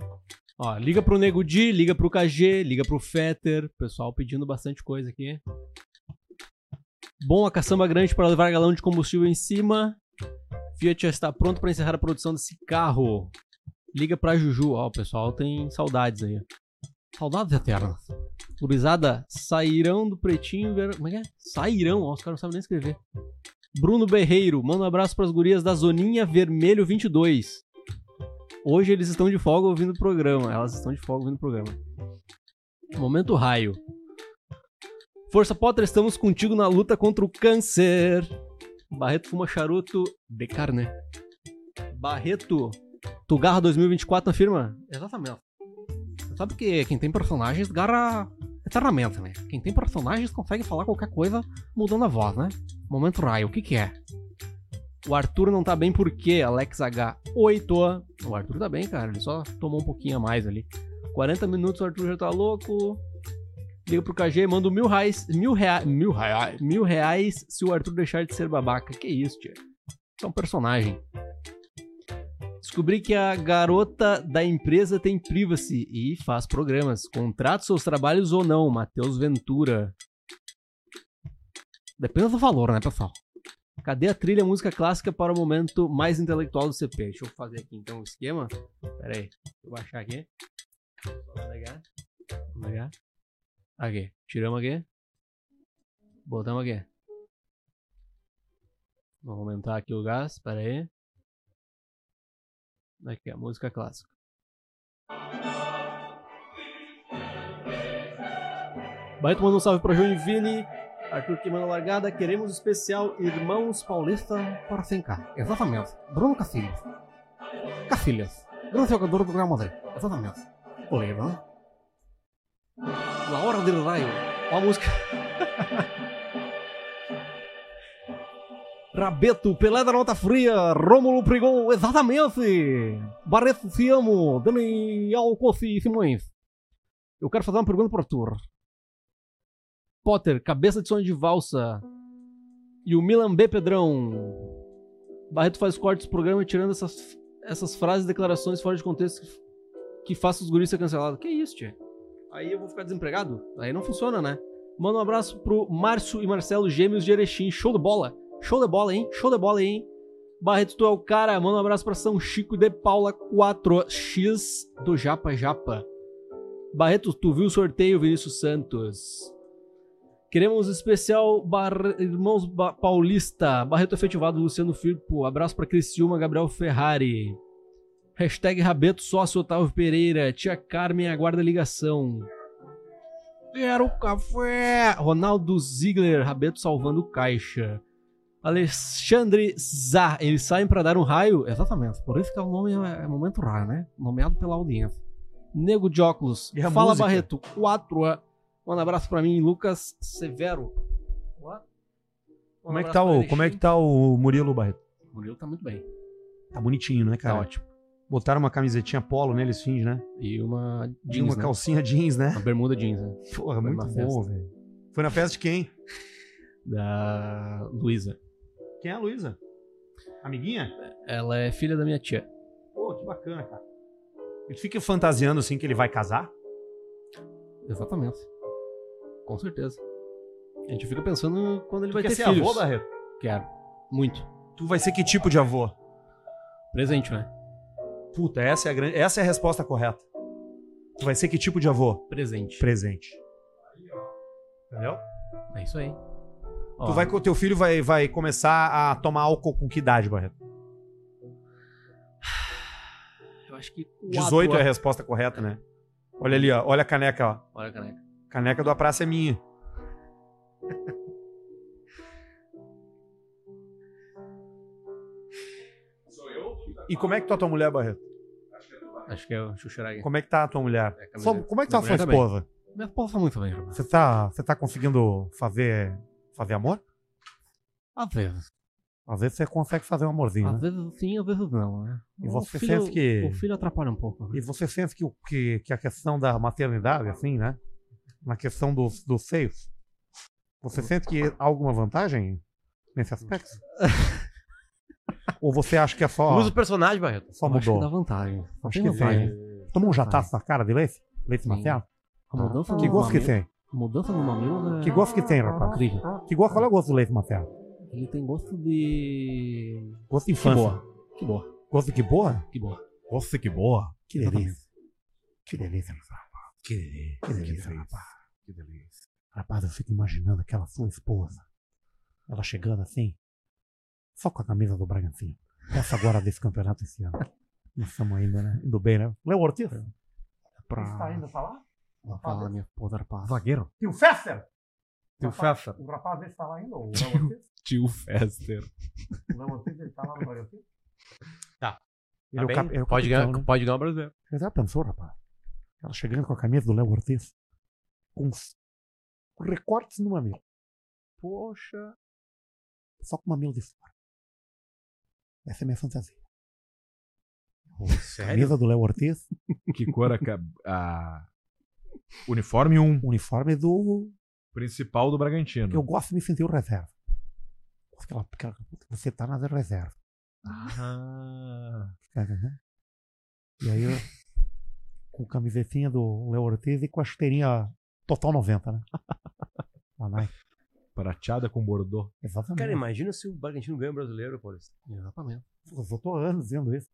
Speaker 14: Ó, liga pro Nego Di, liga pro KG, liga pro Fetter. Pessoal pedindo bastante coisa aqui. Bom, a caçamba grande para levar galão de combustível em cima. Fiat já está pronto para encerrar a produção desse carro. Liga pra Juju. Ó, o pessoal tem saudades aí. Saudades eternas. Gurizada, sairão do pretinho. Ver... Como é que é? Sairão. Ó, os caras não sabem nem escrever. Bruno Berreiro, manda um abraço pras gurias da Zoninha Vermelho 22. Hoje eles estão de folga ouvindo o programa. Elas estão de folga ouvindo o programa. Momento raio. Força Potter, estamos contigo na luta contra o câncer. Barreto fuma charuto de carne. Barreto, tu garra 2024 na firma? Exatamente. Você sabe que quem tem personagens garra eternamente, né? Quem tem personagens consegue falar qualquer coisa mudando a voz, né? Momento raio, o que que é? O Arthur não tá bem porque Alex H8. O Arthur tá bem, cara. Ele só tomou um pouquinho a mais ali. 40 minutos, o Arthur já tá louco. Liga pro KG, manda mil reais. Mil reais. Mil reais. Mil reais se o Arthur deixar de ser babaca. Que isso, tia? Isso é um personagem. Descobri que a garota da empresa tem privacy e faz programas. Contrata seus trabalhos ou não, Matheus Ventura. Depende do valor, né, pessoal? Cadê a trilha música clássica para o momento mais intelectual do CP? Deixa eu fazer aqui então o esquema. Pera aí, deixa eu baixar aqui. Vamos ligar. Vamos ligar. Aqui, tiramos aqui. Botamos aqui. Vamos aumentar aqui o gás, pera aí. Aqui, a música clássica. Baito manda um salve pra Joinville. Arthur que manda largada. Queremos o especial Irmãos Paulista para 100k. Exatamente. Bruno Cacilhas. Cacilhas. Grande jogador do Real Madrid. Exatamente. Olha, né? La Hora del Raio. Uma música. Rabeto, Pelé da Nota Fria, Rômulo Prigon, exatamente! Barreto Fiamo, Daniel Cossi Simões. Eu quero fazer uma pergunta pro Arthur. Potter, cabeça de sonho de valsa. E o Milan B. Pedrão. Barreto faz cortes do programa tirando essas, essas frases e declarações fora de contexto que, que faça os guris ser cancelados. Que isso, tia? Aí eu vou ficar desempregado? Aí não funciona, né? Manda um abraço pro Márcio e Marcelo Gêmeos de Erechim. Show de bola! Show de bola, hein? Show de bola, hein? Barreto, tu é o cara. Manda um abraço pra São Chico de Paula 4X do Japa Japa. Barreto, tu viu o sorteio, Vinícius Santos? Queremos especial Bar- Irmãos Ba- Paulista. Barreto efetivado, Luciano Firpo. Abraço pra Criciúma, Gabriel Ferrari. Hashtag Rabeto Sócio Otávio Pereira. Tia Carmen aguarda ligação. Quero café. Ronaldo Ziegler, Rabeto salvando caixa. Alexandre Zá, eles saem pra dar um raio? Exatamente, por isso que o nome é, é Momento Raio, né? Nomeado pela audiência. Nego de óculos,
Speaker 2: a
Speaker 14: fala
Speaker 2: música?
Speaker 14: Barreto, 4 a. Manda um abraço pra mim, Lucas Severo. Olá. um
Speaker 2: Como é que tá o, como é que tá o Murilo Barreto?
Speaker 14: O Murilo tá muito bem.
Speaker 2: Tá bonitinho, né, cara?
Speaker 14: Tá ótimo.
Speaker 2: Botaram uma camisetinha polo nele, finge, né?
Speaker 14: E uma
Speaker 2: E
Speaker 14: jeans,
Speaker 2: uma
Speaker 14: né?
Speaker 2: calcinha jeans, né?
Speaker 14: Uma bermuda jeans, né?
Speaker 2: Porra,
Speaker 14: Foi
Speaker 2: muito
Speaker 14: uma
Speaker 2: bom,
Speaker 14: festa.
Speaker 2: velho. Foi na festa de quem?
Speaker 14: Da Luísa.
Speaker 2: Quem é a Luísa? Amiguinha?
Speaker 14: Ela é filha da minha tia.
Speaker 2: Pô, que bacana, cara. E tu fica fantasiando assim que ele vai casar?
Speaker 14: Exatamente. Com certeza. A gente fica pensando quando ele vai
Speaker 2: quer
Speaker 14: ter
Speaker 2: ser
Speaker 14: filhos.
Speaker 2: é avô, Barreto?
Speaker 14: Quero. Muito.
Speaker 2: Tu vai ser que tipo de avô?
Speaker 14: Presente, né?
Speaker 2: Puta, essa é a, grande, essa é a resposta correta. Tu vai ser que tipo de avô?
Speaker 14: Presente.
Speaker 2: Presente. Entendeu?
Speaker 14: É isso aí.
Speaker 2: Tu vai, co- teu filho vai, vai começar a tomar álcool com que idade, Barreto?
Speaker 14: Eu acho que.
Speaker 2: 18 é a resposta correta, né? Olha ali, ó. Olha a caneca, ó.
Speaker 14: Olha a caneca.
Speaker 2: Caneca da praça é minha. E como é que tá tua mulher, Barreto?
Speaker 14: Acho que é o Xuxaraga.
Speaker 2: Como é que tá a tua mulher?
Speaker 14: a
Speaker 2: Só-
Speaker 14: mulher-
Speaker 2: como é que tá a
Speaker 14: minha mulher
Speaker 2: sua
Speaker 14: tá
Speaker 2: esposa?
Speaker 14: bem. Minha esposa tá muito bem, Roberto.
Speaker 2: Você tá, você tá conseguindo fazer, fazer amor?
Speaker 14: Às vezes.
Speaker 2: Às vezes você consegue fazer um amorzinho,
Speaker 14: Às
Speaker 2: né?
Speaker 14: vezes sim, às vezes não, né?
Speaker 2: E
Speaker 14: O
Speaker 2: você
Speaker 14: filho-
Speaker 2: sente que-
Speaker 14: O filho atrapalha um pouco.
Speaker 2: E você sente que, o- que, que a questão da maternidade, assim, né? Na questão dos, dos seios,
Speaker 14: Hum.
Speaker 2: você sente que há alguma vantagem nesse aspecto? Ou você acha que é só.
Speaker 3: Usa o personagem, Barreto.
Speaker 2: Só
Speaker 3: Eu acho
Speaker 2: mudou.
Speaker 3: que dá vantagem. Só
Speaker 2: Acho
Speaker 3: tem
Speaker 2: que
Speaker 3: vantagem.
Speaker 2: sim. Toma um jataço na cara de leite? Leite Marcelo?
Speaker 14: A mudança
Speaker 2: Que
Speaker 14: no
Speaker 2: gosto que
Speaker 14: mamilo-
Speaker 2: tem?
Speaker 14: A mudança no mamilo é...
Speaker 2: Que gosto que tem, rapaz?
Speaker 14: Incrível.
Speaker 2: Que gosto, qual é o gosto do leite Marcelo?
Speaker 14: Ele tem gosto de...
Speaker 2: Gosto de
Speaker 14: Que
Speaker 2: infância.
Speaker 14: boa. Que boa.
Speaker 2: Gosto de que boa?
Speaker 14: Que boa.
Speaker 10: Nossa, que boa.
Speaker 2: Que delícia. Que delícia, meu rapaz.
Speaker 10: Que delícia.
Speaker 2: Que delícia, rapaz. Que delícia. Rapaz, eu fico imaginando aquela sua esposa. Ela chegando assim, só com a camisa do Bragantino. Essa agora desse campeonato esse ano. Não estamos ainda, né? Indo bem, né? Léo Ortiz.
Speaker 14: Pra...
Speaker 2: Está tá indo pra lá?
Speaker 14: Lá pra lá, minha esposa, rapaz.
Speaker 2: Zagueiro. Tio Fester!
Speaker 1: Tio
Speaker 2: Rapaz,
Speaker 1: Fester.
Speaker 2: O rapaz desse está lá ainda? O Léo
Speaker 1: Tio,
Speaker 2: Ortiz?
Speaker 1: tio Fester.
Speaker 2: O Léo Ortiz, ele está lá no Bragantino?
Speaker 3: Tá.
Speaker 2: Ele é o
Speaker 3: bem?
Speaker 2: cap- é o
Speaker 3: pode,
Speaker 2: capitão,
Speaker 3: ganhar,
Speaker 2: né?
Speaker 3: pode ganhar o brasileiro.
Speaker 2: Você já pensou, rapaz? Ela chegando com a camisa do Léo Ortiz, com os recortes no mamilo,
Speaker 14: Poxa.
Speaker 2: só com o mamilo de fora. Essa é a minha fantasia. Camisa do Léo Ortiz.
Speaker 1: Que cor a, cab- a- Uniforme 1.
Speaker 2: Uniforme do.
Speaker 1: Principal do Bragantino.
Speaker 2: Eu gosto de me sentir o reserva. Aquela- aquela- Você tá na reserva.
Speaker 1: Ah.
Speaker 2: tá entendendo? E aí, eu, com camisetinha do Léo Ortiz e com a chuteirinha total 90, né? Uma Nike.
Speaker 1: Prateada com bordô.
Speaker 2: Exatamente.
Speaker 3: Cara, imagina se o Bragantino ganha o brasileiro, Paulista.
Speaker 14: Exatamente.
Speaker 2: Eu só tô há anos dizendo isso.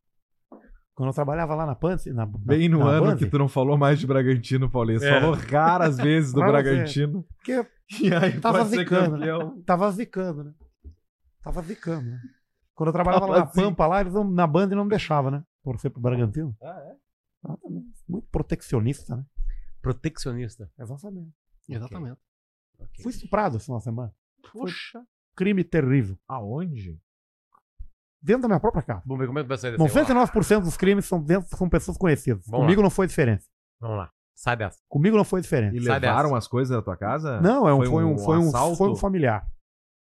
Speaker 2: Quando eu trabalhava lá na Pance, na, na-
Speaker 1: Bem no
Speaker 2: na
Speaker 1: ano
Speaker 2: Band,
Speaker 1: que tu não falou mais de Bragantino, Paulista.
Speaker 2: É.
Speaker 1: Falou raras vezes do
Speaker 2: Raras
Speaker 1: Bragantino.
Speaker 2: Porque
Speaker 1: E aí
Speaker 2: tava
Speaker 1: pode ser
Speaker 2: zicando, né?
Speaker 1: campeão.
Speaker 2: Tava zicando, né? Tava zicando, né? Quando eu
Speaker 3: Tá
Speaker 2: trabalhava
Speaker 1: Tava
Speaker 2: lá na Pampa, lá, eles não, na Band não me deixava, né? Torcer pro Bragantino.
Speaker 3: Ah, é?
Speaker 2: Exatamente. Muito protecionista, né?
Speaker 3: Proteccionista.
Speaker 2: Exatamente.
Speaker 14: Exatamente.
Speaker 2: Fui estuprado esse final de semana.
Speaker 3: Puxa.
Speaker 2: Crime terrível.
Speaker 1: Aonde?
Speaker 2: Dentro da minha própria casa.
Speaker 3: Vamos ver como é que vai sair dessa aí, vamos lá.
Speaker 2: 99% dos crimes são dentro com pessoas conhecidas.
Speaker 3: Vamos
Speaker 2: Comigo
Speaker 3: lá.
Speaker 2: não foi diferente.
Speaker 3: Vamos lá. Sai dessa.
Speaker 2: Comigo não foi diferente.
Speaker 1: E
Speaker 3: Sai
Speaker 1: levaram as coisas da tua casa?
Speaker 2: Não, é um, foi, um, foi, um,
Speaker 1: assalto?
Speaker 2: foi um familiar.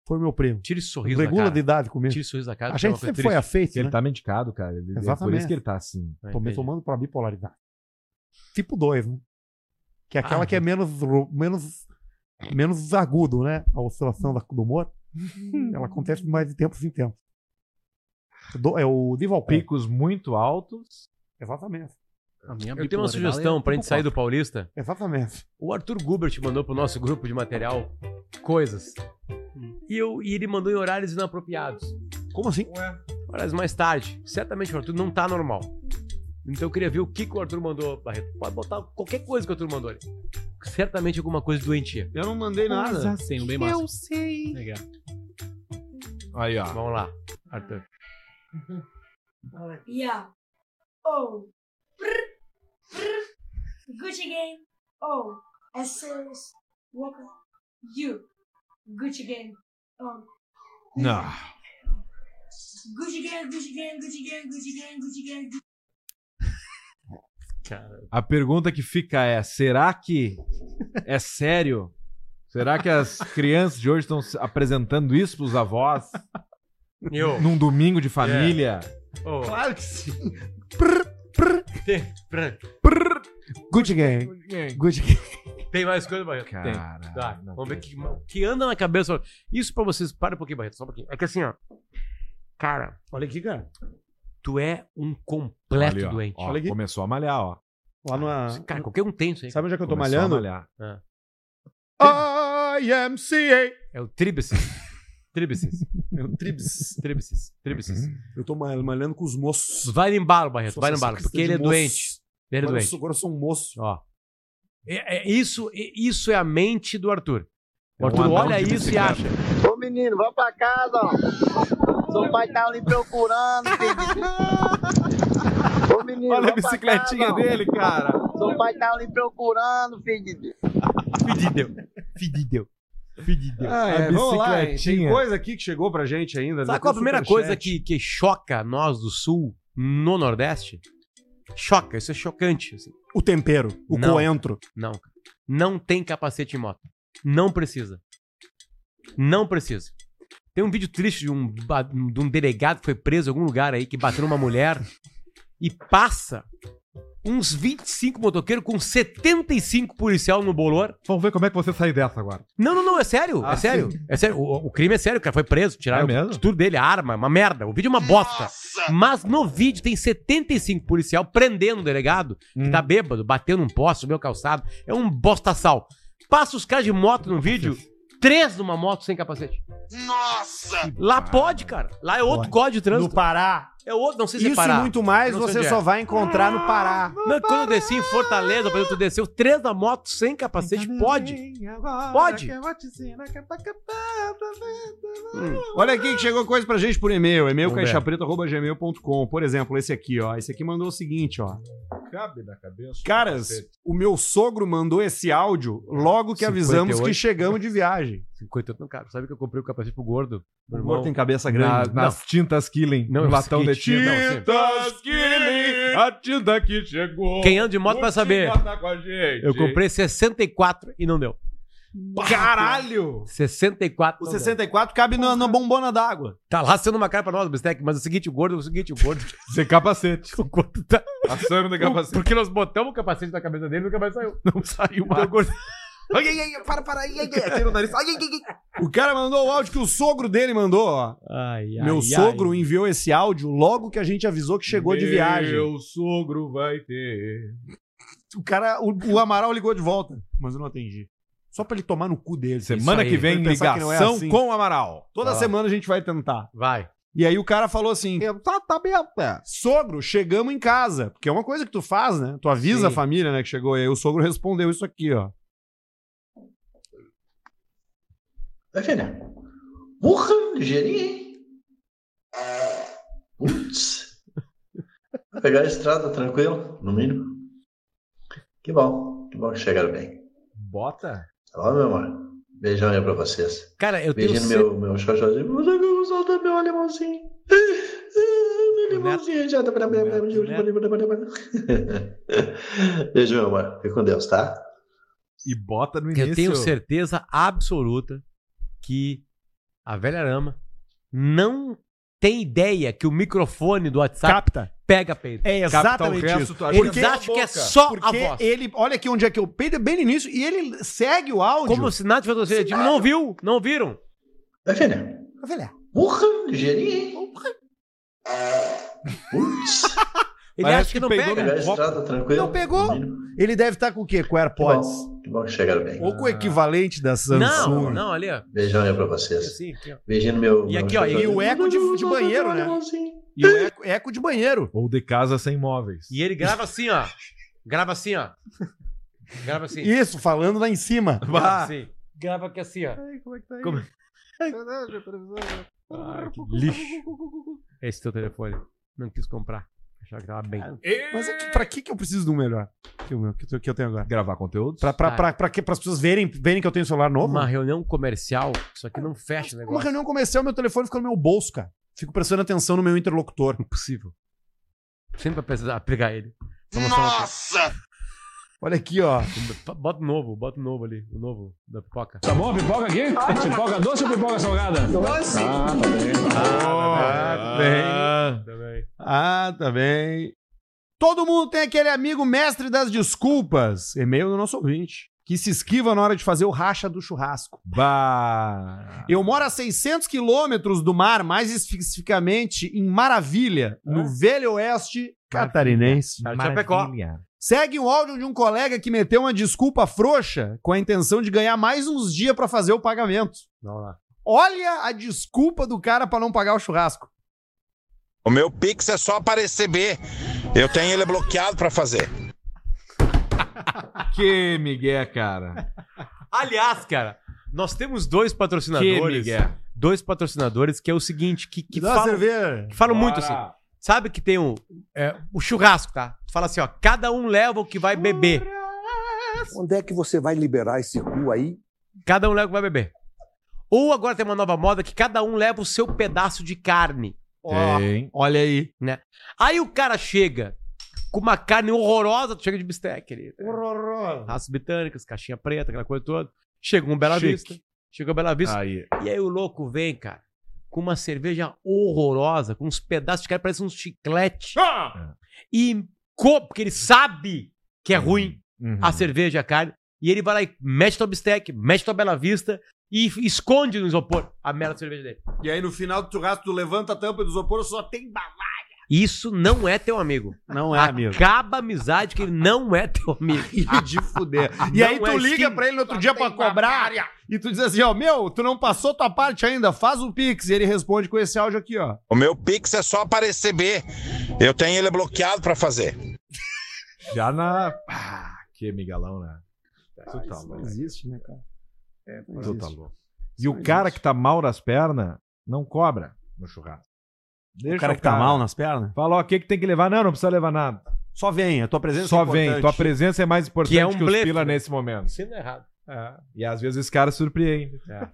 Speaker 2: Foi meu primo.
Speaker 3: Tire esse sorriso da
Speaker 2: Regula
Speaker 3: cara.
Speaker 2: de idade comigo.
Speaker 3: Tire esse sorriso da cara,
Speaker 2: A
Speaker 3: que é
Speaker 2: gente
Speaker 3: uma coisa
Speaker 2: sempre foi
Speaker 3: triste.
Speaker 2: afeito,
Speaker 1: Ele
Speaker 2: né?
Speaker 1: tá medicado, cara. Ele, é por
Speaker 2: Exatamente. É.
Speaker 1: isso que ele tá assim.
Speaker 3: Ah,
Speaker 2: Tô me tomando pra bipolaridade. Tipo 2, né? Que é aquela
Speaker 1: Ah,
Speaker 2: que é menos, ro- menos, menos agudo, né? A oscilação da- do humor. Ela acontece mais de tempos em tempos. Do- é o Divalcon.
Speaker 1: Picos muito altos.
Speaker 3: É.
Speaker 2: Exatamente.
Speaker 14: A
Speaker 2: é
Speaker 14: minha
Speaker 3: Eu tenho uma sugestão pra gente sair do Paulista.
Speaker 2: Exatamente.
Speaker 3: O Arthur Gubert mandou pro nosso grupo de material coisas.
Speaker 2: Hum.
Speaker 3: E, eu, e ele mandou em horários inapropriados.
Speaker 2: Como assim?
Speaker 3: Horários mais tarde. Certamente o Arthur não tá normal. Então eu queria ver o que, que o Arthur mandou, Barreto. Pode botar qualquer coisa que o Arthur mandou ali. Certamente alguma coisa doentia.
Speaker 14: Eu não mandei
Speaker 3: nada.
Speaker 14: Tem um bem massa.
Speaker 3: Eu
Speaker 14: sei. Legal.
Speaker 1: Aí, ó.
Speaker 3: Vamos lá, Arthur.
Speaker 11: Yeah. Oh. Gucci game. Oh. As serious. Walker. You. Gucci game. Oh.
Speaker 1: Não.
Speaker 11: Gucci gang, Gucci gang, Gucci gang, Gucci gang, Gucci gang.
Speaker 1: A pergunta que fica é: será que é sério? Será que as crianças de hoje estão se apresentando isso pros avós?
Speaker 3: Eu. É.
Speaker 1: Num domingo de família?
Speaker 3: Claro que sim.
Speaker 2: Good game. Good game.
Speaker 3: Tem mais coisa, Barreto?
Speaker 1: Cara,
Speaker 3: Tem. Tá, vamos ver o que, o que anda na cabeça. Isso pra vocês. Para um pouquinho, Barreto. Só um pouquinho. É que assim, ó. Cara,
Speaker 2: Olha aqui, cara.
Speaker 3: tu é um completo
Speaker 1: Ali, ó.
Speaker 3: doente.
Speaker 1: Ó, Começou a malhar, ó.
Speaker 2: Lá no.
Speaker 3: Cara, qualquer um tem isso aí.
Speaker 2: Sabe onde é que eu tô
Speaker 1: Começou a
Speaker 2: malhando?
Speaker 1: malhar.
Speaker 10: é.
Speaker 2: IMCA.
Speaker 3: É o Tribicis. Tribicis. É o Tribicis. Tribicis. Tribicis.
Speaker 2: Eu tô mal- malhando com os moços.
Speaker 3: Vai no embalo, Barreto.
Speaker 2: Sou
Speaker 3: Vai no embalo.
Speaker 2: sexista
Speaker 3: Porque ele é
Speaker 2: de moço.
Speaker 3: doente. Ele é
Speaker 2: Agora eu
Speaker 3: doente.
Speaker 2: sou- Agora eu sou um moço.
Speaker 3: Ó. É- é- isso, é- isso é a mente do Arthur. O
Speaker 1: É um
Speaker 3: Arthur
Speaker 1: anão
Speaker 3: olha
Speaker 1: de
Speaker 3: isso e
Speaker 1: bicicleta.
Speaker 3: acha.
Speaker 12: Ô menino, vai pra casa, ó. Seu pai tá ali procurando. filho. Ô menino,
Speaker 1: Olha a
Speaker 12: vai pra
Speaker 1: bicicletinha
Speaker 12: casa, ó.
Speaker 1: dele, cara.
Speaker 12: Seu pai tá ali procurando, filho de Deus.
Speaker 3: Fedideu. Fedideu. Fedideu.
Speaker 2: Ah, é, vamos lá. hein? Tem coisa aqui que chegou pra gente ainda.
Speaker 3: Sabe
Speaker 2: né?
Speaker 3: qual é a
Speaker 2: Tem
Speaker 3: primeira
Speaker 2: superchat.
Speaker 3: coisa que, que choca nós do Sul no Nordeste? Choca, isso é chocante. assim.
Speaker 2: O tempero, o
Speaker 3: Não.
Speaker 2: coentro.
Speaker 3: Não, cara. Não tem capacete em moto. Não precisa. Não precisa. Tem um vídeo triste de um, ba- de um delegado que foi preso em algum lugar aí, que bateu numa mulher e passa uns 25 motoqueiros com 75 policial no bolor.
Speaker 10: Vamos ver como é que você sai dessa agora.
Speaker 3: Não, não, não, é sério,
Speaker 10: Ah,
Speaker 3: é sério.
Speaker 10: sim. É
Speaker 3: É sério, o, o crime é sério, o cara foi preso, tiraram de tudo dele, a arma, uma merda, o vídeo é uma bosta. Mas no vídeo tem 75 policial prendendo o delegado,
Speaker 10: Hum.
Speaker 3: que tá bêbado, bateu num poste, meu calçado, é um bostaçal. Passa os caras de moto no vídeo, três numa moto sem capacete. Nossa! Lá pode, cara, lá é outro código de trânsito.
Speaker 2: No Pará.
Speaker 3: É outro, não sei se é
Speaker 2: Isso e
Speaker 3: Pará.
Speaker 2: muito mais
Speaker 3: Não sei
Speaker 2: você
Speaker 3: onde é.
Speaker 2: só vai encontrar no Pará.
Speaker 3: Não, quando eu desci em Fortaleza, por exemplo, tu desceu três da moto sem capacete, pode. Pode.
Speaker 2: Olha aqui que chegou coisa pra gente por e-mail, e-mail
Speaker 10: Vamos ver.
Speaker 2: caixapreta.gmail.com. Por exemplo, esse aqui, ó. Esse aqui mandou o seguinte, ó.
Speaker 1: Cabe na cabeça.
Speaker 2: Caras, o meu sogro mandou esse áudio logo que avisamos
Speaker 3: 58.
Speaker 2: que chegamos de viagem.
Speaker 3: 58 não cabe. Sabe que eu comprei o capacete pro gordo?
Speaker 2: O gordo tem cabeça grande.
Speaker 3: Na,
Speaker 10: Nas tintas Killing. Não, latão
Speaker 3: seguinte,
Speaker 10: de tinta.
Speaker 3: não, sim.
Speaker 10: Tintas Killing, a tinta que chegou.
Speaker 3: Quem anda de moto vai
Speaker 10: Curte
Speaker 3: saber.
Speaker 10: botar com a gente.
Speaker 3: Eu comprei 64 e não deu.
Speaker 2: Caralho!
Speaker 3: 64.
Speaker 2: O
Speaker 3: não deu.
Speaker 2: 64 cabe na, na bombona d'água.
Speaker 3: Tá lá sendo uma cara pra nós, Bistec, mas é o seguinte, o gordo, é o seguinte, o gordo.
Speaker 10: Sem capacete.
Speaker 3: O gordo tá.
Speaker 10: A Sam da capacete.
Speaker 3: Porque nós botamos o capacete na cabeça dele e nunca mais saiu.
Speaker 2: Não saiu mais.
Speaker 3: O gordo...
Speaker 2: Ai, ai, ai, para, para, ai, ai, ai, tira o nariz. Ai, ai, ai, ai. O cara mandou o áudio que o sogro dele mandou, ó. Meu sogro enviou esse áudio logo que a gente avisou que chegou de viagem.
Speaker 10: Meu sogro vai ter.
Speaker 2: O cara, o, o Amaral ligou de volta, mas eu não atendi. Só pra ele tomar no cu dele.
Speaker 10: Semana
Speaker 2: Isso aí.
Speaker 10: que vem,
Speaker 2: Pra ele pensar que não é
Speaker 10: ligação
Speaker 2: assim.
Speaker 10: com o Amaral.
Speaker 2: Toda
Speaker 3: Ah.
Speaker 10: Vai lá.
Speaker 2: semana a gente vai tentar.
Speaker 3: Vai.
Speaker 2: E aí o cara falou assim: tá, tá bem, é. sogro, chegamos em casa. Porque é uma coisa que tu faz, né? Tu avisa
Speaker 3: Sim.
Speaker 2: a família, né, que chegou. E aí o sogro respondeu isso aqui, ó.
Speaker 15: Vai ver, né? Porra, ligeirinho, hein? Putz. Vai pegar a estrada tranquilo, no mínimo. Que bom, que bom que chegaram bem.
Speaker 3: Bota.
Speaker 15: Tá bom, meu amor? Beijão aí pra vocês.
Speaker 3: Cara, eu tenho
Speaker 15: Beijinho no
Speaker 3: cer-
Speaker 15: meu, meu xoxozinho. Você que eu solto meu alemãozinho. Meu alemãozinho já tá pra mim. Beijo, meu amor. Fique com Deus, tá?
Speaker 10: E bota no
Speaker 3: Eu tenho certeza absoluta que a velha Arama não tem ideia que o microfone do WhatsApp
Speaker 2: Capta.
Speaker 3: pega peito.
Speaker 2: É exatamente isso.
Speaker 3: Eles acham que é só
Speaker 2: porque
Speaker 3: a voz.
Speaker 2: ele, olha aqui onde é que eu peido, é bem no início, e ele segue o áudio.
Speaker 3: Como se nada tivesse acontecido. Tipo, não viu, não viram.
Speaker 15: Vai ver, né?
Speaker 2: "Ah,
Speaker 15: Porra, ligeirinho, hein? Putz.
Speaker 2: Ele Parece acha que que não peidou pega. num
Speaker 15: Pegar a
Speaker 2: copo.
Speaker 15: estrada tranquilo.
Speaker 2: Não pegou. Ele deve estar com o quê? Com o AirPods.
Speaker 15: Que bom que chegaram bem.
Speaker 2: Ou com o equivalente da Samsung.
Speaker 3: Não, não, ali, ó.
Speaker 15: Beijão aí pra vocês.
Speaker 3: Assim, aqui, ó.
Speaker 15: Beijinho no meu.
Speaker 2: E
Speaker 15: meu
Speaker 2: aqui, ó, e
Speaker 15: xoxozinho.
Speaker 2: o eco de, de banheiro, né? E o eco, eco de banheiro.
Speaker 10: Ou de casa sem móveis.
Speaker 3: E ele grava assim, ó. Grava assim, ó. Grava assim.
Speaker 2: Isso, falando lá em cima.
Speaker 3: Grava assim. Grava aqui assim, ó. Como- Ai, que lixo. Esse teu telefone. Não quis comprar. Achava que tava bem.
Speaker 2: Mas é que, pra que, que eu preciso de um melhor? Que o meu, que, eu- que eu tenho agora?
Speaker 10: Gravar conteúdo?
Speaker 2: Pra, pra, pra, pra, que- pras pessoas verem, verem que eu tenho celular novo?
Speaker 3: Tá. Uma reunião comercial, isso aqui não fecha o negócio.
Speaker 2: Uma reunião comercial, meu telefone fica no meu bolso, cara. Fico prestando atenção no meu interlocutor.
Speaker 3: Impossível. Sempre pra precisar pegar ele.
Speaker 13: Nossa!
Speaker 2: Olha aqui, ó.
Speaker 3: Bota o novo, bota o novo ali. O novo da pipoca.
Speaker 16: Tá bom, pipoca aqui? Pipoca doce ou pipoca salgada? Doce. Ah, tá bem.
Speaker 2: Ah, bem. Ah, tá bem. Todo mundo tem aquele amigo mestre das desculpas. E-mail do nosso ouvinte. Que se esquiva na hora de fazer o racha do churrasco.
Speaker 10: Bah.
Speaker 2: Eu moro a 600 quilômetros do mar, mais especificamente em Maravilha, no Velho Oeste catarinense.
Speaker 3: Chapecó.
Speaker 2: Segue o áudio de um colega que meteu uma desculpa frouxa com a intenção de ganhar mais uns dias pra fazer o pagamento.
Speaker 3: Vamos lá.
Speaker 2: Olha a desculpa do cara pra não pagar o churrasco.
Speaker 17: O meu Pix é só para receber. Eu tenho ele bloqueado para fazer.
Speaker 1: Que migué, cara.
Speaker 3: Aliás, cara, nós temos dois patrocinadores.
Speaker 1: Que Miguel.
Speaker 3: dois patrocinadores que é o seguinte, que, que
Speaker 2: Me dá
Speaker 1: um
Speaker 2: uma
Speaker 3: falam,
Speaker 2: cerveja.
Speaker 3: que falam
Speaker 2: Bora.
Speaker 3: muito assim. Sabe que tem o, é, o churrasco, tá? Fala assim, ó, cada um leva o que vai beber.
Speaker 6: Onde é que você vai liberar esse cu aí?
Speaker 3: Cada um leva o que vai beber. Ou agora tem uma nova moda que cada um leva o seu pedaço de carne. Ó,
Speaker 10: Tem.
Speaker 2: Olha aí.
Speaker 3: Né? Aí o cara chega com uma carne horrorosa, tu chega de bistec ali.
Speaker 2: Horrorosa.
Speaker 3: Raças britânicas, caixinha preta, aquela coisa toda. Chega um Bela
Speaker 10: Chique.
Speaker 3: Vista. Chega um Bela Vista.
Speaker 10: Aí.
Speaker 3: E aí o louco vem, cara, com uma cerveja horrorosa, com uns pedaços de cara, parece um chiclete. E co- porque ele sabe que é ruim
Speaker 2: Hum.
Speaker 3: a cerveja e a carne. E ele vai lá e mexe tua bistec, mexe tua bela vista e f- esconde no isopor a merda da cerveja dele.
Speaker 2: E aí no final do churrasco, tu levanta a tampa do isopor, só tem balada.
Speaker 3: Isso não é teu amigo.
Speaker 2: Não é amigo.
Speaker 3: Acaba a amizade que ele não é teu amigo. é assim.
Speaker 2: de fuder. E aí tu liga pra ele no outro dia pra cobrar e tu diz assim, ó, meu, tu não passou tua parte ainda, faz o Pix. E ele responde com esse áudio aqui, ó.
Speaker 17: O meu Pix é só para receber. Eu tenho ele bloqueado para fazer.
Speaker 1: Já na. Ah, que miguelão, né? Tu tá louco.
Speaker 8: Ah, existe, né, cara? É,
Speaker 1: Tu tá louco. E o cara que tá mal nas pernas não cobra no churrasco. Deixa
Speaker 2: o cara que tá mal nas pernas?
Speaker 1: Fala, ó, o que, que tem que levar? Não, não precisa levar nada.
Speaker 2: Só vem, a tua presença
Speaker 1: Só
Speaker 2: é importante.
Speaker 1: vem, tua presença é mais importante
Speaker 3: Que
Speaker 1: que,
Speaker 3: é um
Speaker 1: os
Speaker 3: blefe,
Speaker 1: pila
Speaker 3: né?
Speaker 1: nesse momento. É.
Speaker 3: Sendo errado.
Speaker 1: E às vezes esse cara surpreende.
Speaker 8: É.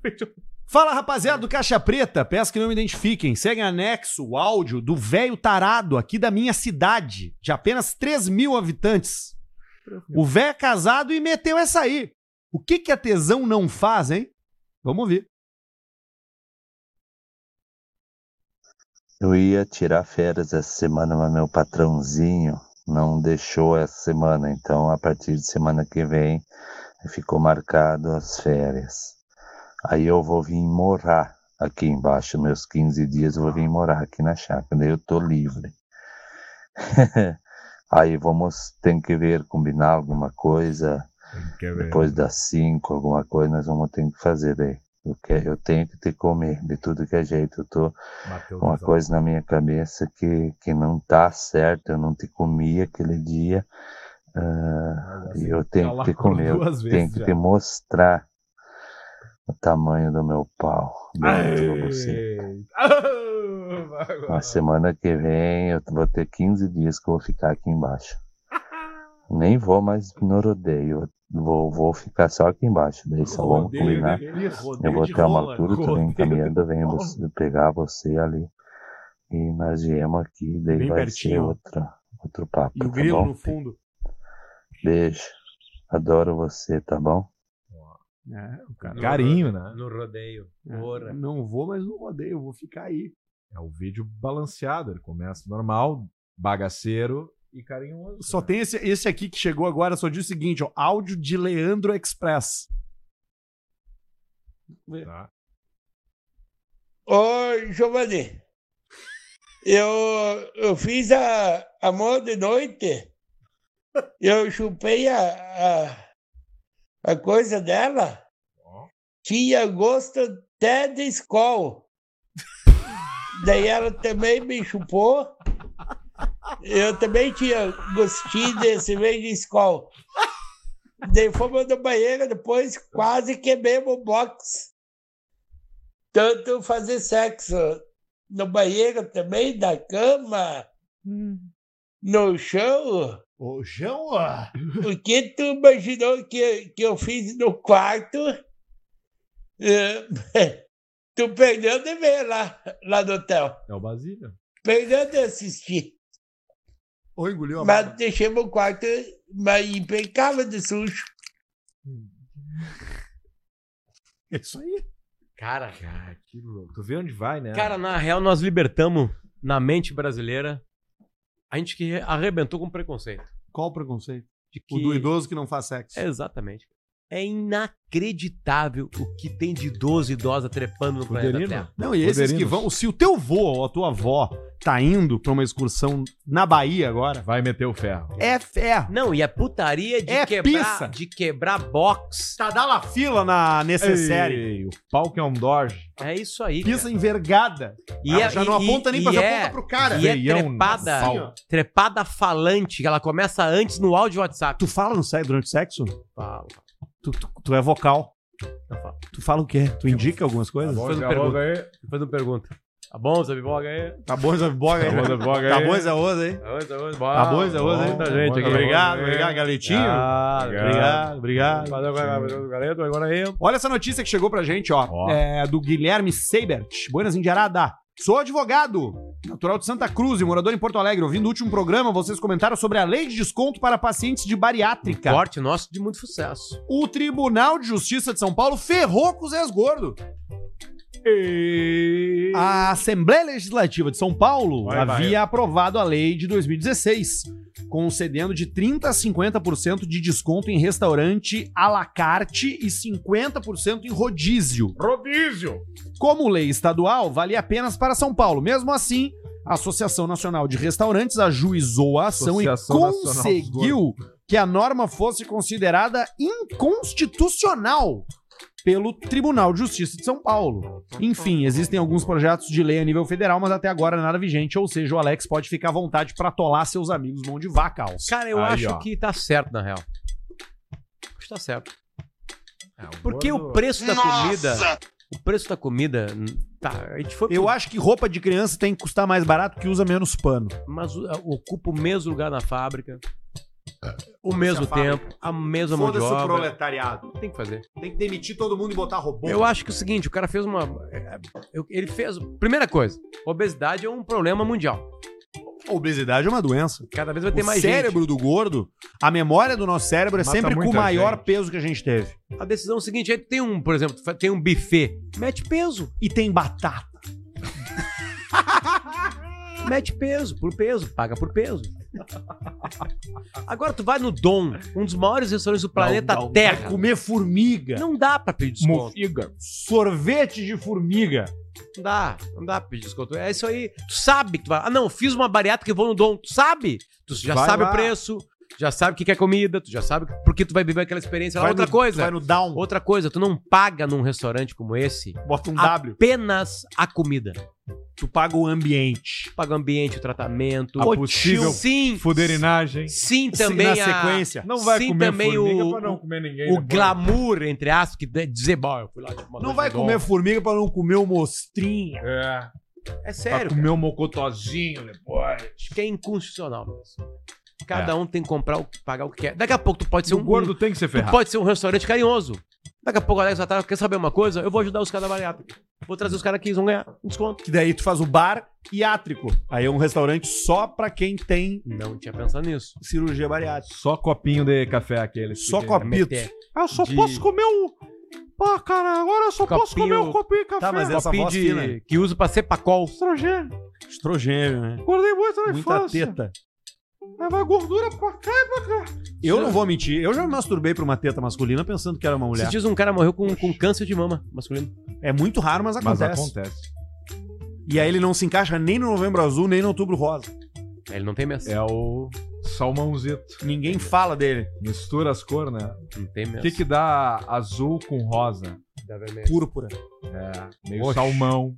Speaker 2: Fala, rapaziada do Caixa Preta. Peço que não me identifiquem. Segue em anexo o áudio do velho tarado aqui da minha cidade, de apenas 3 mil habitantes. O velho é casado e meteu essa aí. O que, que a tesão não faz, hein? Vamos ouvir.
Speaker 18: Eu ia tirar férias essa semana, mas meu patrãozinho não deixou essa semana. Então, a partir de semana que vem, ficou marcado as férias. Aí eu vou vir morar aqui embaixo, meus 15 dias eu vou vir morar aqui na chácara. Daí eu tô livre. Aí vamos, tem que ver, combinar alguma coisa. Depois das 5, alguma coisa, nós vamos ter que fazer daí. Eu, que- eu tenho que ter que comer de tudo que é jeito. Eu tô
Speaker 1: Mateus
Speaker 18: com uma
Speaker 1: Gonzalez.
Speaker 18: coisa na minha cabeça que, que não tá certo. Eu não te comi aquele dia. ah, e eu tenho
Speaker 1: ela
Speaker 18: que te
Speaker 1: acordou
Speaker 18: comer. Eu
Speaker 1: duas
Speaker 18: tenho
Speaker 1: vezes
Speaker 18: que
Speaker 1: já.
Speaker 18: te mostrar o tamanho do meu pau. dentro de você. Na semana que vem eu vou ter 15 dias que eu vou ficar aqui embaixo. Nem vou mais no rodeio. eu Vou, vou ficar só aqui embaixo. Daí só vamos
Speaker 19: Rodeio
Speaker 18: combinar.
Speaker 19: de Cristo, rodeio
Speaker 18: eu vou
Speaker 19: de
Speaker 18: ter uma
Speaker 19: rola,
Speaker 18: altura, tu vem
Speaker 19: rodeio
Speaker 18: caminhando, eu
Speaker 19: de
Speaker 18: venho
Speaker 19: rola.
Speaker 18: você- pegar você ali. E nós viemos aqui, daí
Speaker 19: Bem
Speaker 18: vai ser
Speaker 19: pertinho.
Speaker 18: outra, outro papo.
Speaker 19: E o
Speaker 18: tá
Speaker 19: grilo
Speaker 18: bom?
Speaker 19: no fundo.
Speaker 18: Beijo. Adoro você, tá bom?
Speaker 2: É, o
Speaker 1: cara- Carinho, né?
Speaker 3: No rodeio.
Speaker 2: Porra. Não vou, mas não rodeio, eu vou ficar aí.
Speaker 1: É o vídeo balanceado. Ele começa normal, bagaceiro e carinhoso.
Speaker 2: Só tem esse, esse aqui que chegou agora, só diz o seguinte, ó. Áudio de Leandro Express.
Speaker 1: Tá.
Speaker 20: Oi, Giovanni. Eu, eu fiz a amor de noite. Eu chupei a, a, a coisa dela. Tinha gosto até de escola. Daí ela também me chupou. Eu também tinha gostinho de cerveja de escola. Daí fomos no banheiro, depois quase queimamos o box tanto fazer sexo no banheiro também, na cama, no chão. O chão? O que tu imaginou que, que eu fiz no quarto? Eh, tu perdeu de ver lá, lá no hotel.
Speaker 1: É o Basílio.
Speaker 20: Perdeu de assistir.
Speaker 2: Ou engoliu
Speaker 20: a Mas deixei meu quarto mas impecável de sujo.
Speaker 2: É isso aí.
Speaker 3: Cara,
Speaker 1: cara, que louco. Tu vê onde vai,
Speaker 2: É.
Speaker 1: né?
Speaker 3: Cara, na real, nós libertamos na mente brasileira a gente que arrebentou com preconceito.
Speaker 2: Qual o preconceito? O
Speaker 3: que-
Speaker 2: do idoso que não faz sexo.
Speaker 3: É, exatamente. É inacreditável o que tem de idoso e idosa trepando no planeta Terra.
Speaker 2: Não, e esses que vão. Se o teu vô ou a tua avó tá indo pra uma excursão na Bahia agora.
Speaker 1: Vai meter o ferro.
Speaker 2: É ferro.
Speaker 3: Não, e a putaria de
Speaker 2: É
Speaker 3: quebrar
Speaker 2: pizza.
Speaker 3: de quebrar box.
Speaker 2: Tá dá lá fila na necessária.
Speaker 1: Ei, o pau que é um Doge.
Speaker 3: É isso aí.
Speaker 2: Pizza envergada.
Speaker 3: E
Speaker 2: Ela
Speaker 3: é-
Speaker 2: já não
Speaker 3: e-
Speaker 2: aponta nem
Speaker 3: e
Speaker 2: pra já
Speaker 3: é-
Speaker 2: aponta pro cara.
Speaker 3: E é
Speaker 2: Veião
Speaker 3: trepada,
Speaker 2: na sala.
Speaker 3: trepada falante, que ela começa antes no áudio WhatsApp.
Speaker 2: Tu fala no sexo durante o sexo?
Speaker 3: Fala.
Speaker 2: Tu, tu, tu é vocal.
Speaker 3: Eu falo.
Speaker 2: Tu fala o quê? Tu indica algumas coisas?
Speaker 3: Faz uma pergunta. Faz uma pergunta. Tá bom essa biboga aí?
Speaker 2: Tá bom essa biboga aí?
Speaker 3: Tá bom essa biboga aí?
Speaker 2: Tá bom essa rosa aí?
Speaker 4: É
Speaker 3: Tá bom essa rosa?
Speaker 2: Tá bom essa rosa aí?
Speaker 3: Muita gente aqui.
Speaker 2: Obrigado,
Speaker 3: Bom,
Speaker 2: obrigado,
Speaker 3: hein?
Speaker 2: galetinho.
Speaker 3: Obrigado,
Speaker 2: Obrigado, obrigado.
Speaker 3: Valeu, galera. Valeu, galera. Agora aí.
Speaker 2: Olha essa notícia que chegou pra gente, ó. É, do Guilherme Seibert. Buenas Indiarada. Sou advogado, natural de Santa Cruz e morador em Porto Alegre. Ouvindo o último programa, vocês comentaram sobre a lei de desconto para pacientes de bariátrica.
Speaker 3: Corte nosso de muito sucesso.
Speaker 2: O Tribunal de Justiça de São Paulo ferrou com o Zé Gordo. A Assembleia Legislativa de São Paulo
Speaker 1: Vai, vai.
Speaker 2: havia aprovado a lei de 2016, concedendo de 30% a 50% de desconto em restaurante à la carte e 50% em rodízio.
Speaker 1: Rodízio!
Speaker 2: Como lei estadual, vale apenas para São Paulo. Mesmo assim, a Associação Nacional de Restaurantes ajuizou a ação
Speaker 1: Associação
Speaker 2: e
Speaker 1: Nacional dos
Speaker 2: conseguiu que a norma fosse considerada inconstitucional pelo Tribunal de Justiça de São Paulo. Enfim, existem alguns projetos de lei a nível federal, mas até agora nada vigente, ou seja, o Alex pode ficar à vontade pra atolar seus amigos mão de vaca, alça.
Speaker 3: Cara, eu
Speaker 2: Aí,
Speaker 3: acho
Speaker 2: ó.
Speaker 3: que tá certo, na real. Acho que tá certo. Porque
Speaker 2: É, gordo-
Speaker 3: o preço da
Speaker 2: Nossa!
Speaker 3: comida. O preço da comida. hum, Tá, a gente foi.
Speaker 2: Eu
Speaker 3: pro-
Speaker 2: acho que roupa de criança tem que custar mais barato que usa menos pano.
Speaker 3: Mas o- ocupa o mesmo lugar na fábrica. O mesmo
Speaker 2: É. Foda-se a
Speaker 3: tempo, a mesma mão de
Speaker 2: Foda-se o
Speaker 3: obra.
Speaker 2: proletariado.
Speaker 3: Tem que fazer.
Speaker 2: Tem que demitir todo mundo e botar robô.
Speaker 3: Eu acho que é o seguinte, o cara fez uma. é, eu- Ele fez. Primeira coisa, obesidade é um problema mundial.
Speaker 2: Obesidade é uma doença.
Speaker 3: Cada vez vai ter
Speaker 2: o
Speaker 3: mais
Speaker 2: cérebro do gordo, a memória do nosso cérebro é
Speaker 3: Mata
Speaker 2: sempre com o
Speaker 3: muita
Speaker 2: maior
Speaker 3: gente.
Speaker 2: peso que a gente teve.
Speaker 3: gente. A decisão é o seguinte: aí tem um, por exemplo, tem um buffet, mete peso.
Speaker 2: E tem batata.
Speaker 3: mete peso, por peso, paga por peso. Agora tu vai no Dom, um dos maiores restaurantes do planeta
Speaker 2: não,
Speaker 3: Terra.
Speaker 2: vai comer formiga.
Speaker 3: Não dá pra pedir desconto.
Speaker 2: Mofiga. Sorvete de formiga.
Speaker 3: Não dá, não dá pra pedir desconto. É isso aí. Tu sabe que tu vai. Ah, não, fiz uma bariátrica e vou no Dom. Tu sabe? Tu já
Speaker 2: Vai
Speaker 3: sabe
Speaker 2: lá.
Speaker 3: o preço, já sabe o que que é comida, tu já sabe porque tu vai viver aquela experiência. lá.
Speaker 2: Vai
Speaker 3: outra
Speaker 2: no-
Speaker 3: coisa.
Speaker 2: vai no Down.
Speaker 3: Outra coisa, tu não paga num restaurante como esse.
Speaker 2: Bota um W.
Speaker 3: Apenas a comida.
Speaker 2: Tu paga o ambiente.
Speaker 3: Paga o ambiente, o tratamento.
Speaker 1: A
Speaker 3: Pô,
Speaker 1: possível
Speaker 3: tio. Sim.
Speaker 1: Fuderinagem.
Speaker 3: Sim,
Speaker 1: Sim,
Speaker 3: também
Speaker 1: na
Speaker 3: a-
Speaker 1: sequência. Não vai
Speaker 3: sim,
Speaker 1: comer
Speaker 3: também
Speaker 1: formiga
Speaker 3: o,
Speaker 1: pra não comer ninguém
Speaker 3: O
Speaker 1: depois.
Speaker 3: glamour, entre aspas, que de- dizer, bom, eu fui lá. tipo, uma
Speaker 2: Não
Speaker 3: noite
Speaker 2: vai
Speaker 3: no Dom.
Speaker 2: comer formiga pra não comer o mostrinha.
Speaker 1: É.
Speaker 3: É sério.
Speaker 1: Pra comer um mocotozinho depois.
Speaker 3: Acho que é inconstitucional mesmo. Cada um tem que comprar o que pagar o que quer. Daqui a pouco tu pode ser
Speaker 1: É. O
Speaker 3: um.
Speaker 1: gordo
Speaker 3: um-
Speaker 1: tem que ser
Speaker 3: tu
Speaker 1: ferrado.
Speaker 3: pode ser um restaurante carinhoso. Daqui a pouco o Alex vai estar. Quer saber uma coisa? Eu vou ajudar os caras da bariátrica. Vou trazer os caras aqui, eles vão ganhar um desconto.
Speaker 2: Que daí tu faz o bar iátrico. Aí é um restaurante só pra quem tem
Speaker 3: Não tinha pensado nisso.
Speaker 2: cirurgia bariátrica.
Speaker 1: Só copinho de café aquele.
Speaker 2: Só
Speaker 1: que-
Speaker 2: copito.
Speaker 1: Meter.
Speaker 10: Ah, eu só
Speaker 1: De-
Speaker 10: posso comer o. Pá, cara, agora eu só posso
Speaker 3: Copinho-
Speaker 1: um
Speaker 10: comer o copinho de café.
Speaker 2: Tá, mas essa
Speaker 3: Copinho
Speaker 2: voz
Speaker 3: de-
Speaker 2: fina.
Speaker 3: que uso pra ser pacol.
Speaker 10: Estrogênio.
Speaker 2: Estrogênio, né?
Speaker 10: Guardei muito na
Speaker 2: Muita
Speaker 10: infância.
Speaker 2: teta.
Speaker 10: Aí vai gordura pra cá e pra cá.
Speaker 2: Eu não vou mentir, eu já me masturbei pra uma teta masculina pensando que era uma mulher.
Speaker 3: Esses dias um cara morreu com, com câncer de mama masculino.
Speaker 2: É muito raro, mas
Speaker 1: Mas
Speaker 2: acontece.
Speaker 1: acontece.
Speaker 2: E aí ele não se encaixa nem no Novembro Azul, nem no Outubro Rosa.
Speaker 3: Ele não tem mesmo.
Speaker 1: É o salmãozito.
Speaker 2: Ninguém fala dele.
Speaker 1: Mistura as cores, né?
Speaker 3: Não tem
Speaker 1: O
Speaker 3: mesmo.
Speaker 1: que que dá azul com rosa?
Speaker 3: Dá vermelho.
Speaker 2: Púrpura,
Speaker 1: É, meio
Speaker 3: Roxo.
Speaker 1: salmão,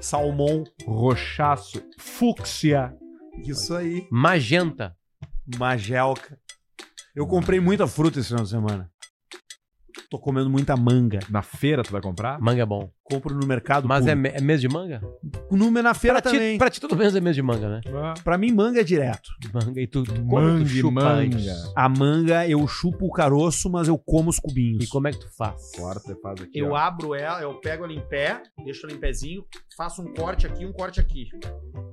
Speaker 2: salmão.
Speaker 1: roxaço, fúcsia.
Speaker 2: Isso aí.
Speaker 3: Magenta.
Speaker 2: Magelca. Eu comprei muita fruta esse final de semana. Tô comendo muita manga.
Speaker 1: Na feira tu vai comprar?
Speaker 2: Tá.
Speaker 3: Manga é bom.
Speaker 2: Compro no mercado.
Speaker 3: Mas é,
Speaker 2: público.
Speaker 3: me- é mês de manga?
Speaker 2: No, na feira
Speaker 3: pra,
Speaker 2: também.
Speaker 3: ti, pra ti, todo mês é mês de manga, né?
Speaker 2: Pra mim, manga é direto.
Speaker 3: Manga e tu, tu come,
Speaker 1: Manga,
Speaker 3: tu chupa
Speaker 1: manga.
Speaker 3: antes.
Speaker 2: A manga, eu chupo o caroço, mas eu como os cubinhos.
Speaker 3: E como é que tu faz?
Speaker 1: Agora você faz aqui,
Speaker 2: Eu
Speaker 1: ó.
Speaker 2: abro ela, eu pego ela em pé, deixo ela em pezinho, faço um corte aqui, um corte aqui.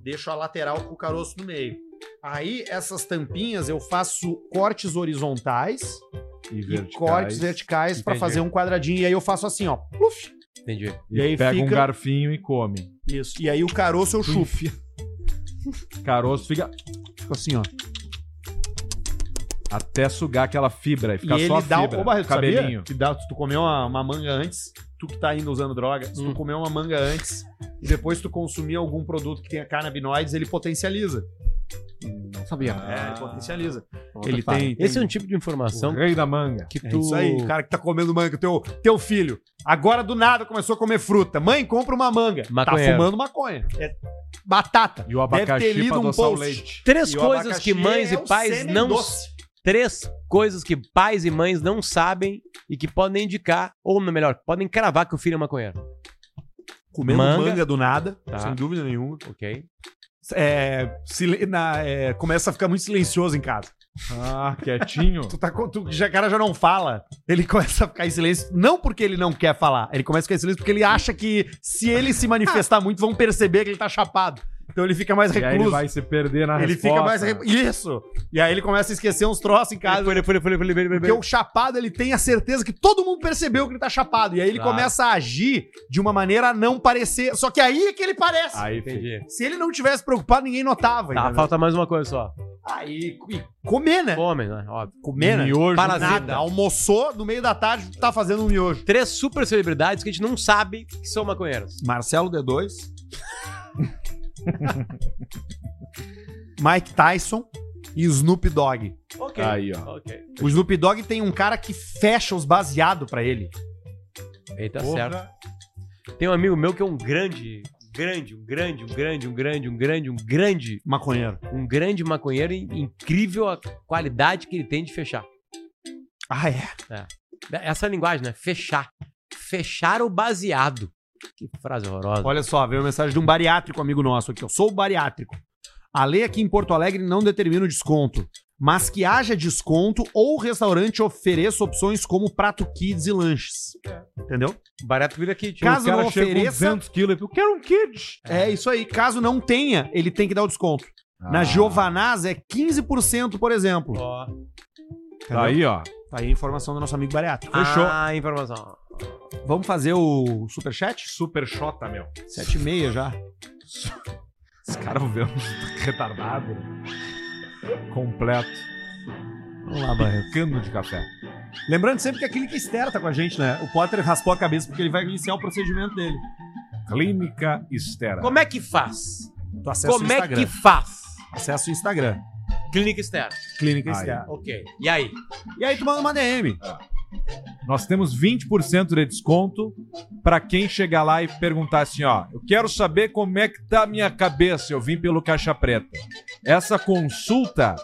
Speaker 2: Deixo a lateral com o caroço no meio. Aí, essas tampinhas, eu faço cortes horizontais
Speaker 1: E
Speaker 2: e cortes verticais pra
Speaker 3: Entendi.
Speaker 2: fazer um quadradinho. E aí eu faço assim, ó. Pluf!
Speaker 3: Entendi.
Speaker 1: E,
Speaker 2: E aí
Speaker 1: pega um
Speaker 2: fica-
Speaker 1: garfinho e come.
Speaker 2: Isso. E aí o caroço eu chupo.
Speaker 1: Caroço fica
Speaker 2: Fica assim, ó.
Speaker 1: até sugar aquela fibra e
Speaker 2: E
Speaker 1: ficar
Speaker 2: ele
Speaker 1: só a
Speaker 2: dá
Speaker 1: fibra.
Speaker 2: o Barreto,
Speaker 1: cabelinho.
Speaker 2: sabia? Que dá, se tu comer uma, uma manga antes, tu que tá ainda usando droga,
Speaker 1: Hum.
Speaker 2: se tu comer uma manga antes e depois tu consumir algum produto que tenha canabinoides, ele potencializa.
Speaker 3: Não sabia.
Speaker 4: Ah.
Speaker 1: Ah.
Speaker 2: É, ele potencializa.
Speaker 3: Outra
Speaker 2: ele
Speaker 3: parada.
Speaker 2: tem,
Speaker 3: Esse
Speaker 2: tem-
Speaker 3: é um tipo de
Speaker 1: O
Speaker 3: informação
Speaker 1: rei da manga.
Speaker 3: que tu.
Speaker 2: É isso aí, o cara que tá comendo manga, teu, teu filho. Agora do nada começou a comer fruta. Mãe, compra uma manga.
Speaker 3: Maconheiro.
Speaker 2: Tá fumando maconha. É batata.
Speaker 1: E o abacaxi pra adoçar o leite.
Speaker 3: Três
Speaker 2: um E o
Speaker 3: coisas
Speaker 2: abacaxi
Speaker 3: que mães
Speaker 2: é
Speaker 3: e
Speaker 2: o
Speaker 3: pais
Speaker 2: sêmen
Speaker 3: não.
Speaker 2: doce.
Speaker 3: Três coisas que pais e mães não sabem e que podem indicar, ou no melhor, podem cravar que o filho é maconheiro.
Speaker 2: Comendo manga,
Speaker 3: Manga.
Speaker 2: do nada,
Speaker 3: Tá.
Speaker 2: sem dúvida nenhuma.
Speaker 3: Ok.
Speaker 2: É, silen- na- é, começa a ficar muito silencioso em casa.
Speaker 1: Ah, quietinho.
Speaker 2: Tu tá, com- tu, já, o cara já não fala. Ele começa a ficar em silêncio, não porque ele não quer falar. Ele começa a ficar em silêncio porque ele acha que se ele se manifestar muito, vão perceber que ele tá chapado. Então ele fica mais
Speaker 1: E aí ele
Speaker 2: recluso.
Speaker 1: vai se perder na
Speaker 2: Ele fica mais.
Speaker 1: resposta.
Speaker 2: re- Isso! E aí ele começa a esquecer uns troços em casa. Porque o chapado, ele tem a certeza que todo mundo percebeu que ele tá chapado. E aí ele
Speaker 1: Claro.
Speaker 2: começa a agir de uma maneira a não parecer. Só que aí né? é que ele parece.
Speaker 3: Aí, entendi.
Speaker 2: Se ele não tivesse preocupado, ninguém notava.
Speaker 3: Tá,
Speaker 2: entendeu?
Speaker 3: falta mais uma coisa só.
Speaker 2: Aí, e comer, né?
Speaker 3: Come, né? Óbvio.
Speaker 2: Comer, né?
Speaker 3: Miojo.
Speaker 2: Parasita.
Speaker 3: Nada.
Speaker 2: Almoçou, no meio da tarde, tá fazendo um miojo.
Speaker 3: Três super celebridades que a gente não sabe que são maconheiros.
Speaker 2: Marcelo D2. Mike Tyson e Snoop Dogg.
Speaker 3: Ok.
Speaker 1: Tá Aí, ó.
Speaker 3: Ok.
Speaker 2: O Snoop Dogg tem um cara que fecha os baseados pra ele.
Speaker 3: Ele tá
Speaker 2: Porra.
Speaker 3: certo. Tem um amigo meu que é um grande, grande, um grande, um grande, um grande, um grande, um grande.
Speaker 2: Maconheiro.
Speaker 3: Um grande maconheiro e incrível a qualidade que ele tem de fechar.
Speaker 2: Ah, é?
Speaker 3: Essa é a linguagem, né? Fechar. Fechar o baseado. Que frase horrorosa.
Speaker 2: Olha só, veio uma mensagem de um bariátrico amigo nosso aqui. Eu sou bariátrico. A lei aqui em Porto Alegre não determina o desconto, mas que haja desconto ou o restaurante ofereça opções como prato kids e lanches. Entendeu?
Speaker 3: Barato vira kit.
Speaker 2: Caso
Speaker 3: O cara
Speaker 2: não
Speaker 3: chega com
Speaker 2: ofereça.
Speaker 3: 200
Speaker 2: quilos, eu quero um kid. É isso aí. Caso não tenha, ele tem que dar o desconto.
Speaker 1: Ah.
Speaker 2: Na Giovanás é 15%, por exemplo. Entendeu?
Speaker 1: Tá aí, ó.
Speaker 2: Tá aí a informação do nosso amigo Bariato.
Speaker 3: Fechou. Ah, informação.
Speaker 2: Vamos fazer o superchat?
Speaker 1: Super Xota, meu.
Speaker 2: Sete e meia já.
Speaker 1: Os caras vão ver uns um retardado. Completo.
Speaker 2: Vamos lá, Barreto.
Speaker 1: Cano de café.
Speaker 2: Lembrando sempre que a clínica Estera tá com a gente, né? O Potter raspou a cabeça porque ele vai iniciar o procedimento dele.
Speaker 1: Clínica Estera.
Speaker 3: Como é que faz?
Speaker 2: Tu acessa
Speaker 3: Como
Speaker 2: o
Speaker 3: é
Speaker 2: Instagram.
Speaker 3: que faz?
Speaker 2: Acessa o Instagram.
Speaker 3: Clínica externa.
Speaker 2: Clínica Estera.
Speaker 3: Ok. E aí?
Speaker 2: E aí tu manda uma DM.
Speaker 1: Nós temos 20% de desconto pra quem chegar lá e perguntar assim, ó, eu quero saber como é que tá a minha cabeça, eu vim pelo caixa preta. Essa consulta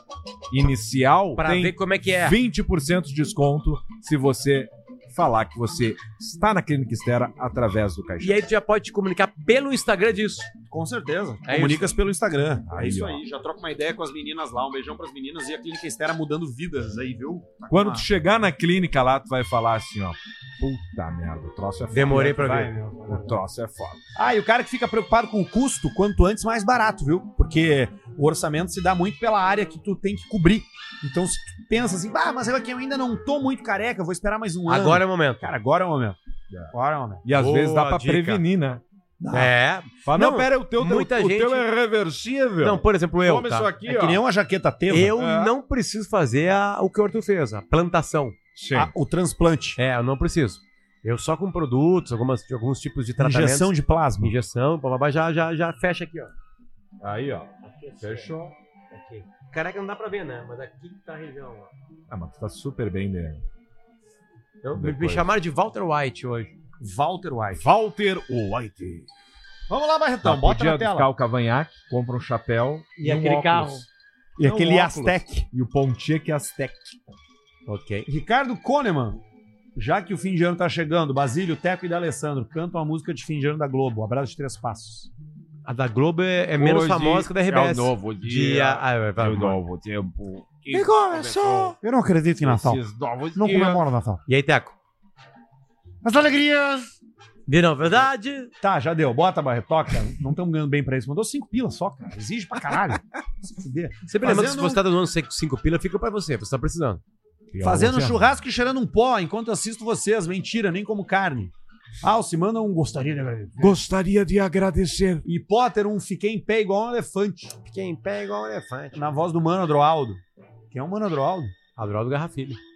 Speaker 1: inicial
Speaker 3: Pra
Speaker 1: tem
Speaker 3: ver como é que é.
Speaker 1: 20% de desconto se você falar que você está na Clínica Estera através do caixa.
Speaker 3: E aí tu já pode te comunicar pelo Instagram disso.
Speaker 2: Com certeza.
Speaker 3: É
Speaker 2: Comunicas
Speaker 3: isso.
Speaker 2: pelo Instagram.
Speaker 1: Aí,
Speaker 2: é isso
Speaker 1: ó.
Speaker 2: aí. Já troca uma ideia com as meninas lá. Um beijão pras meninas e a Clínica Estera mudando vidas aí, viu? Tá com
Speaker 1: Quando
Speaker 2: uma-
Speaker 1: tu chegar na clínica lá, tu vai falar assim, ó, puta merda, o troço é foda.
Speaker 3: Demorei pra
Speaker 1: Vai,
Speaker 3: ver.
Speaker 1: meu, O troço é foda.
Speaker 2: Ah, e o cara que fica preocupado com o custo, quanto antes mais barato, viu? Porque o orçamento se dá muito pela área que tu tem que cobrir. Então se tu pensa assim, ah, mas eu aqui eu ainda não tô muito careca, eu vou esperar mais um ano.
Speaker 3: Agora é o momento.
Speaker 2: Cara, agora é o momento. Agora é o momento.
Speaker 1: E às
Speaker 3: Boa
Speaker 1: vezes dá pra
Speaker 3: dica.
Speaker 1: prevenir, né?
Speaker 3: É.
Speaker 2: Ah,
Speaker 1: Fala, não, pera, o teu,
Speaker 3: muita
Speaker 1: o,
Speaker 3: gente...
Speaker 1: teu é reversível.
Speaker 3: Não, por exemplo, eu.
Speaker 1: Toma
Speaker 3: tá?
Speaker 1: isso aqui,
Speaker 2: É
Speaker 1: ó.
Speaker 2: que nem uma jaqueta teva.
Speaker 3: Eu
Speaker 1: É.
Speaker 3: não preciso fazer a- o que o Arthur fez, a plantação.
Speaker 1: Sim.
Speaker 2: Ah, o transplante.
Speaker 3: É, eu não preciso. Eu só com produtos, algumas, de alguns tipos de tratamentos.
Speaker 2: Injeção de plasma.
Speaker 3: Injeção, bababá, já, já, já fecha aqui, ó.
Speaker 1: Aí, ó. Fechou.
Speaker 3: Aqui. Caraca, não dá pra ver, né? Mas aqui tá a região, ó.
Speaker 1: Ah, mas tu tá super bem, né?
Speaker 3: Eu- me,
Speaker 1: Depois.
Speaker 3: me chamaram de Walter White hoje.
Speaker 2: Walter White.
Speaker 1: Walter White.
Speaker 2: Vamos lá, Barretão,
Speaker 1: Tá,
Speaker 2: bota
Speaker 1: podia
Speaker 2: na tela.
Speaker 1: ficar o cavanhaque, compra um chapéu
Speaker 3: E aquele carro.
Speaker 2: E aquele
Speaker 1: Aztec.
Speaker 2: Aztec.
Speaker 1: E o Pontiac Aztec.
Speaker 3: Ok.
Speaker 2: Ricardo Coneman. Já que o fim de ano tá chegando, Basílio, Teco e D'Alessandro cantam a música de fim de ano da Globo. Abraço de três passos.
Speaker 3: A da Globo é, é menos
Speaker 1: Hoje
Speaker 3: famosa que a da RBS.
Speaker 1: é o novo dia,
Speaker 3: Ah, é, vai,
Speaker 1: Eu
Speaker 3: vai.
Speaker 1: novo tempo.
Speaker 2: E começou! Eu não acredito em Natal.
Speaker 1: Esses novos
Speaker 2: Não
Speaker 1: dias.
Speaker 2: comemoro Natal.
Speaker 3: E aí, Teco?
Speaker 2: As alegrias!
Speaker 3: Viram a verdade?
Speaker 2: Tá, já deu. Bota, Barretoca. Não estamos ganhando bem pra isso. Mandou cinco pilas só, cara. Exige pra caralho. Se fuder. um
Speaker 3: Sempre lembrando que se você tá dando 5 pila, fica pra você, você tá precisando.
Speaker 2: Fazendo
Speaker 3: Você-
Speaker 2: churrasco e cheirando um pó enquanto assisto vocês. Mentira, nem como carne. Alce, manda um gostaria de agradecer.
Speaker 1: Gostaria de agradecer.
Speaker 2: E Potter, um fiquei em pé igual um elefante.
Speaker 3: Fiquei em pé igual um elefante.
Speaker 2: Na voz do Mano Adroaldo. Quem é o Mano Adroaldo?
Speaker 3: Adroaldo Garrafilho. Ah.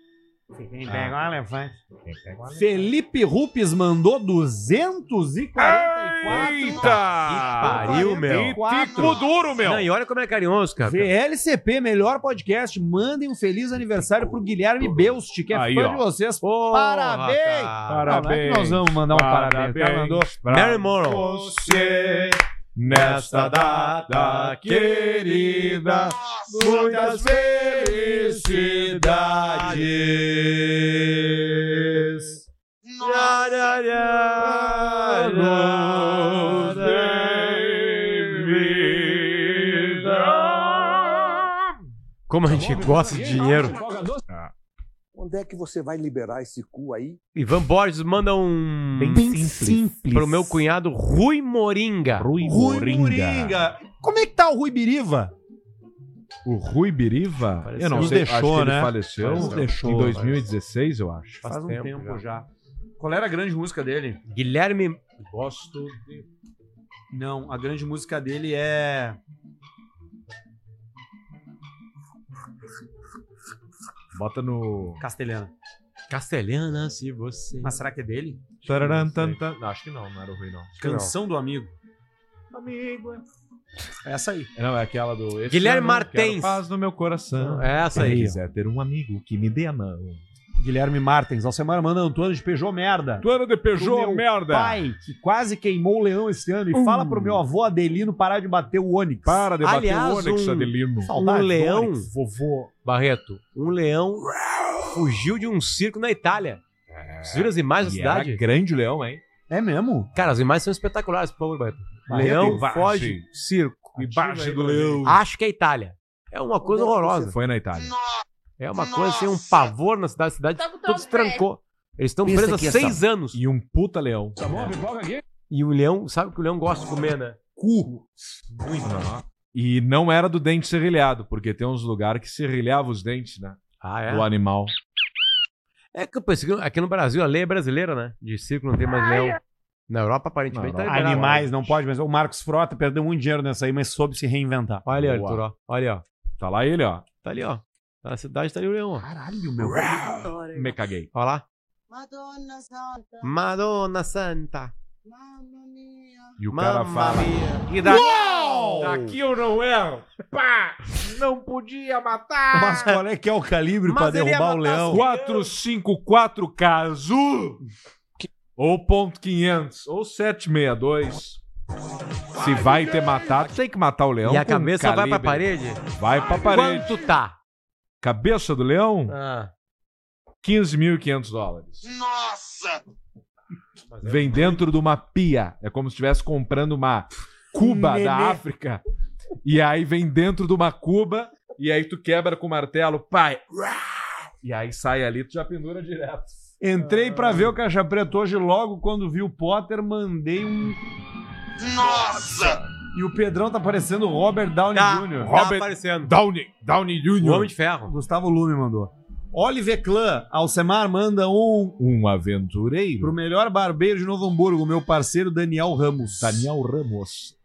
Speaker 2: Fiquei
Speaker 3: em pé igual
Speaker 2: um elefante.
Speaker 3: um
Speaker 2: Felipe Rupes mandou 244.
Speaker 1: Eita!
Speaker 3: pariu, meu.
Speaker 1: Fico duro, meu.
Speaker 3: Não, e olha como ele é carinhoso, cara.
Speaker 2: VLCP, melhor podcast. Mandem um feliz aniversário pro Guilherme Beusti, que é
Speaker 1: Aí,
Speaker 2: fã
Speaker 1: ó.
Speaker 2: de vocês.
Speaker 3: Porra,
Speaker 2: parabéns!
Speaker 3: cara.
Speaker 2: Não, não é que nós vamos mandar um parabéns. O cara mandou.
Speaker 1: pra
Speaker 3: Mary Morrow.
Speaker 1: Você,
Speaker 3: Né?
Speaker 1: nesta data querida, muitas felicidades. Anos de vida.
Speaker 3: Como a
Speaker 2: Tá
Speaker 3: gente gosta de dinheiro.
Speaker 6: Onde é que você vai liberar esse cu aí?
Speaker 3: Ivan Borges manda um.
Speaker 6: Bem simples.
Speaker 3: Pro meu cunhado Rui Moringa.
Speaker 1: Rui
Speaker 2: Rui Moringa. Como é que tá o Rui Biriva?
Speaker 1: O Rui Biriva?
Speaker 2: Faleceu. Nos deixou,
Speaker 1: acho que
Speaker 2: né?
Speaker 1: Ele faleceu,
Speaker 2: Nos deixou,
Speaker 1: em 2016, eu acho.
Speaker 2: Faz um tempo já.
Speaker 3: Qual era a grande música dele? Guilherme. Gosto de.
Speaker 2: Não, a grande música dele é.
Speaker 1: Bota no.
Speaker 2: Castelhana.
Speaker 3: Castelhana, se você.
Speaker 2: Mas será que é dele?
Speaker 1: Tararam, tan, tan. Não, acho que não, não era o Rui, não. Acho que não.
Speaker 2: Canção do Amigo.
Speaker 8: Amigo.
Speaker 2: É essa aí.
Speaker 1: Não, é aquela do. Esse
Speaker 3: Guilherme
Speaker 1: ano
Speaker 3: Martens.
Speaker 1: quero Paz no meu coração.
Speaker 3: É essa
Speaker 1: Quem
Speaker 3: aí, ó.
Speaker 1: quiser ter um amigo que me dê a mão.
Speaker 2: Guilherme Martens, Alcemar manda Antônio de Peugeot merda.
Speaker 1: Antônio de
Speaker 2: Peugeot merda. Pai, que quase queimou o leão esse ano. E fala pro meu avô Adelino parar de bater o Onix.
Speaker 1: Uh. Para de bater
Speaker 3: Aliás,
Speaker 1: o Onix,
Speaker 3: um-
Speaker 1: Adelino.
Speaker 2: Saudade
Speaker 3: um
Speaker 2: do
Speaker 3: leão.
Speaker 2: Onix, vovô.
Speaker 3: Barreto, um leão fugiu de um circo na Itália. Vocês viram as imagens da
Speaker 1: É, E era
Speaker 3: cidade?
Speaker 1: grande o leão, hein?
Speaker 2: É mesmo?
Speaker 3: Cara, as imagens são espetaculares, por favor, Barreto.
Speaker 1: Barreto,
Speaker 3: leão
Speaker 1: embaixo.
Speaker 3: foge, circo.
Speaker 1: Embaixo do leão.
Speaker 3: Acho que é Itália. É uma coisa horrorosa.
Speaker 1: Foi na Itália.
Speaker 3: É uma coisa assim, um pavor na cidade. A cidade todos trancou. Eles estão
Speaker 1: Pensa
Speaker 3: presos há
Speaker 1: que
Speaker 3: seis
Speaker 1: essa-
Speaker 3: anos.
Speaker 1: E um puta leão.
Speaker 3: Tá bom,
Speaker 4: É.
Speaker 3: pipoca aqui? E o leão, sabe o que o leão gosta de comer, né?
Speaker 1: Cu. E não era do dente serrilhado, porque tem uns lugares que serrilhava os dentes, né?
Speaker 3: Ah, é?
Speaker 1: Do animal.
Speaker 3: É que eu pensei, que aqui no Brasil a lei é brasileira, né? De circo não tem mais leão. Na Europa, aparentemente, tá liberado.
Speaker 2: Animais, não pode, mas o Marcos Frota perdeu muito dinheiro nessa aí, mas soube se reinventar.
Speaker 3: Olha ali, Arthur, ó. Olha, ó.
Speaker 1: Tá lá ele, ó.
Speaker 3: Tá ali, ó. Tá na cidade, tá ali o leão, ó.
Speaker 2: Caralho, meu.
Speaker 1: Me caguei.
Speaker 3: Olha lá.
Speaker 11: Madonna Santa.
Speaker 3: Madonna Santa.
Speaker 1: E o
Speaker 3: Mamma
Speaker 1: cara fala.
Speaker 3: mia. E
Speaker 1: da-
Speaker 3: daqui,
Speaker 1: Uau!
Speaker 3: daqui eu não erro. Pá! Não podia matar.
Speaker 2: Mas qual é que é o calibre pra
Speaker 1: Mas ele ia
Speaker 2: derrubar o
Speaker 1: matar
Speaker 2: leão?
Speaker 1: 454 caso. Ou ponto 500. Ou 762. Se vai ter matado, tem que matar o leão.
Speaker 3: E a
Speaker 1: com
Speaker 3: cabeça vai pra
Speaker 1: É um calibre.
Speaker 3: parede?
Speaker 1: Vai pra parede.
Speaker 3: Quanto tá?
Speaker 1: Cabeça do leão?
Speaker 3: Ah.
Speaker 1: 15.500 dólares.
Speaker 13: Nossa!
Speaker 1: Vem dentro de uma pia. É como se estivesse comprando uma Cuba
Speaker 13: Nenê.
Speaker 1: da África. E aí vem dentro de uma Cuba. E aí tu quebra com o martelo, pai. E aí sai ali, tu já pendura direto.
Speaker 2: Entrei pra ver o Caixa Preto hoje, logo quando vi o Potter, mandei um.
Speaker 13: Nossa!
Speaker 2: E o Pedrão tá parecendo o Robert Downey
Speaker 3: Tá.
Speaker 2: Jr.
Speaker 3: Robert aparecendo.
Speaker 1: Downey, Downey Jr.
Speaker 3: O Homem de Ferro.
Speaker 2: Gustavo Lume mandou. Oliver Clã, Alcemar manda um
Speaker 1: Um aventureiro.
Speaker 2: pro melhor barbeiro de Novo Hamburgo, meu parceiro Daniel Ramos.
Speaker 1: Daniel Ramos.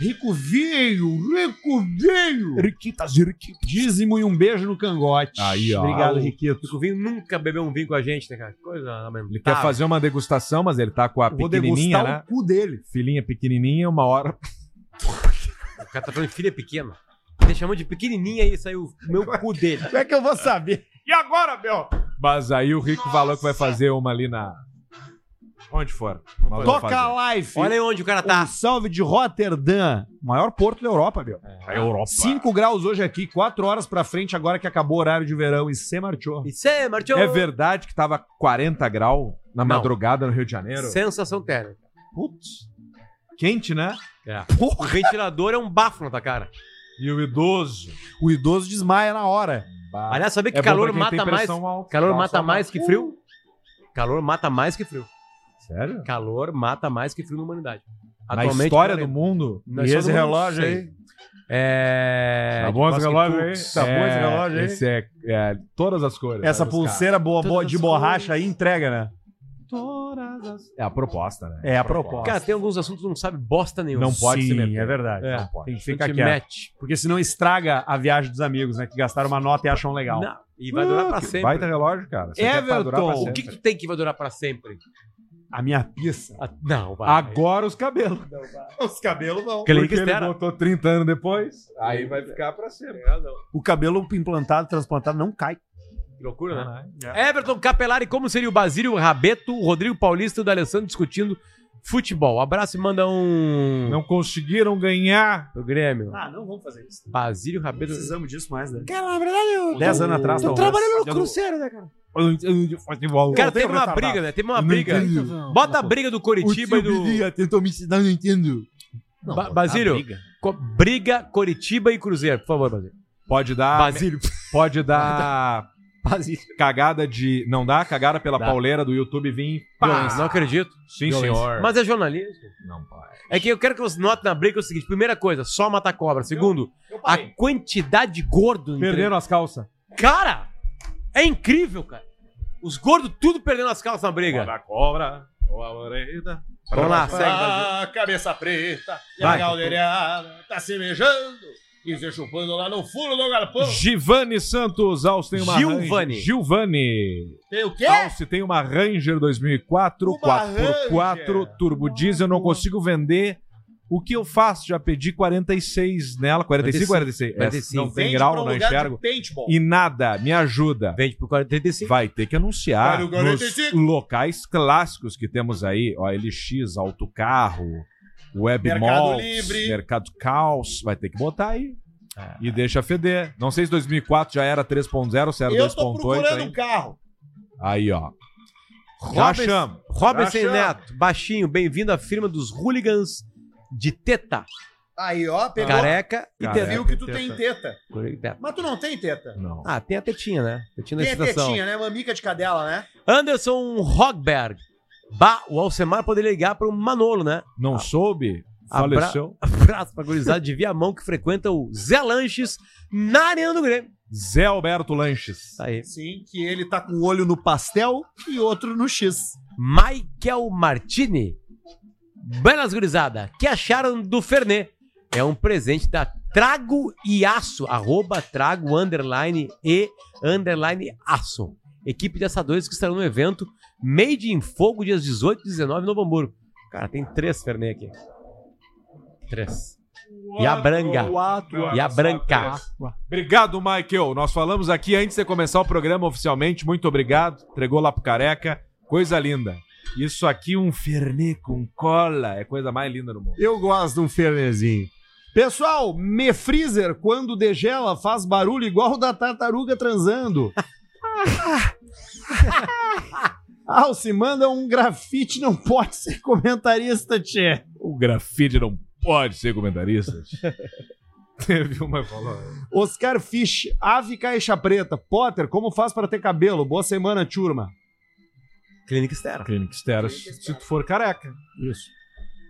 Speaker 2: Rico veio, rico veio.
Speaker 1: Riquitas, riquitas.
Speaker 2: Dízimo e um beijo no cangote.
Speaker 1: Aí, ó.
Speaker 2: Obrigado,
Speaker 3: O-
Speaker 2: Riquito.
Speaker 3: O vinho nunca bebeu um vinho com a gente, né, cara? Que Coisa Tá, lamentável.
Speaker 1: Ele quer fazer uma degustação, mas ele tá com a
Speaker 2: Vou
Speaker 1: pequenininha,
Speaker 2: degustar
Speaker 1: né?
Speaker 2: o cu dele.
Speaker 1: Filhinha pequenininha, uma hora.
Speaker 3: O cara tá falando de filha pequena. Ele chamou de pequenininha e saiu o meu cu dele.
Speaker 2: Como é que eu vou saber?
Speaker 1: E agora, meu? Mas aí o Rico falou que vai fazer uma ali na. Onde for. Nós vamos
Speaker 2: Toca
Speaker 1: fazer.
Speaker 2: a live.
Speaker 3: Olha aí onde o cara tá.
Speaker 2: Um salve de Rotterdam, maior porto da Europa, meu.
Speaker 1: É. A Europa.
Speaker 2: 5 graus hoje aqui, 4 horas pra frente, agora que acabou o horário de verão e se marchou.
Speaker 3: E cê, Martio.
Speaker 1: É verdade que tava 40 graus na
Speaker 3: Não.
Speaker 1: madrugada no Rio de Janeiro?
Speaker 3: Sensação térmica.
Speaker 1: Putz. Quente, né?
Speaker 3: É. O ventilador é um bafo na tua cara.
Speaker 1: E o idoso.
Speaker 2: O idoso desmaia na hora.
Speaker 3: Aliás, sabia que
Speaker 1: É bom
Speaker 3: calor
Speaker 1: pra quem tem
Speaker 3: mata mais.
Speaker 1: pressão alta,
Speaker 3: calor
Speaker 1: dá
Speaker 3: mata
Speaker 1: só uma-
Speaker 3: mais que frio? Calor mata mais que frio.
Speaker 1: uh, Sério?
Speaker 3: Calor mata mais que frio na humanidade.
Speaker 1: Na história
Speaker 3: cara,
Speaker 1: um do mundo.
Speaker 3: na história do mundo, sei. É.
Speaker 1: Tá bom esse
Speaker 3: Basket
Speaker 1: relógio aí?
Speaker 3: Cooks.
Speaker 1: Tá bom esse
Speaker 2: É,
Speaker 1: relógio aí?
Speaker 2: esse
Speaker 1: é, todas as cores. né,
Speaker 2: Essa pulseira boa, boa- de borracha aí entrega, né?
Speaker 1: É a proposta, né?
Speaker 2: É a proposta.
Speaker 3: Cara, tem alguns assuntos que não sabe bosta nenhuma.
Speaker 1: Não pode
Speaker 2: Sim,
Speaker 1: se meter.
Speaker 2: é verdade.
Speaker 3: É.
Speaker 2: Não pode. Tem que
Speaker 3: Não
Speaker 2: ficar
Speaker 3: te
Speaker 2: quieto.
Speaker 3: mete.
Speaker 2: Porque senão estraga a viagem dos amigos, né? Que gastaram uma nota e acham legal.
Speaker 3: Não, e vai durar pra
Speaker 1: que
Speaker 3: sempre.
Speaker 1: Baita relógio, cara. Isso aqui é pra durar pra
Speaker 2: Everton,
Speaker 3: O que,
Speaker 1: sempre.
Speaker 3: que tem que vai durar pra sempre?
Speaker 2: A minha pista.
Speaker 3: Ah, Não, vai.
Speaker 1: Agora os cabelos.
Speaker 2: Os cabelos vão.
Speaker 3: Clique
Speaker 1: Porque ele
Speaker 3: externo.
Speaker 1: botou 30 anos depois, aí vai ficar pra sempre.
Speaker 2: O cabelo implantado, transplantado, não cai.
Speaker 3: Que loucura, né? Everton Capelari, como seria o Basílio Rabeto, o Rodrigo Paulista e o D'Alessandro discutindo futebol? Abraço e manda um...
Speaker 1: Não conseguiram ganhar.
Speaker 3: O Grêmio.
Speaker 2: Ah, não vamos fazer isso.
Speaker 3: Basílio Rabeto...
Speaker 2: Precisamos disso mais, né?
Speaker 3: Cara, na verdade, eu...
Speaker 2: Dez anos atrás,
Speaker 3: Tô
Speaker 2: talvez.
Speaker 3: trabalhando no
Speaker 2: Dando-
Speaker 3: Cruzeiro, né, cara?
Speaker 1: Futebol.
Speaker 3: Cara, teve uma briga, né? Teve uma briga. Bota a briga do Coritiba e do...
Speaker 1: tentou me ensinar, não entendo.
Speaker 3: Ba Basílio,
Speaker 2: briga.
Speaker 3: co-
Speaker 2: Ah,
Speaker 3: briga Coritiba e Cruzeiro, por favor, Basílio.
Speaker 1: Pode dar.
Speaker 3: Basílio.
Speaker 1: Pode dar
Speaker 14: Faz isso.
Speaker 1: Cagada de. Não dá? Cagada pela pauleira do YouTube vir.
Speaker 3: Violência. Não acredito.
Speaker 1: Sim,
Speaker 3: Violência.
Speaker 1: senhor.
Speaker 3: Mas é jornalismo.
Speaker 1: Não, pai.
Speaker 3: É que eu quero que você note na briga o seguinte: primeira coisa, só matar cobra. Segundo, a quantidade de gordo.
Speaker 1: Perderam as calças.
Speaker 3: Cara, é incrível, cara. Os gordos tudo perdendo as calças na briga. Cobra,
Speaker 1: cobra. Orelha.
Speaker 3: Vamos lá, segue.
Speaker 19: A cabeça preta e
Speaker 3: Vai.
Speaker 19: a galdeirada tá se beijando e se chupando lá no fundo do galpão.
Speaker 1: Givane Santos, Alce tem uma
Speaker 19: Gilvane.
Speaker 1: Ranger- Gilvane.
Speaker 19: Tem o quê?
Speaker 1: Alce tem uma Ranger 2004, 4x4, turbo diesel, não consigo vender. O que eu faço? Já pedi 46 nela, 45 46?
Speaker 3: 45.
Speaker 1: É, Não tem
Speaker 3: Vende
Speaker 1: grau,
Speaker 3: pra um
Speaker 1: não
Speaker 3: lugar de
Speaker 1: enxergo.
Speaker 19: paintball.
Speaker 1: E nada, me ajuda.
Speaker 3: Vende por 45.
Speaker 1: Vai ter que anunciar
Speaker 19: Para o
Speaker 1: nos
Speaker 19: 45.
Speaker 1: locais clássicos que temos aí, ó, LX, Autocarro, Web
Speaker 19: Mercado
Speaker 1: Malls,
Speaker 19: Livre.
Speaker 1: Mercado Caos, vai ter que botar aí.
Speaker 3: É.
Speaker 1: E deixa feder. Não sei se 2004 já era 3.0 ou se era
Speaker 19: Eu tô
Speaker 1: 2.8.
Speaker 19: procurando
Speaker 1: aí.
Speaker 19: um carro.
Speaker 1: Aí, ó. Já
Speaker 3: Robson,
Speaker 1: achamos.
Speaker 3: Robson
Speaker 19: Já achamos.
Speaker 3: Neto, baixinho, bem-vindo à firma dos hooligans de teta.
Speaker 19: Aí, ó, pegou.
Speaker 3: Careca e
Speaker 19: Tu
Speaker 3: teta.
Speaker 19: viu que tu
Speaker 3: Teta.
Speaker 19: tem teta.
Speaker 3: Teta.
Speaker 19: Mas tu não tem teta.
Speaker 1: Não.
Speaker 3: Ah, tem a tetinha, né? Tetinha da
Speaker 19: Tem a
Speaker 3: excitação.
Speaker 19: tetinha, né? Mamica de cadela, né?
Speaker 3: Anderson Rogberg. Bah, o Alcemar poderia ligar para o Manolo, né?
Speaker 1: Não soube?
Speaker 3: Abra-
Speaker 1: Faleceu.
Speaker 3: Abraço pra gurizada de Viamão que frequenta o Zé Lanches na Arena do Grêmio. Tá
Speaker 1: Zé Alberto Lanches.
Speaker 3: Aí.
Speaker 19: Sim, que ele tá com um olho no pastel e outro no X.
Speaker 3: Michael Martini. Belas gurizada, que acharam do Fernê? É um presente da Trago e Aço, arroba Trago, underline e underline Aço. Equipe de assadores que estarão no evento Made in Fogo, dias 18 e 19, em Novo Hamburgo. Cara, tem três Fernê aqui. Três. E a branca. E a branca.
Speaker 1: Obrigado, Michael. Nós falamos aqui antes de começar o programa oficialmente. Muito obrigado. Entregou lá pro careca. Coisa linda. Isso aqui, um Fernet com cola, é coisa mais linda do mundo.
Speaker 2: Eu gosto de um fernezinho. Pessoal, me freezer quando degela faz barulho igual o da tartaruga transando. Alce, manda um grafite, não pode ser comentarista, tchê.
Speaker 1: O grafite não pode ser comentarista.
Speaker 19: um-
Speaker 1: Teve uma falou.
Speaker 2: Oscar Fish, ave caixa preta. Potter, como faz para ter cabelo? Boa semana, turma.
Speaker 3: Clínica Estera.
Speaker 1: Clínica Estera, se tu for careca.
Speaker 2: Isso.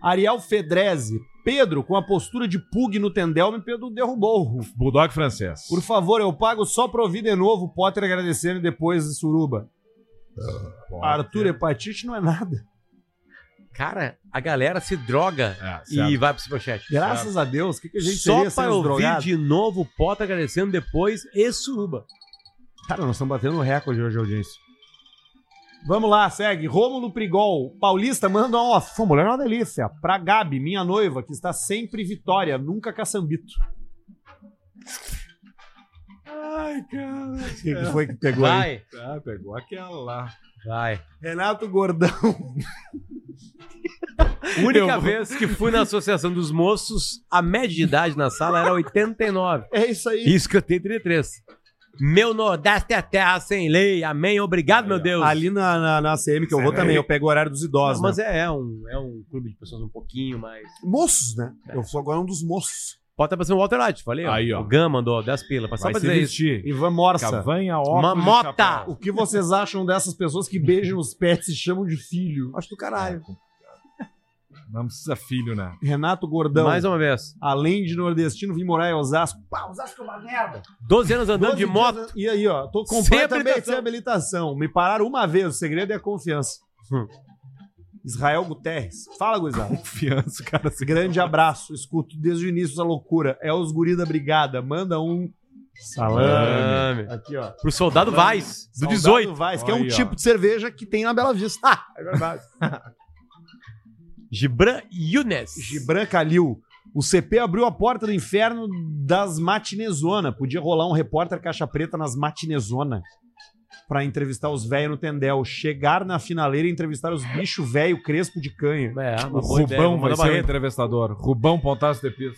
Speaker 2: Ariel Fedreze. Pedro, com a postura de pug no tendel, me Pedro derrubou.
Speaker 1: Bulldog francês.
Speaker 2: Por favor, eu pago só pra ouvir de novo o Potter agradecendo depois de suruba. Arthur, hepatite não é nada.
Speaker 3: Cara, a galera se droga e
Speaker 1: É,
Speaker 2: certo.
Speaker 3: vai pro Superchat.
Speaker 2: Graças a Deus, o que, que a gente
Speaker 3: Só
Speaker 2: seria sem
Speaker 3: para
Speaker 2: os
Speaker 3: ouvir
Speaker 2: drogados?
Speaker 3: de novo o Pota agradecendo depois e suruba.
Speaker 2: Cara, nós estamos batendo um recorde hoje de audiência. Vamos lá, segue. Rômulo Prigol, paulista, manda uma off. Foi mulher é uma delícia. Pra Gabi, minha noiva, que está sempre vitória, nunca caçambito.
Speaker 1: Ai, cara. O
Speaker 2: que
Speaker 3: É.
Speaker 2: que foi que pegou aí?
Speaker 1: Ah, pegou aquela lá.
Speaker 3: Vai.
Speaker 2: Renato Gordão.
Speaker 3: Única
Speaker 2: Eu-
Speaker 3: vez que fui na Associação dos Moços, a média de idade na sala era 89.
Speaker 2: É isso aí.
Speaker 3: Isso que eu tenho 33. Meu Nordeste é terra sem lei. Amém. Obrigado, meu Deus.
Speaker 2: Ali na, na, na CM que eu vou também, eu pego o horário dos idosos.
Speaker 3: Mas
Speaker 2: né?
Speaker 3: é, é um, é um clube de pessoas um pouquinho mais.
Speaker 2: Moços, né? Eu sou agora um dos moços.
Speaker 3: Pode estar passando o Walter Light, falei.
Speaker 2: Aí, ó.
Speaker 3: O Gama mandou 10 pila. Só pra dizer isso.
Speaker 2: Ivan Morsa.
Speaker 1: Cavanha,
Speaker 3: Uma mota.
Speaker 2: O que vocês acham dessas pessoas que beijam os pets e chamam de filho? Acho do caralho.
Speaker 1: Não precisa filho, né?
Speaker 2: Renato Gordão.
Speaker 3: Mais uma vez.
Speaker 2: Além de nordestino, vim morar em Osasco. Pá, Osasco é uma merda.
Speaker 3: 12 anos andando de
Speaker 2: 12
Speaker 3: moto.
Speaker 2: dias- E aí, ó, tô
Speaker 3: Sem
Speaker 2: completamente
Speaker 3: habilitação.
Speaker 2: sem habilitação. Me pararam uma vez, o segredo é a confiança.
Speaker 3: Hum.
Speaker 2: Israel Guterres. Fala, gurizada.
Speaker 1: Confiança, cara.
Speaker 3: assim.
Speaker 2: Grande abraço. Escuto desde o início essa loucura. É os guri da brigada. Manda um salame.
Speaker 3: Salame.
Speaker 2: Aqui, ó.
Speaker 3: Pro soldado Vaz, do
Speaker 2: Soldado
Speaker 3: 18.
Speaker 2: Vaz, que é um tipo de cerveja que tem na Bela Vista. Ah, é verdade.
Speaker 3: Gibran Younes.
Speaker 2: Gibran Calil. O CP abriu a porta do inferno das matinezona. Podia rolar um repórter caixa preta nas matinezona pra entrevistar os velhos no tendel. Chegar na finaleira e entrevistar os bicho velho crespo de canha.
Speaker 3: É,
Speaker 1: O Rubão vai ser o
Speaker 2: um
Speaker 1: entrevistador. Rubão Pontaço de Pisa.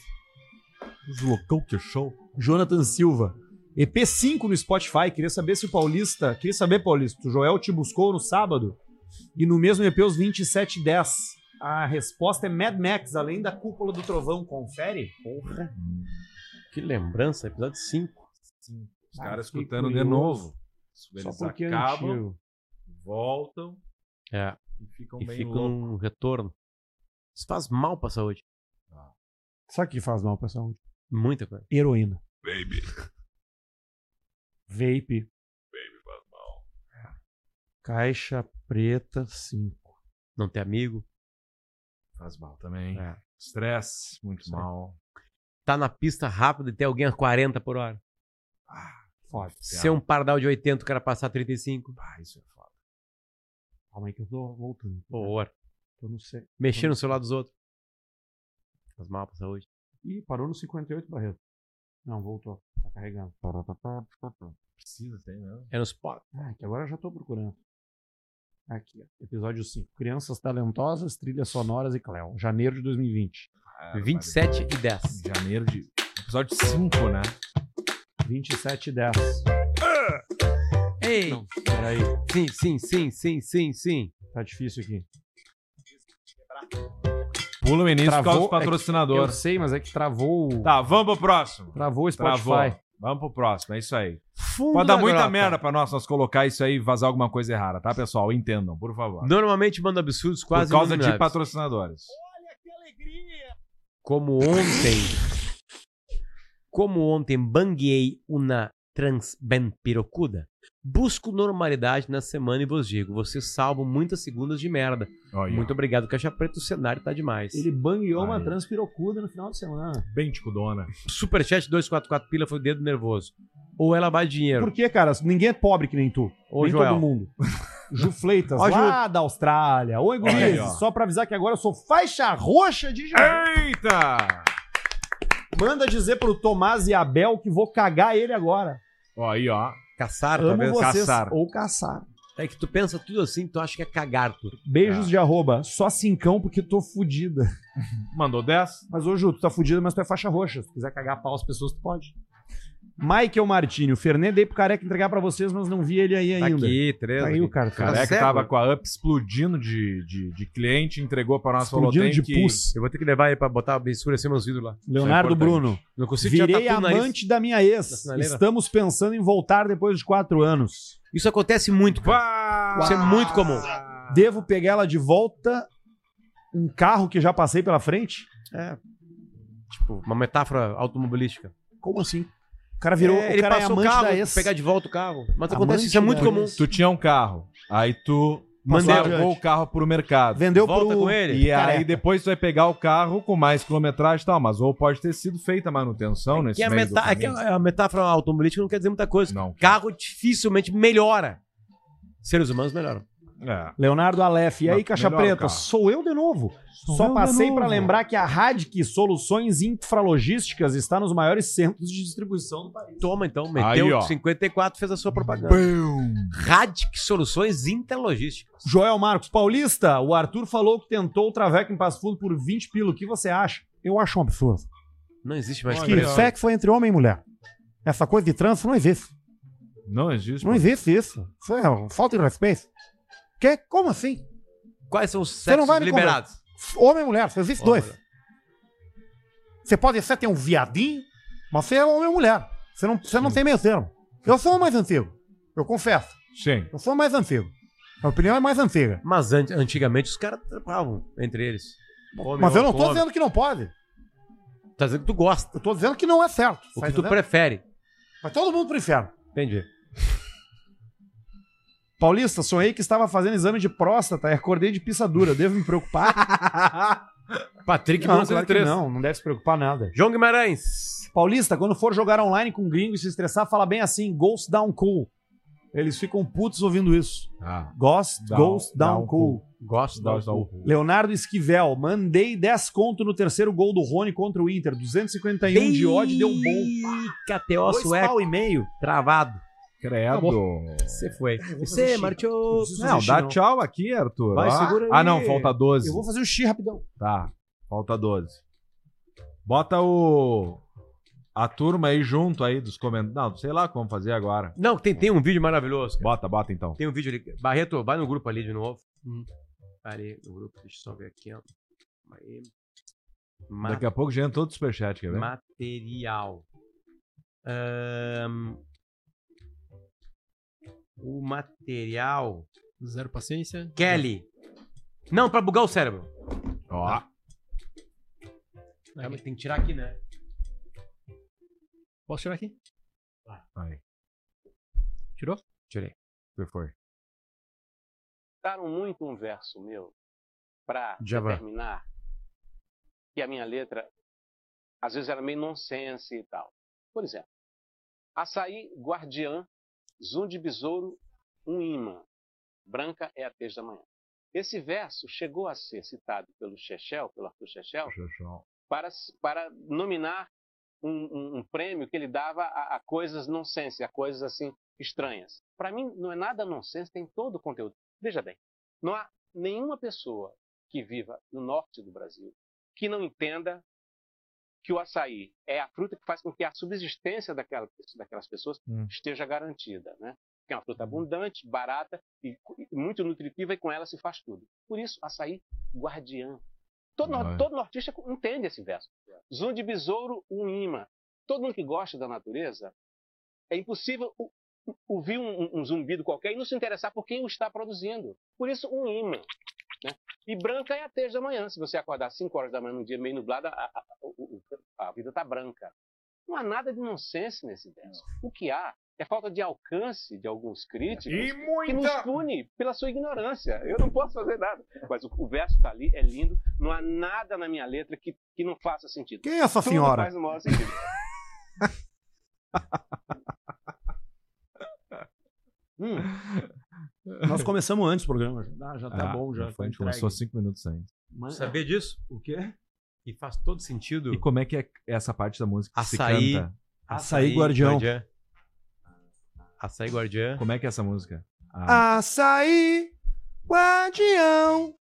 Speaker 1: Os loucão
Speaker 2: é
Speaker 1: que show.
Speaker 2: Jonathan Silva. EP5 no Spotify. Queria saber se o Paulista. Queria saber, Paulista, o Joel te buscou no sábado. E no mesmo EP, os 2710. A resposta é Mad Max, além da cúpula do trovão. Confere? Porra.
Speaker 3: Que lembrança, episódio 5.
Speaker 1: Os caras escutando de novo. Eles
Speaker 14: porque é
Speaker 1: acabam,
Speaker 14: antigo.
Speaker 1: voltam
Speaker 3: É.
Speaker 1: e ficam
Speaker 3: E
Speaker 1: meio
Speaker 3: fica
Speaker 1: loucos.
Speaker 3: um retorno. Isso faz mal pra saúde.
Speaker 2: Sabe o que faz mal pra saúde?
Speaker 3: Muita coisa.
Speaker 2: Heroína.
Speaker 3: Baby.
Speaker 2: Vape. Caixa preta 5.
Speaker 3: Não ter amigo.
Speaker 1: Faz mal também.
Speaker 2: É.
Speaker 1: Estresse, muito mal.
Speaker 3: Tá na pista rápido e ter alguém a 40 por
Speaker 2: Tá.
Speaker 3: hora.
Speaker 2: Foda.
Speaker 3: Ser um pardal de 80, o cara passar 35.
Speaker 1: Ah, isso é foda.
Speaker 2: Calma aí que eu tô voltando.
Speaker 3: Horror.
Speaker 2: Eu não sei.
Speaker 3: Mexer no celular dos outros. Faz mal pra saúde.
Speaker 2: Ih, parou no 58, Barreto. Não, voltou. Tá carregando.
Speaker 1: Precisa, tem mesmo.
Speaker 3: É nos pop.
Speaker 2: Ah, que agora eu já tô procurando. Aqui, ó. episódio 5. Crianças talentosas, trilhas sonoras e Cléo. Janeiro de 2020.
Speaker 3: 27 e 10.
Speaker 1: Janeiro de. Episódio 5, né?
Speaker 2: 27 e 10.
Speaker 3: Ei!
Speaker 2: Peraí.
Speaker 3: Sim, sim, sim, sim, sim, sim.
Speaker 2: Tá difícil aqui.
Speaker 1: Pula o início por causa
Speaker 2: Travou-
Speaker 1: dos patrocinadores.
Speaker 2: Eu sei, mas é que travou. o-
Speaker 1: Tá, vamos pro próximo.
Speaker 2: Travou o Spotify.
Speaker 1: Vamos pro próximo, é isso aí.
Speaker 3: Fundo
Speaker 1: Pode dar
Speaker 3: da
Speaker 1: muita
Speaker 3: grota.
Speaker 1: merda pra nós, nós colocar isso aí e vazar alguma coisa errada, tá, pessoal? Entendam, por favor.
Speaker 3: Normalmente manda absurdos quase
Speaker 1: por causa de
Speaker 3: inomináveis.
Speaker 1: patrocinadores.
Speaker 3: Como ontem. Como ontem banguei uma trans ben pirocuda. Busco normalidade na semana e vos digo, vocês salvam muitas segundas de merda.
Speaker 1: Olha.
Speaker 3: Muito obrigado, Caixa Preta, o cenário tá demais.
Speaker 2: Ele bangueou uma
Speaker 3: Aí.
Speaker 2: transpirocuda no final de semana.
Speaker 1: Bem ticudona.
Speaker 3: Superchat 244 pila foi o dedo nervoso. Ou ela vai dinheiro.
Speaker 2: Por que, cara? Ninguém é pobre que nem tu.
Speaker 3: Ô,
Speaker 2: nem
Speaker 3: Joel.
Speaker 2: todo mundo. Ju Fleitas,
Speaker 3: Ó, Ju.
Speaker 2: lá da Austrália. Oi,
Speaker 1: Olha aí, ó.
Speaker 2: gurizes. Só pra avisar que agora eu sou faixa roxa de janeiro.
Speaker 1: Eita!
Speaker 2: Manda dizer pro Tomás e Abel que vou cagar ele agora.
Speaker 1: Ó, aí, ó.
Speaker 3: Caçar,
Speaker 2: Amo
Speaker 3: talvez.
Speaker 2: vocês.
Speaker 3: Caçar.
Speaker 2: Ou caçar.
Speaker 3: É que tu pensa tudo assim, tu acha que é cagar, tu.
Speaker 2: Beijos de arroba. Só cincão porque tô fudida.
Speaker 1: Mandou 10?
Speaker 2: Mas, ô Ju, tu tá fudida, mas tu é faixa roxa. Se quiser cagar pau as pessoas, tu pode. Michael Martini, o Fernê dei pro careca entregar pra vocês, mas não vi ele aí
Speaker 1: Tá
Speaker 2: ainda.
Speaker 1: aqui, 13.
Speaker 2: Tá aí o cara,
Speaker 3: é
Speaker 2: cara.
Speaker 1: Careca
Speaker 2: Cego.
Speaker 1: tava com a up explodindo de, de, de cliente, entregou pra nós, falou,
Speaker 2: Explodindo
Speaker 1: tem
Speaker 2: de
Speaker 1: que...
Speaker 2: pus.
Speaker 3: Eu vou ter que levar ele pra botar, escurecer meus vidros lá.
Speaker 2: Leonardo
Speaker 1: Isso é importante.
Speaker 2: Bruno.
Speaker 3: Não consigo
Speaker 2: Virei
Speaker 3: tirar tatu no nariz.
Speaker 2: amante da minha ex.
Speaker 3: sinaleira.
Speaker 2: Estamos pensando em voltar depois de quatro anos.
Speaker 3: Isso acontece muito, cara. Isso é muito comum.
Speaker 2: Devo pegar ela de volta um carro que já passei pela frente? É.
Speaker 3: Tipo, uma metáfora automobilística.
Speaker 2: Como assim? O cara virou
Speaker 3: É,
Speaker 2: o
Speaker 3: ele
Speaker 2: cara é
Speaker 3: passou o
Speaker 2: amante
Speaker 3: carro,
Speaker 2: da ex.
Speaker 3: pegar de volta o carro. Mas
Speaker 2: Amante
Speaker 3: acontece, isso é muito
Speaker 2: da
Speaker 3: comum.
Speaker 2: ex.
Speaker 1: Tu tinha um carro, aí tu
Speaker 3: Mandou
Speaker 1: mandou
Speaker 2: adiante.
Speaker 1: o carro pro mercado.
Speaker 2: Vendeu
Speaker 3: Volta
Speaker 2: pro...
Speaker 3: com ele.
Speaker 1: E aí
Speaker 2: Careca.
Speaker 1: depois tu vai pegar o carro com mais quilometragem e tal, mas ou pode ter sido feita a manutenção nesse
Speaker 3: Que a,
Speaker 1: meio do
Speaker 3: meta- é que
Speaker 1: caminho.
Speaker 3: a metáfora automobilística não quer dizer muita coisa.
Speaker 1: Não.
Speaker 3: Carro dificilmente melhora. Seres humanos melhoram.
Speaker 1: É.
Speaker 2: Leonardo Aleph. E aí,
Speaker 1: Mas
Speaker 2: Caixa
Speaker 1: melhor o
Speaker 2: Preta?
Speaker 1: carro.
Speaker 2: Sou eu de novo.
Speaker 1: Sou eu
Speaker 2: Só
Speaker 1: de
Speaker 2: passei
Speaker 1: novo.
Speaker 2: pra lembrar que a Radic Soluções Infralogísticas está nos maiores centros de distribuição do país.
Speaker 3: Toma então,
Speaker 1: Aí,
Speaker 3: meteu
Speaker 1: ó.
Speaker 3: 54, fez a sua propaganda. Radic Soluções Interlogísticas.
Speaker 2: Joel Marcos Paulista, o Arthur falou que tentou o Traveco em Passo Fundo por 20 pila. O que você acha? Eu acho um absurdo.
Speaker 3: Não existe mais
Speaker 1: Olha,
Speaker 2: Que
Speaker 1: Olha,
Speaker 3: preço.
Speaker 1: olha.
Speaker 2: sexo é entre homem e mulher. Essa coisa de trânsito não existe.
Speaker 1: Não existe.
Speaker 2: Não
Speaker 1: pô.
Speaker 2: existe isso. Isso é uma falta de respeito. Que? Como assim?
Speaker 3: Quais são os
Speaker 2: Você não
Speaker 3: sexos
Speaker 2: vai me
Speaker 3: liberados?
Speaker 2: Homem e mulher, só existe
Speaker 3: Homem e
Speaker 2: dois. Você pode ser ter um viadinho, mas você é homem e mulher. Você não, você não tem meio termo. Eu sou o mais antigo. Eu confesso.
Speaker 1: Sim.
Speaker 2: Eu sou o mais antigo. A opinião é mais antiga.
Speaker 3: Mas an- antigamente os caras trampavam entre eles. Homem,
Speaker 2: Mas eu não
Speaker 3: com
Speaker 2: tô
Speaker 3: homem.
Speaker 2: dizendo que não pode.
Speaker 3: Tá dizendo que tu gosta.
Speaker 2: Eu tô dizendo que não é certo.
Speaker 3: O
Speaker 2: Tá
Speaker 3: que tu
Speaker 2: entendendo?
Speaker 3: prefere.
Speaker 2: Vai todo mundo pro inferno.
Speaker 3: Entendi.
Speaker 2: Paulista, sonhei que estava fazendo exame de próstata e acordei de pizza dura. Devo me preocupar?
Speaker 3: Patrick,
Speaker 2: não, claro que
Speaker 3: 1903.
Speaker 2: não. Não deve se preocupar nada.
Speaker 3: João Guimarães.
Speaker 2: Paulista, quando for jogar online com gringo e se estressar, fala bem assim, Ghost Down Cool. Eles ficam putos ouvindo isso.
Speaker 1: Ah,
Speaker 2: Ghost,
Speaker 1: Down-
Speaker 2: Ghost Down,
Speaker 1: Down
Speaker 2: cool.
Speaker 3: Gosto da
Speaker 2: um
Speaker 1: dá, dá o cu.
Speaker 2: Leonardo Esquivel, mandei 10 conto no terceiro gol do Rony contra o Inter. 251 de odd deu bom.
Speaker 3: KTO
Speaker 2: Dois
Speaker 3: sueco.
Speaker 2: pau e meio.
Speaker 3: Travado.
Speaker 1: Credo.
Speaker 3: Você foi.
Speaker 2: fazer
Speaker 3: Você
Speaker 2: xixi. Não
Speaker 3: marchou.
Speaker 2: preciso fazer
Speaker 1: Não,
Speaker 2: xixi,
Speaker 1: dá tchau aqui, Arthur.
Speaker 3: Vai,
Speaker 1: Ó.
Speaker 3: segura aí.
Speaker 1: Ah, não, falta 12.
Speaker 2: Eu vou fazer o xixi rapidão.
Speaker 1: Tá, falta 12. Bota o. A turma aí junto aí dos comentários. Não, sei lá como fazer agora.
Speaker 3: Não, tem, tem um vídeo maravilhoso. cara.
Speaker 1: Bota, bota então.
Speaker 3: Tem um vídeo ali. Barreto, vai no grupo ali de novo. Ali no grupo. Deixa eu só ver aqui, ó. Calma aí. Ma-
Speaker 1: Daqui a pouco já entrou do superchat, quer ver?
Speaker 3: material. Ahn. O material.
Speaker 14: Zero paciência.
Speaker 3: Kelly. Não, pra bugar o cérebro.
Speaker 1: Ó.
Speaker 3: Ah, mas Tem que tirar aqui, né?
Speaker 14: Posso tirar aqui?
Speaker 1: Aí.
Speaker 14: Tirou?
Speaker 1: Tirei. Você foi.
Speaker 21: Gostaram muito um verso meu para
Speaker 1: Djavan.
Speaker 21: determinar que a minha letra às vezes era meio nonsense e tal. Por exemplo, açaí, guardiã, zoom de besouro, um imã. Branca é a tez da manhã. Esse verso chegou a ser citado pelo Chechel, pelo Arthur Chechel, para, para nominar um, um- um prêmio que ele dava a, a coisas nonsense, a coisas assim estranhas. Para mim, não é nada nonsense, tem todo o conteúdo. Veja bem, não há nenhuma pessoa que viva no norte do Brasil que não entenda que o açaí é a fruta que faz com que a subsistência daquela, daquelas pessoas
Speaker 13: Hum.
Speaker 21: esteja garantida, né? Que é uma fruta abundante, barata e, cu- e muito nutritiva e com ela se faz tudo. Por isso, açaí guardiã. Todo, nor-
Speaker 13: Olha.
Speaker 21: todo nortista entende esse verso. Zoom de besouro, um imã. Todo mundo que gosta da natureza, é impossível o- o- ouvir um, um- um zumbido qualquer e não se interessar por quem o está produzindo. Por isso, um imã. né? E branca é a tez da manhã. Se você acordar às 5 horas da manhã num dia meio nublado, a, a- a- o- o- a vida está branca. Não há nada de nonsense nesse verso. O que há é falta de alcance de alguns críticos
Speaker 13: E
Speaker 21: que
Speaker 13: muita!
Speaker 2: Então-
Speaker 21: nos pune pela sua ignorância. Eu não posso fazer nada. Mas o, o verso está ali, é lindo. Não há nada na minha letra que, que não faça sentido.
Speaker 2: Quem é essa
Speaker 18: Então,
Speaker 21: Tudo
Speaker 2: senhora?
Speaker 21: faz o maior sentido.
Speaker 2: Nós começamos antes o programa. Ah, já tá
Speaker 1: Ah,
Speaker 2: bom, já.
Speaker 1: foi, a gente
Speaker 2: entregue.
Speaker 1: começou há cinco minutos ainda.
Speaker 2: Mas-
Speaker 3: Saber disso?
Speaker 2: O quê?
Speaker 3: E faz todo sentido.
Speaker 1: E como é que é essa parte da música que
Speaker 3: Açaí.
Speaker 1: se canta?
Speaker 3: Açaí, Açaí, guardião. guardiã. Açaí Guardiã.
Speaker 1: Como é que é essa música?
Speaker 2: Ah, Açaí, guardião,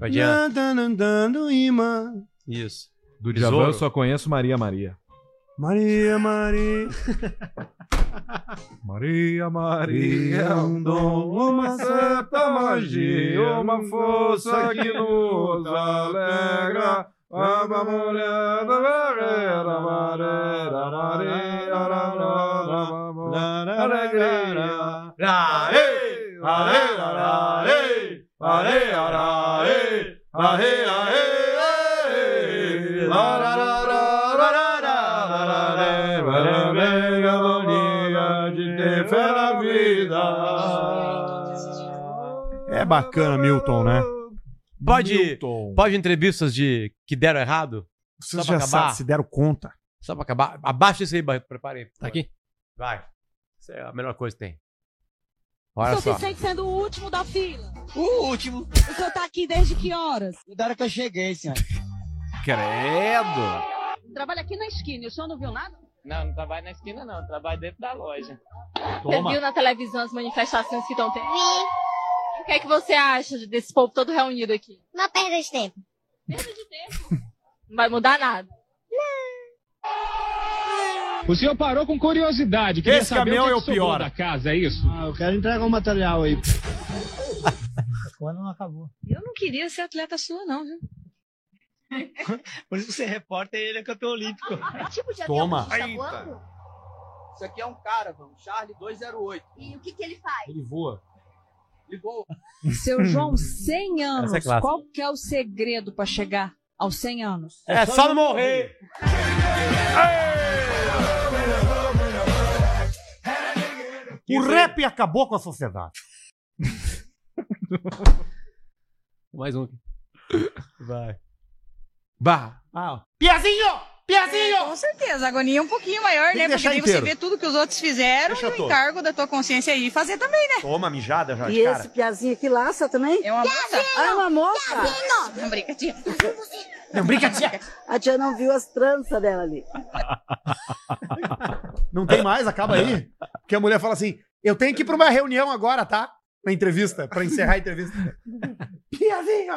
Speaker 3: Guardiã.
Speaker 2: andando, andando, imã.
Speaker 3: Isso.
Speaker 1: Do
Speaker 3: Besouro.
Speaker 1: Djavan eu só conheço Maria Maria.
Speaker 2: Maria, Maria.
Speaker 1: Maria
Speaker 2: Maria, um dom, uma santa magia, uma força que nos alegra. É Ama mulher da barreira, Maria, Maria, Maria, alegria. Aê, aê, aê, aê, aê, aê, aê, É bacana, Milton, né?
Speaker 3: Pode, pode entrevistas de que deram errado?
Speaker 2: Vocês já sabem, se deram conta.
Speaker 3: Só pra acabar. Abaixa isso aí, ba- preparei.
Speaker 14: Tá aqui?
Speaker 3: Vai. Isso é a melhor coisa que tem. Olha só.
Speaker 22: sendo o último da fila. O último. O senhor tá aqui desde que horas?
Speaker 12: Da hora que eu cheguei, senhora.
Speaker 1: Credo!
Speaker 22: Trabalha aqui na esquina, e o senhor não viu nada?
Speaker 12: Não, não trabalho na esquina, não. Trabalho dentro da loja.
Speaker 22: Você viu na televisão as manifestações que estão tendo? Vi. O que é que você acha de- desse povo todo reunido aqui? Uma perda de tempo. Perda de tempo? não vai mudar nada.
Speaker 23: O senhor parou com curiosidade. Queria
Speaker 2: Esse
Speaker 23: saber
Speaker 2: caminhão
Speaker 23: o que
Speaker 2: é o
Speaker 23: que sobrou
Speaker 2: pior.
Speaker 23: da casa, é isso?
Speaker 12: Ah, eu quero entregar o material aí. Quando não acabou.
Speaker 22: Eu não queria ser atleta sua, não, viu?
Speaker 12: Por isso que você é repórter ele é campeão olímpico.
Speaker 22: tipo de
Speaker 12: avião Toma. que está voando?
Speaker 22: Isso
Speaker 12: aqui é um cara, vamos. Charlie 208.
Speaker 22: E o que, que ele faz?
Speaker 2: Ele voa.
Speaker 12: Ligou.
Speaker 22: Seu João, 100 anos.
Speaker 3: Essa é clássica.
Speaker 22: Qual que é o segredo para chegar aos 100 anos?
Speaker 3: É só não morrer.
Speaker 2: O rap acabou com a sociedade.
Speaker 14: Mais um.
Speaker 3: Vai.
Speaker 1: Bah.
Speaker 2: Ah,
Speaker 22: Piazinho! Piazinho! com certeza, a agonia é um pouquinho maior, né?
Speaker 2: Tem que
Speaker 22: Porque
Speaker 2: deixar
Speaker 22: daí você
Speaker 2: inteiro.
Speaker 22: vê tudo que os outros fizeram
Speaker 2: Deixa
Speaker 22: e o
Speaker 2: todo.
Speaker 22: encargo da tua consciência aí fazer também, né?
Speaker 2: Toma mijada já,
Speaker 22: E
Speaker 2: cara.
Speaker 22: esse piazinho que laça também? É uma moça? Ah, é uma moça? Não brinca, tia.
Speaker 2: Não brinca, tia.
Speaker 22: A tia não viu as tranças dela ali.
Speaker 2: Não tem mais, acaba aí. Porque a mulher fala assim: eu tenho que ir pra uma reunião agora, tá? Na entrevista, pra encerrar a entrevista. Piazinho! Piazinho!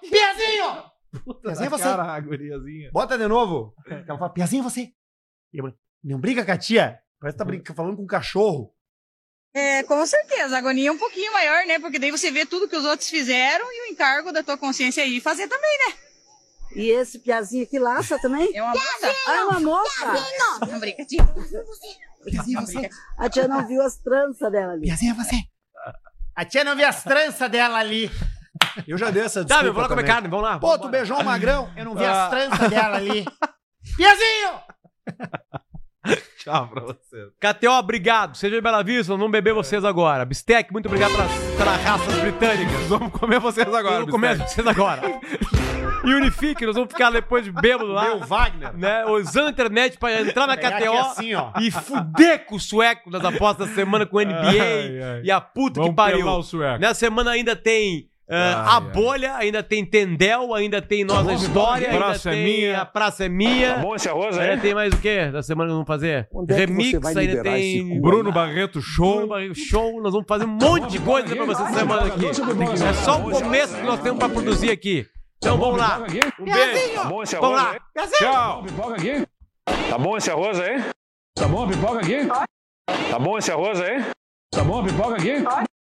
Speaker 2: Piazinho! Piazinho é você.
Speaker 1: Cara, a guriazinha.
Speaker 2: Bota de novo. Ela fala: Piazinho é você. E a mulher, não brinca com a tia. Parece que
Speaker 24: Uhum.
Speaker 2: tá brinca, falando com um cachorro.
Speaker 22: É, com certeza, a agonia é um pouquinho maior, né? Porque daí você vê tudo que os outros fizeram e o encargo da tua consciência aí fazer também, né? E esse piazinho aqui laça também? É uma moça. Ah, é uma moça.
Speaker 25: Não brinca, tia.
Speaker 2: é
Speaker 22: Piazinho, você. A tia não viu as tranças dela ali. Piazinho, é você.
Speaker 2: A tia não viu as tranças dela ali.
Speaker 24: Eu já dei essa desculpa
Speaker 3: Tá, meu, vamos lá comer
Speaker 24: também.
Speaker 3: carne, vamos lá.
Speaker 2: é Pô, tu beijou um magrão, eu não vi
Speaker 24: Ah.
Speaker 2: as tranças dela ali. Piazinho!
Speaker 21: Tchau pra você.
Speaker 3: KTO, obrigado. Seja de Bela Vista, vamos beber vocês agora. Bistec, muito obrigado pelas, pelas raças britânicas. Vamos
Speaker 2: é
Speaker 3: comer vocês agora. Vamos comer vocês agora. E Unifique, nós vamos ficar depois de bêbado lá. Meu
Speaker 24: Wagner.
Speaker 3: Né? Usando a internet pra entrar na
Speaker 24: Pegar aqui
Speaker 3: KTO
Speaker 24: assim, ó.
Speaker 3: e fuder com o sueco nas apostas da semana com o NBA
Speaker 21: Ai, ai.
Speaker 3: e a puta
Speaker 21: Vamos
Speaker 3: que pariu.
Speaker 21: pelar o sueco.
Speaker 3: Nessa semana ainda tem ah,
Speaker 21: Ai,
Speaker 3: a bolha, ainda tem Tendel, ainda tem Nós a
Speaker 21: Nossa,
Speaker 3: História,
Speaker 21: a
Speaker 3: ainda
Speaker 21: praça é
Speaker 3: tem
Speaker 21: minha.
Speaker 3: A Praça é Minha.
Speaker 21: Tá bom esse arroz
Speaker 3: Ainda
Speaker 21: aí?
Speaker 3: tem mais o quê da semana que vamos fazer?
Speaker 21: Onde é que você vai liberar esse cu aí? Bruno Barreto Show.
Speaker 3: Bruno Barreto Show. Nós vamos fazer um monte de coisa pra vocês essa semana aqui. É só o começo que nós temos pra produzir aqui. Então vamos lá. Um beijo.
Speaker 4: Tá bom esse
Speaker 3: Vamos
Speaker 4: arroz
Speaker 3: lá.
Speaker 4: aí? Tá bom a pipoca aqui? Tá bom esse arroz aí? Tá bom a pipoca aqui? Tá bom esse arroz aí? Tá bom a pipoca aqui?